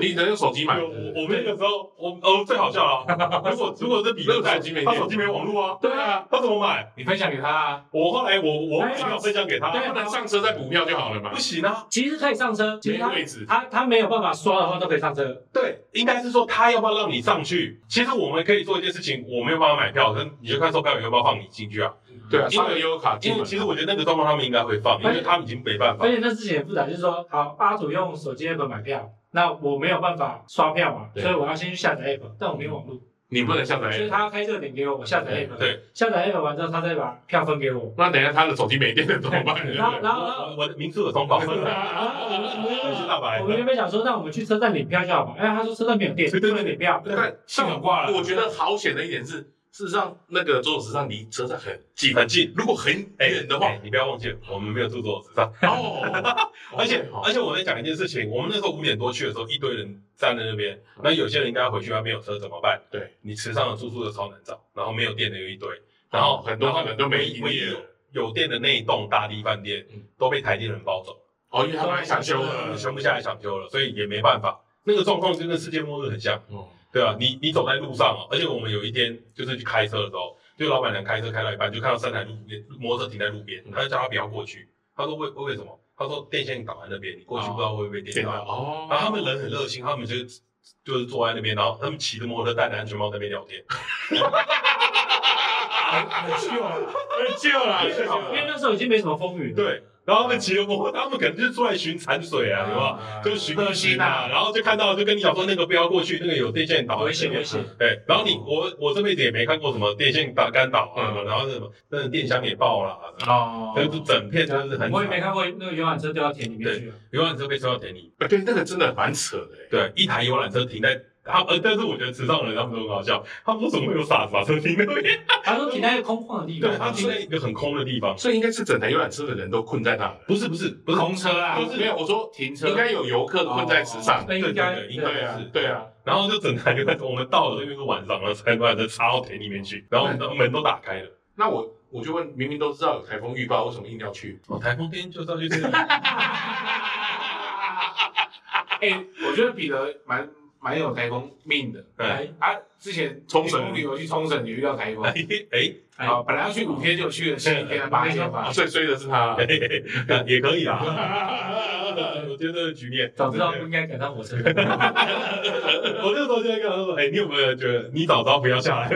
Speaker 2: 你能用手机买？
Speaker 1: 有我我们那个时候，我哦最好笑 (laughs) 了。如果如果是比
Speaker 2: 那
Speaker 1: 乐
Speaker 2: 个
Speaker 1: 在
Speaker 2: 手机没
Speaker 1: 他
Speaker 2: 电
Speaker 1: 手机没网络啊，
Speaker 5: 对啊，
Speaker 1: 他怎么买？
Speaker 3: 你分享给他啊，
Speaker 1: 我后来我我
Speaker 5: 哎
Speaker 1: 要分享给他，
Speaker 5: 对
Speaker 2: 不能上车再补票就好了嘛
Speaker 1: 不？行啊。
Speaker 5: 其实可以上车，其实
Speaker 2: 没
Speaker 5: 他
Speaker 2: 位置，
Speaker 5: 他他没有办法刷的话都可以上车。
Speaker 1: 对，应该是说他要不要让你上去？其实我们可以做一件事情，我没有办法买票，跟你就看售票员要不要放你进去啊。
Speaker 2: 对啊，
Speaker 1: 因为
Speaker 2: 刷个优卡进
Speaker 1: 因为
Speaker 2: 门。
Speaker 1: 其实我觉得那个状况他们应该会放，因为他们已经没办法
Speaker 5: 而。且那事情也复杂，就是说，好，阿土用手机 app 买票，那我没有办法刷票嘛，
Speaker 2: 对
Speaker 5: 所以我要先去下载 app，但我没有网络，
Speaker 2: 你不能下
Speaker 5: 所以
Speaker 2: 载。
Speaker 5: 他要开热点给我，我下载 app，
Speaker 1: 对，
Speaker 5: 下载 app 完之后，他再把票分给我，
Speaker 2: 那等一下他的手机没电了怎么办？
Speaker 5: 然后然后然后。
Speaker 1: 我我的民宿有松绑。我
Speaker 5: (laughs)
Speaker 1: 是大白
Speaker 5: 我们原本想说，那我们去车站领票就好嘛，哎，他说车站没有电，
Speaker 1: 对对对
Speaker 5: 不能领票。
Speaker 2: 但
Speaker 3: 信用挂了。
Speaker 2: 我觉得好险的一点是，事实上那个左手时尚离车站很近，
Speaker 1: 很近。
Speaker 2: 如果很远的话，
Speaker 1: 哎，你不要忘记了，我们没有住坐我身上。
Speaker 2: 哦，
Speaker 1: (laughs) 而且
Speaker 2: 哦
Speaker 1: 而且我在讲一件事情，我们那时候五点多去的时候，一堆人站在那边，那有些人应该回去，那边有车怎么办？
Speaker 2: 对，
Speaker 1: 你池上的住宿的超难找，然后没有电的有一堆，哦
Speaker 2: 然
Speaker 1: 然后
Speaker 2: 后很多可能都没
Speaker 1: 唯
Speaker 2: 营
Speaker 1: 唯一
Speaker 2: 业
Speaker 1: 有
Speaker 2: 了，
Speaker 1: 有电的那一栋大地饭店
Speaker 2: 嗯
Speaker 1: 都被台电人包走了，
Speaker 2: 哦，因为他们还想修
Speaker 1: 他
Speaker 2: 了
Speaker 1: 们，全部下来抢修了，所以也没办法。那个状况就跟世界末日很像，
Speaker 2: 哦，
Speaker 1: 对啊，你你走在路上哦，而且我们有一天就是去开车的时候，就老板娘开车开到一半，就看到三台路边摩托车停在路边，
Speaker 2: 嗯
Speaker 1: 他就叫他不要过去，他说为为为什么？他说电线挡在那边，你过去不知道会不会被
Speaker 2: 哦
Speaker 1: 电
Speaker 2: 电脑
Speaker 1: 到。
Speaker 2: 哦，
Speaker 1: 然后他们人很热心，他们就就是坐在那边，然后他们骑着摩托车戴着安全帽在那边聊
Speaker 2: 嗯
Speaker 1: 天。
Speaker 3: (laughs) 很秀啊，
Speaker 2: 救了
Speaker 3: (laughs)
Speaker 5: 因为因为那时候已经没什么风雨了，
Speaker 1: 对，然后他们骑着摩托，他们可能就是出来寻残水啊，有没有？
Speaker 2: 吧
Speaker 1: 就是寻一寻啊，然后就看到就跟你讲说那个不要过去，那个有电线倒，
Speaker 5: 危险危险。
Speaker 1: 对，然后你我我这辈子也没看过什么电线杆杆倒啊，
Speaker 2: 嗯
Speaker 1: 然后什么那个电箱也爆了、啊，
Speaker 3: 哦
Speaker 1: 就是整片真的是很
Speaker 5: 我也没
Speaker 1: 惨。
Speaker 5: 看过那个游览车掉到田里面去啊。
Speaker 1: 游览车被收到田里，
Speaker 2: 哎对，那个真的蛮扯的欸，
Speaker 1: 对，一台游览车停在他们，呃，但是我觉得池上人他们都很好笑，他们说怎么会有傻子把车停那边？
Speaker 5: 他说停在一个空旷的地
Speaker 1: 对，啊他
Speaker 5: 方，
Speaker 1: 停在一个很空的地方。
Speaker 2: 所以应该是整台游览车的人都困在那了，
Speaker 1: 不是不是不是，
Speaker 3: 空车啊，
Speaker 2: 就是没有，我啊说
Speaker 3: 停车
Speaker 2: 应该有游客困在池上，
Speaker 5: 那应该
Speaker 1: 对对对应该
Speaker 2: 对啊
Speaker 1: 是，
Speaker 2: 对啊，
Speaker 1: 然后就整台游览车，我们到了因为是晚上，然后才把车插到田里面去，然后我们的门都打开了。
Speaker 2: 那我我就问，明明都知道有台风预报，为什么硬要去？
Speaker 1: 哦，台风天就是要去这里。
Speaker 3: (laughs) 哎，我觉得彼得蛮蛮有台风命的
Speaker 1: 哎
Speaker 5: 哎，
Speaker 3: 啊。之前
Speaker 2: 冲绳
Speaker 3: 旅游去冲绳也遇到台风，
Speaker 1: 哎，
Speaker 5: 哎
Speaker 3: 啊，本来要去五天就去了七天八天吧
Speaker 2: 啊，，最衰的是他，
Speaker 1: (laughs)
Speaker 2: 哎
Speaker 1: 也可以
Speaker 2: (laughs)
Speaker 1: 啦。我觉得局面，
Speaker 5: 早知道不应该赶上火车。
Speaker 1: (laughs) 我那时候就在跟他说，哎，你有没有觉得你早知道不要
Speaker 2: (laughs)
Speaker 1: 下来？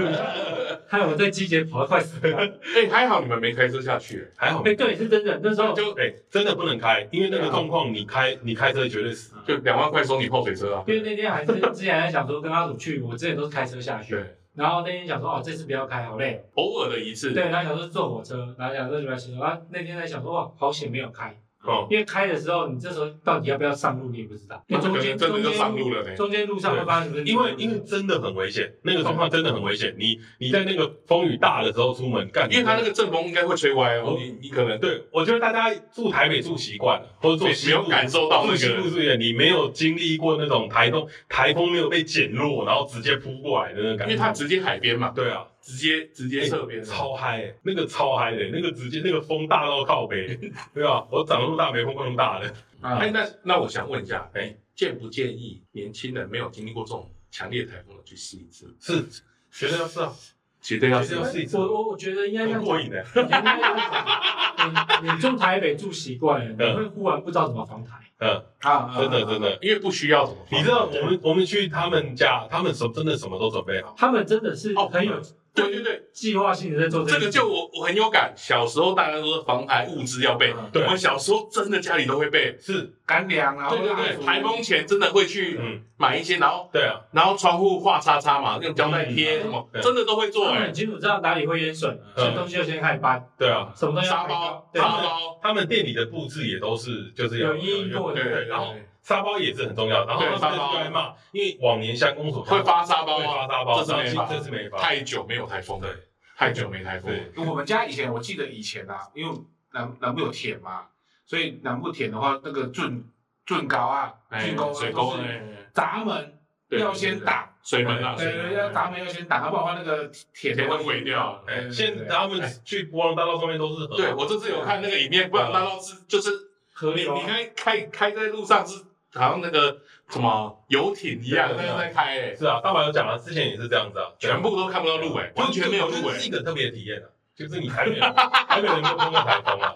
Speaker 5: 害我在季节跑得快死了。
Speaker 2: 哎，还好你们没开车下去，
Speaker 1: 还好
Speaker 5: 哎，对，是真的。那时候
Speaker 1: 就哎、真的不能开，因为那个
Speaker 2: 啊
Speaker 1: 状况你开，你开车绝对死。
Speaker 2: 就两万块收你泡水车啊。
Speaker 5: 因为那天还是之前还想说跟阿祖去，我之前都是开车下去。
Speaker 2: 对，
Speaker 5: 然后那天想说哦，这次不要开，好累哦。
Speaker 2: 偶尔的一次，
Speaker 5: 对，然后想说坐火车，然后想说就来行动。然后那天在想说哇，好险没有开，
Speaker 1: 哦，
Speaker 5: 因为开的时候你这时候到底要不要上路你也不知道。
Speaker 2: 那可
Speaker 5: 中
Speaker 2: 能
Speaker 5: 间
Speaker 2: 真的
Speaker 5: 中
Speaker 2: 就
Speaker 5: 间
Speaker 2: 上路了呢。
Speaker 5: 中间路上会发生什么事情？
Speaker 1: 因为因为真的很危险，那个状况真的很危险。你你在那个风雨大的时候出门干，
Speaker 2: 因为他那个阵风应该会吹歪哦，你你可能
Speaker 1: 对我觉得大家住台北住习惯了，或者住
Speaker 2: 没
Speaker 1: 西
Speaker 2: 没有
Speaker 1: 部。
Speaker 2: 感受到那
Speaker 1: 住西部
Speaker 2: 个，
Speaker 1: 是远，你没有经历过那种台风台风没有被减弱，然后直接扑过来的那个
Speaker 2: 因
Speaker 1: 感觉。
Speaker 2: 为它直接海边嘛，
Speaker 1: 对啊，
Speaker 2: 直接直接侧边，啊
Speaker 1: 超嗨、欸，那个超嗨的、那个直接那个风大到靠北， (laughs) 对啊，我长那么大没碰过那么大的。
Speaker 3: 啊，
Speaker 2: 哎，那那我想问一下，
Speaker 1: 哎
Speaker 2: 哎，建不建议年轻人没有经历过这种强烈台风的去试一次？
Speaker 1: 是，绝对要是啊，
Speaker 2: 绝对要
Speaker 1: 绝
Speaker 2: 试
Speaker 1: 对要
Speaker 2: 一次。
Speaker 1: 试一次，
Speaker 5: 我我我觉得应该这
Speaker 1: 很
Speaker 5: 样
Speaker 1: 过
Speaker 5: 讲
Speaker 1: 瘾的、
Speaker 5: 我觉得应该这样讲。你你住台北住习惯了，你会忽然不知道怎么防台。
Speaker 1: 嗯，
Speaker 3: 啊
Speaker 1: 真的真的。
Speaker 2: 因为不需要怎么放
Speaker 1: 你知道我们我们去他们家，他们什真的什么都准备好。
Speaker 5: 他们真的是很有
Speaker 2: 对对对，
Speaker 5: 计划性的在做
Speaker 2: 这
Speaker 5: 件
Speaker 2: 个
Speaker 5: 事
Speaker 2: 就我我很有感。小时候大家都是防台物资要备，
Speaker 3: 嗯
Speaker 2: 我们小时候真的家里都会备。
Speaker 1: 是，
Speaker 3: 干粮啊，
Speaker 2: 对对
Speaker 3: 或者
Speaker 2: 对，
Speaker 3: 是
Speaker 2: 台风前真的会去
Speaker 1: 嗯，
Speaker 2: 买一些，然后
Speaker 1: 对啊，
Speaker 2: 然后窗户画叉叉嘛，用胶带贴
Speaker 5: 嗯
Speaker 2: 什么
Speaker 1: 对，
Speaker 2: 真的都会做
Speaker 5: 他们
Speaker 2: 哎
Speaker 5: 很。清楚知道哪里会淹水，什么东西要先开始搬，
Speaker 1: 嗯对啊，
Speaker 5: 什么东西要
Speaker 2: 沙
Speaker 5: 开
Speaker 2: 包
Speaker 5: 刀，，对
Speaker 2: 沙包，
Speaker 1: 他们店里的布置也都是就是要
Speaker 5: 有阴影过
Speaker 2: 对
Speaker 5: 的。
Speaker 2: 对，
Speaker 1: 然
Speaker 2: 然
Speaker 1: 后
Speaker 2: 后
Speaker 1: 沙包也是很重要，然后
Speaker 2: 对
Speaker 1: 他
Speaker 2: 沙
Speaker 1: 们
Speaker 2: 包
Speaker 1: 就来骂，因为往年乡公所
Speaker 2: 会发沙包
Speaker 1: 会
Speaker 2: 啊，
Speaker 1: 发沙
Speaker 2: 这是没
Speaker 1: 包，然
Speaker 2: 发，
Speaker 1: 后这次没哎发，
Speaker 2: 太久没有台风了，
Speaker 1: 对
Speaker 2: 太久没台风了
Speaker 1: 对，
Speaker 3: 我们家以前我记得以前啊，因为南南部有田嘛，所以南部田的话，那个圳圳高啊、
Speaker 2: 哎
Speaker 3: 圳沟啊，
Speaker 2: 水沟
Speaker 3: 都是
Speaker 2: 哎
Speaker 3: 闸门
Speaker 2: 对
Speaker 3: 要先打，
Speaker 2: 水门啊，
Speaker 3: 对
Speaker 2: 水门
Speaker 3: 对，要闸门要先打，要不然的话那个铁
Speaker 2: 铁
Speaker 3: 都
Speaker 2: 都毁掉了
Speaker 1: 哎，
Speaker 3: 现
Speaker 1: 现在他们去波浪大道上面都是河
Speaker 2: 对我这次有看那个影片，不然大到是就是
Speaker 5: 河
Speaker 2: 你
Speaker 5: 流
Speaker 2: 你
Speaker 5: 啊，
Speaker 2: 看开开在路上是好像那个什么游艇一样
Speaker 1: 对
Speaker 2: 在
Speaker 1: 对
Speaker 2: 在开哎，
Speaker 1: 是啊，大白有讲了，之前也是这样子啊，
Speaker 2: 全部都看不到路哎，
Speaker 1: 就
Speaker 2: 完全没有路
Speaker 1: 就
Speaker 2: 哎
Speaker 1: 是一。个特别体验啊，就是你台北
Speaker 2: (laughs)
Speaker 1: 人台北人没有碰过台风啊，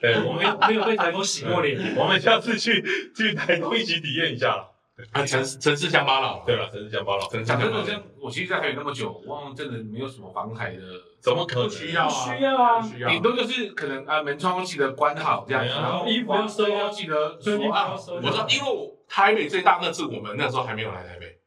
Speaker 1: 对我
Speaker 5: 我
Speaker 2: 嗯
Speaker 5: 没
Speaker 1: 们。
Speaker 5: 有没有被台风洗过脸。
Speaker 1: 我们下次去 (laughs) 去台东一起体验一下啦。
Speaker 2: 啊，城市城市乡巴佬，
Speaker 1: 对了，真是乡巴佬，
Speaker 2: 城市
Speaker 3: 讲
Speaker 2: 乡巴
Speaker 3: 真的，像
Speaker 2: 佬，
Speaker 3: 我其实在台北那么久，我好像真的没有什么防台的，
Speaker 1: 怎么可能？
Speaker 2: 需要啊，
Speaker 5: 需要啊
Speaker 2: 需要
Speaker 3: 顶多就是可能啊门窗要记得关好这样，
Speaker 1: 对啊
Speaker 3: 然后
Speaker 5: 衣服要收
Speaker 3: 要记得
Speaker 5: 所以你
Speaker 3: 锁
Speaker 5: 不要
Speaker 3: 啊。
Speaker 5: 收
Speaker 2: 我说，因为我台北最大那次，我们那时候还没有来台北，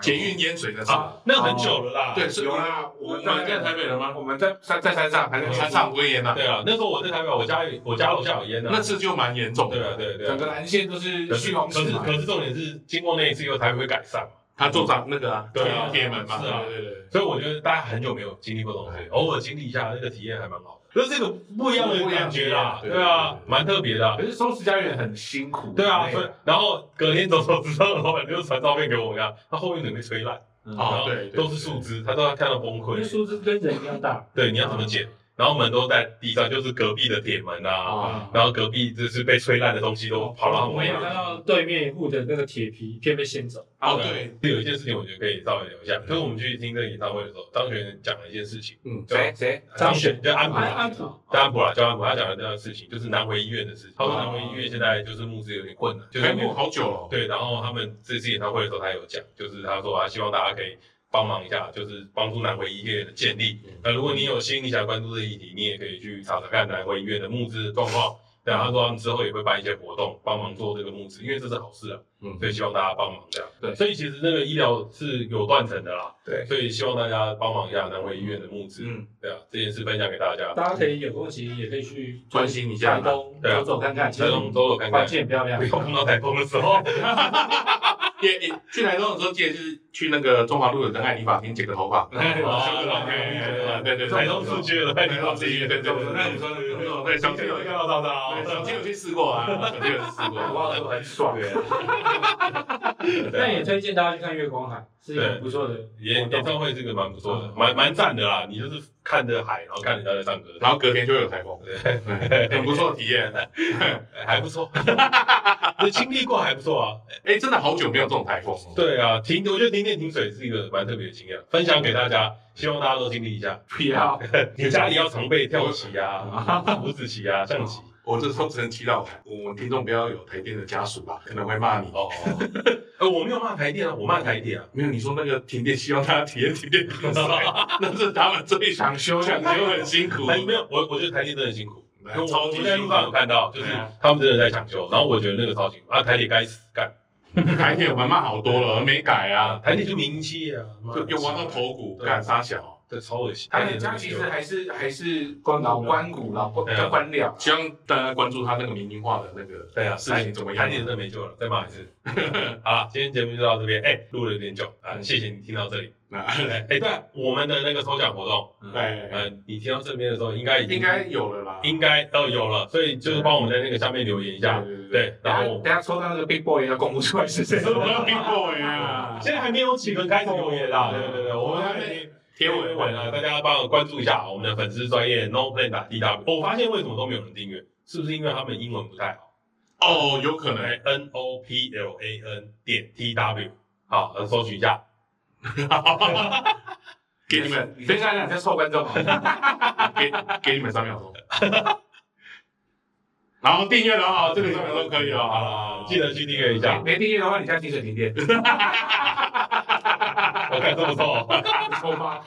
Speaker 2: 捷运淹水那次，
Speaker 1: 啊，那很久了
Speaker 2: 哦
Speaker 1: 啦。
Speaker 2: 对，是
Speaker 3: 有啦，
Speaker 2: 我
Speaker 3: 我们
Speaker 2: 们在台北了吗？
Speaker 3: 我们在山在山上还是
Speaker 2: 山上不会淹呐，
Speaker 1: 对啊，那时候我在台北，我家我家楼下有烟的。啊
Speaker 2: 那次就蛮严重
Speaker 1: 对啊，
Speaker 2: 的。
Speaker 1: 对啊对
Speaker 3: 整个
Speaker 1: 啊。
Speaker 3: 蓝线都是
Speaker 1: 可是
Speaker 3: 蓄洪
Speaker 1: 可
Speaker 3: 池
Speaker 1: 是
Speaker 3: 嘛
Speaker 1: 可是重点是，经过那一次以后，台北会改善嘛。
Speaker 2: 他做长那个啊，
Speaker 1: 对啊
Speaker 2: 铁门嘛，
Speaker 1: 是啊
Speaker 2: 对对对。
Speaker 1: 所以我觉得大家很久没有经历过这
Speaker 2: 嗯
Speaker 1: 种东西，偶尔经历一下，那个体验还蛮好的，就是这个不一样的感觉啦。
Speaker 2: 不一样的体验
Speaker 1: 对啊，蛮特别的啊。
Speaker 3: 可是收拾家园很辛苦。
Speaker 1: 对啊，
Speaker 3: 很累
Speaker 1: 所以然后隔天走走之后，老板就传照片给我们看，他后面整个被吹烂，然
Speaker 2: 哦
Speaker 1: 后
Speaker 2: 对对对
Speaker 1: 都是树枝，他都要看到崩
Speaker 5: 因为
Speaker 1: 溃。
Speaker 5: 树枝跟人一样大，
Speaker 1: 对，你要怎么剪？然后门都在地上，就是隔壁的铁门啊，
Speaker 2: 啊，
Speaker 1: 然后隔壁就是被吹烂的东西都跑到啊
Speaker 5: 我
Speaker 1: 我
Speaker 5: 们
Speaker 1: 们
Speaker 5: 也看到对面户的那个铁皮片被掀走。
Speaker 2: 哦对，
Speaker 1: 有一件事情，我觉得可以稍微聊一下，就是我们去听这个演唱会的时候，张悬讲了一件事情，
Speaker 2: 嗯，
Speaker 3: 谁谁
Speaker 1: 张悬就安普
Speaker 5: 安
Speaker 1: 啦，
Speaker 5: 安普，
Speaker 1: 叫安普啦，叫安普，他讲了这样的事情，就是南回医院的事情。他说南回医院现在就是募资有点困难，就是
Speaker 2: 开哎幕好久了，哦
Speaker 1: 对，然后他们这次演唱会的时候，他有讲，就是他说啊，希望大家可以帮忙一下，就是帮助南回医院的建立。
Speaker 2: 嗯
Speaker 1: 那、如果你有心，你想关注这议题，你也可以去查查看南回医院的募资状况。对啊，他说他们之后也会办一些活动，帮忙做这个募资，因为这是好事啊，
Speaker 2: 嗯
Speaker 1: 所以希望大家帮忙这样。
Speaker 3: 对
Speaker 1: 所以其实那个医疗是有断层的啦，
Speaker 3: 对
Speaker 1: 所以希望大家帮忙一下南回医院的募资。
Speaker 2: 嗯，
Speaker 1: 对啊，这件事分享给大家，
Speaker 5: 大家可以有空其实也可以去
Speaker 2: 关心一下
Speaker 5: 台
Speaker 2: 啦，
Speaker 5: 东
Speaker 1: 对啊
Speaker 5: 走走看看，其
Speaker 1: 台
Speaker 5: 实
Speaker 1: 东走走看看
Speaker 5: 环，境很漂亮
Speaker 1: 不。要碰到台风的时
Speaker 2: (laughs)
Speaker 1: 候。
Speaker 2: 也也去台东的时候，记得就是去那个中华路的仁爱理发厅剪个头发，对对，
Speaker 1: 台东市区的台
Speaker 2: 台
Speaker 1: 东
Speaker 2: 东
Speaker 1: 市
Speaker 2: 市
Speaker 1: 区，
Speaker 2: 区
Speaker 1: 对
Speaker 2: 对对
Speaker 1: 对对，
Speaker 2: 对
Speaker 1: 那你说那种对，小朋友看到大大
Speaker 2: 对，小金有
Speaker 1: 哦，
Speaker 2: 去试过啊，小金有去试过，
Speaker 3: 哇，很爽。
Speaker 5: 但也推荐大家去看月光海，是一个很不错的
Speaker 1: 演演
Speaker 5: 活动。
Speaker 2: 嗯
Speaker 1: 唱会这个蛮不错的，蛮蛮赞的啦。你就是看着海，然后看人家在唱歌，
Speaker 2: 然后隔天就会有台风，很不错的体验，
Speaker 1: 还不
Speaker 2: (laughs)
Speaker 1: 错，你经历过还不错啊。
Speaker 2: 哎，真的好久没有这种台风了。
Speaker 1: 对啊，停，我觉得停电停水是一个蛮特别的经验，分享给大家，希望大家都经历一下。
Speaker 3: 不要，
Speaker 2: 嗯
Speaker 1: 你家里要常备跳棋啊、五子棋啊、象棋。
Speaker 2: 我这时候只能祈祷我们听众不要有台电的家属吧，可能会骂你。
Speaker 1: 哦，呃，我没有骂台电啊，我骂台电啊。
Speaker 2: 没有，你说那个停电，希望大家体验停电停水，那是他们最想修，抢修很辛苦，
Speaker 1: 台没有，我我觉得台电真的很辛苦。我
Speaker 2: 嗯超级
Speaker 1: 我在
Speaker 2: 辛
Speaker 1: 路
Speaker 2: 苦。嗯
Speaker 1: 上有看到，就是他们真的在抢修，然后我觉得那个超辛苦啊，台铁该死干
Speaker 2: 台铁我们骂好多了，没改啊，
Speaker 1: 啊，台铁就民营企业啊，妈
Speaker 2: 就
Speaker 1: 的
Speaker 2: 又玩到，头骨，干啥小？
Speaker 1: 对，超恶心。
Speaker 3: 他们
Speaker 1: 真
Speaker 3: 家
Speaker 1: 的
Speaker 3: 其
Speaker 1: 是
Speaker 3: 实还是还是
Speaker 5: 官僚
Speaker 3: 老官股老官
Speaker 1: 对啊
Speaker 3: 叫官僚，
Speaker 2: 希望大家关注他那个民营化的那个
Speaker 1: 对啊，
Speaker 2: 事情怎么样
Speaker 1: 台铁真的没救了，再骂一次。 (laughs) 好了，今天节目就到这边，哎，录了有点久啊，谢谢你听到这
Speaker 2: (laughs)
Speaker 1: 里。
Speaker 2: 那
Speaker 1: (laughs) 哎，对啊，我们的那个抽奖活动，
Speaker 3: 嗯
Speaker 2: 哎，
Speaker 1: 呃，你听到这边的时候应该已经
Speaker 2: 应该有了啦。
Speaker 1: 应该都有了，所以就是帮我们在那个下面留言一下，
Speaker 2: 对对对
Speaker 1: 对，
Speaker 3: 然
Speaker 1: 然
Speaker 3: 后
Speaker 1: 后
Speaker 3: 等。下抽到那个 big boy 要公布出来是谁。
Speaker 2: 我要 big boy 啊，
Speaker 1: (laughs)
Speaker 2: 哦
Speaker 1: 现在还没有几个开始留言啦，对对对，我们还没
Speaker 2: 贴
Speaker 1: 贴
Speaker 2: 尾
Speaker 1: 文
Speaker 2: 文
Speaker 1: 啊，
Speaker 2: 啊，
Speaker 1: 大
Speaker 2: 大家
Speaker 1: 家帮我关注一下我们的粉丝专业 No Plan 打 D W。我发现为什么都没有人订阅，是不是因为他们英文不太好？
Speaker 2: 哦，有可能
Speaker 1: 来 N O P L A N 点 T W，好，呃搜寻一下。
Speaker 2: (laughs) 给你们
Speaker 1: (laughs)
Speaker 3: 等一下，等一下，臭观众，
Speaker 2: 给给你们三秒钟， (laughs) 然后订阅了啊，这个三秒钟可以了，好了，
Speaker 1: 记得去订阅一下。
Speaker 3: 没订阅的话，你家停水停电，
Speaker 1: 我看这么错，
Speaker 3: 抽吧。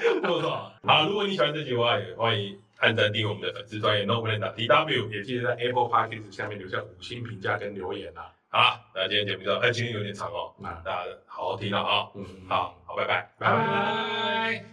Speaker 1: 这么错。好，如果你喜欢这集的话，也欢迎按赞订阅我们的粉丝专业 No Plan 打 T W。
Speaker 2: 也记得在 Apple Podcast 下面留下五星评价跟留言啊，
Speaker 1: 好啦，那今天节目就到，哎，今天有点长哦，
Speaker 2: 那
Speaker 1: 大家好好听了啊。
Speaker 2: 嗯，
Speaker 1: 好，好，拜拜。
Speaker 2: 拜拜。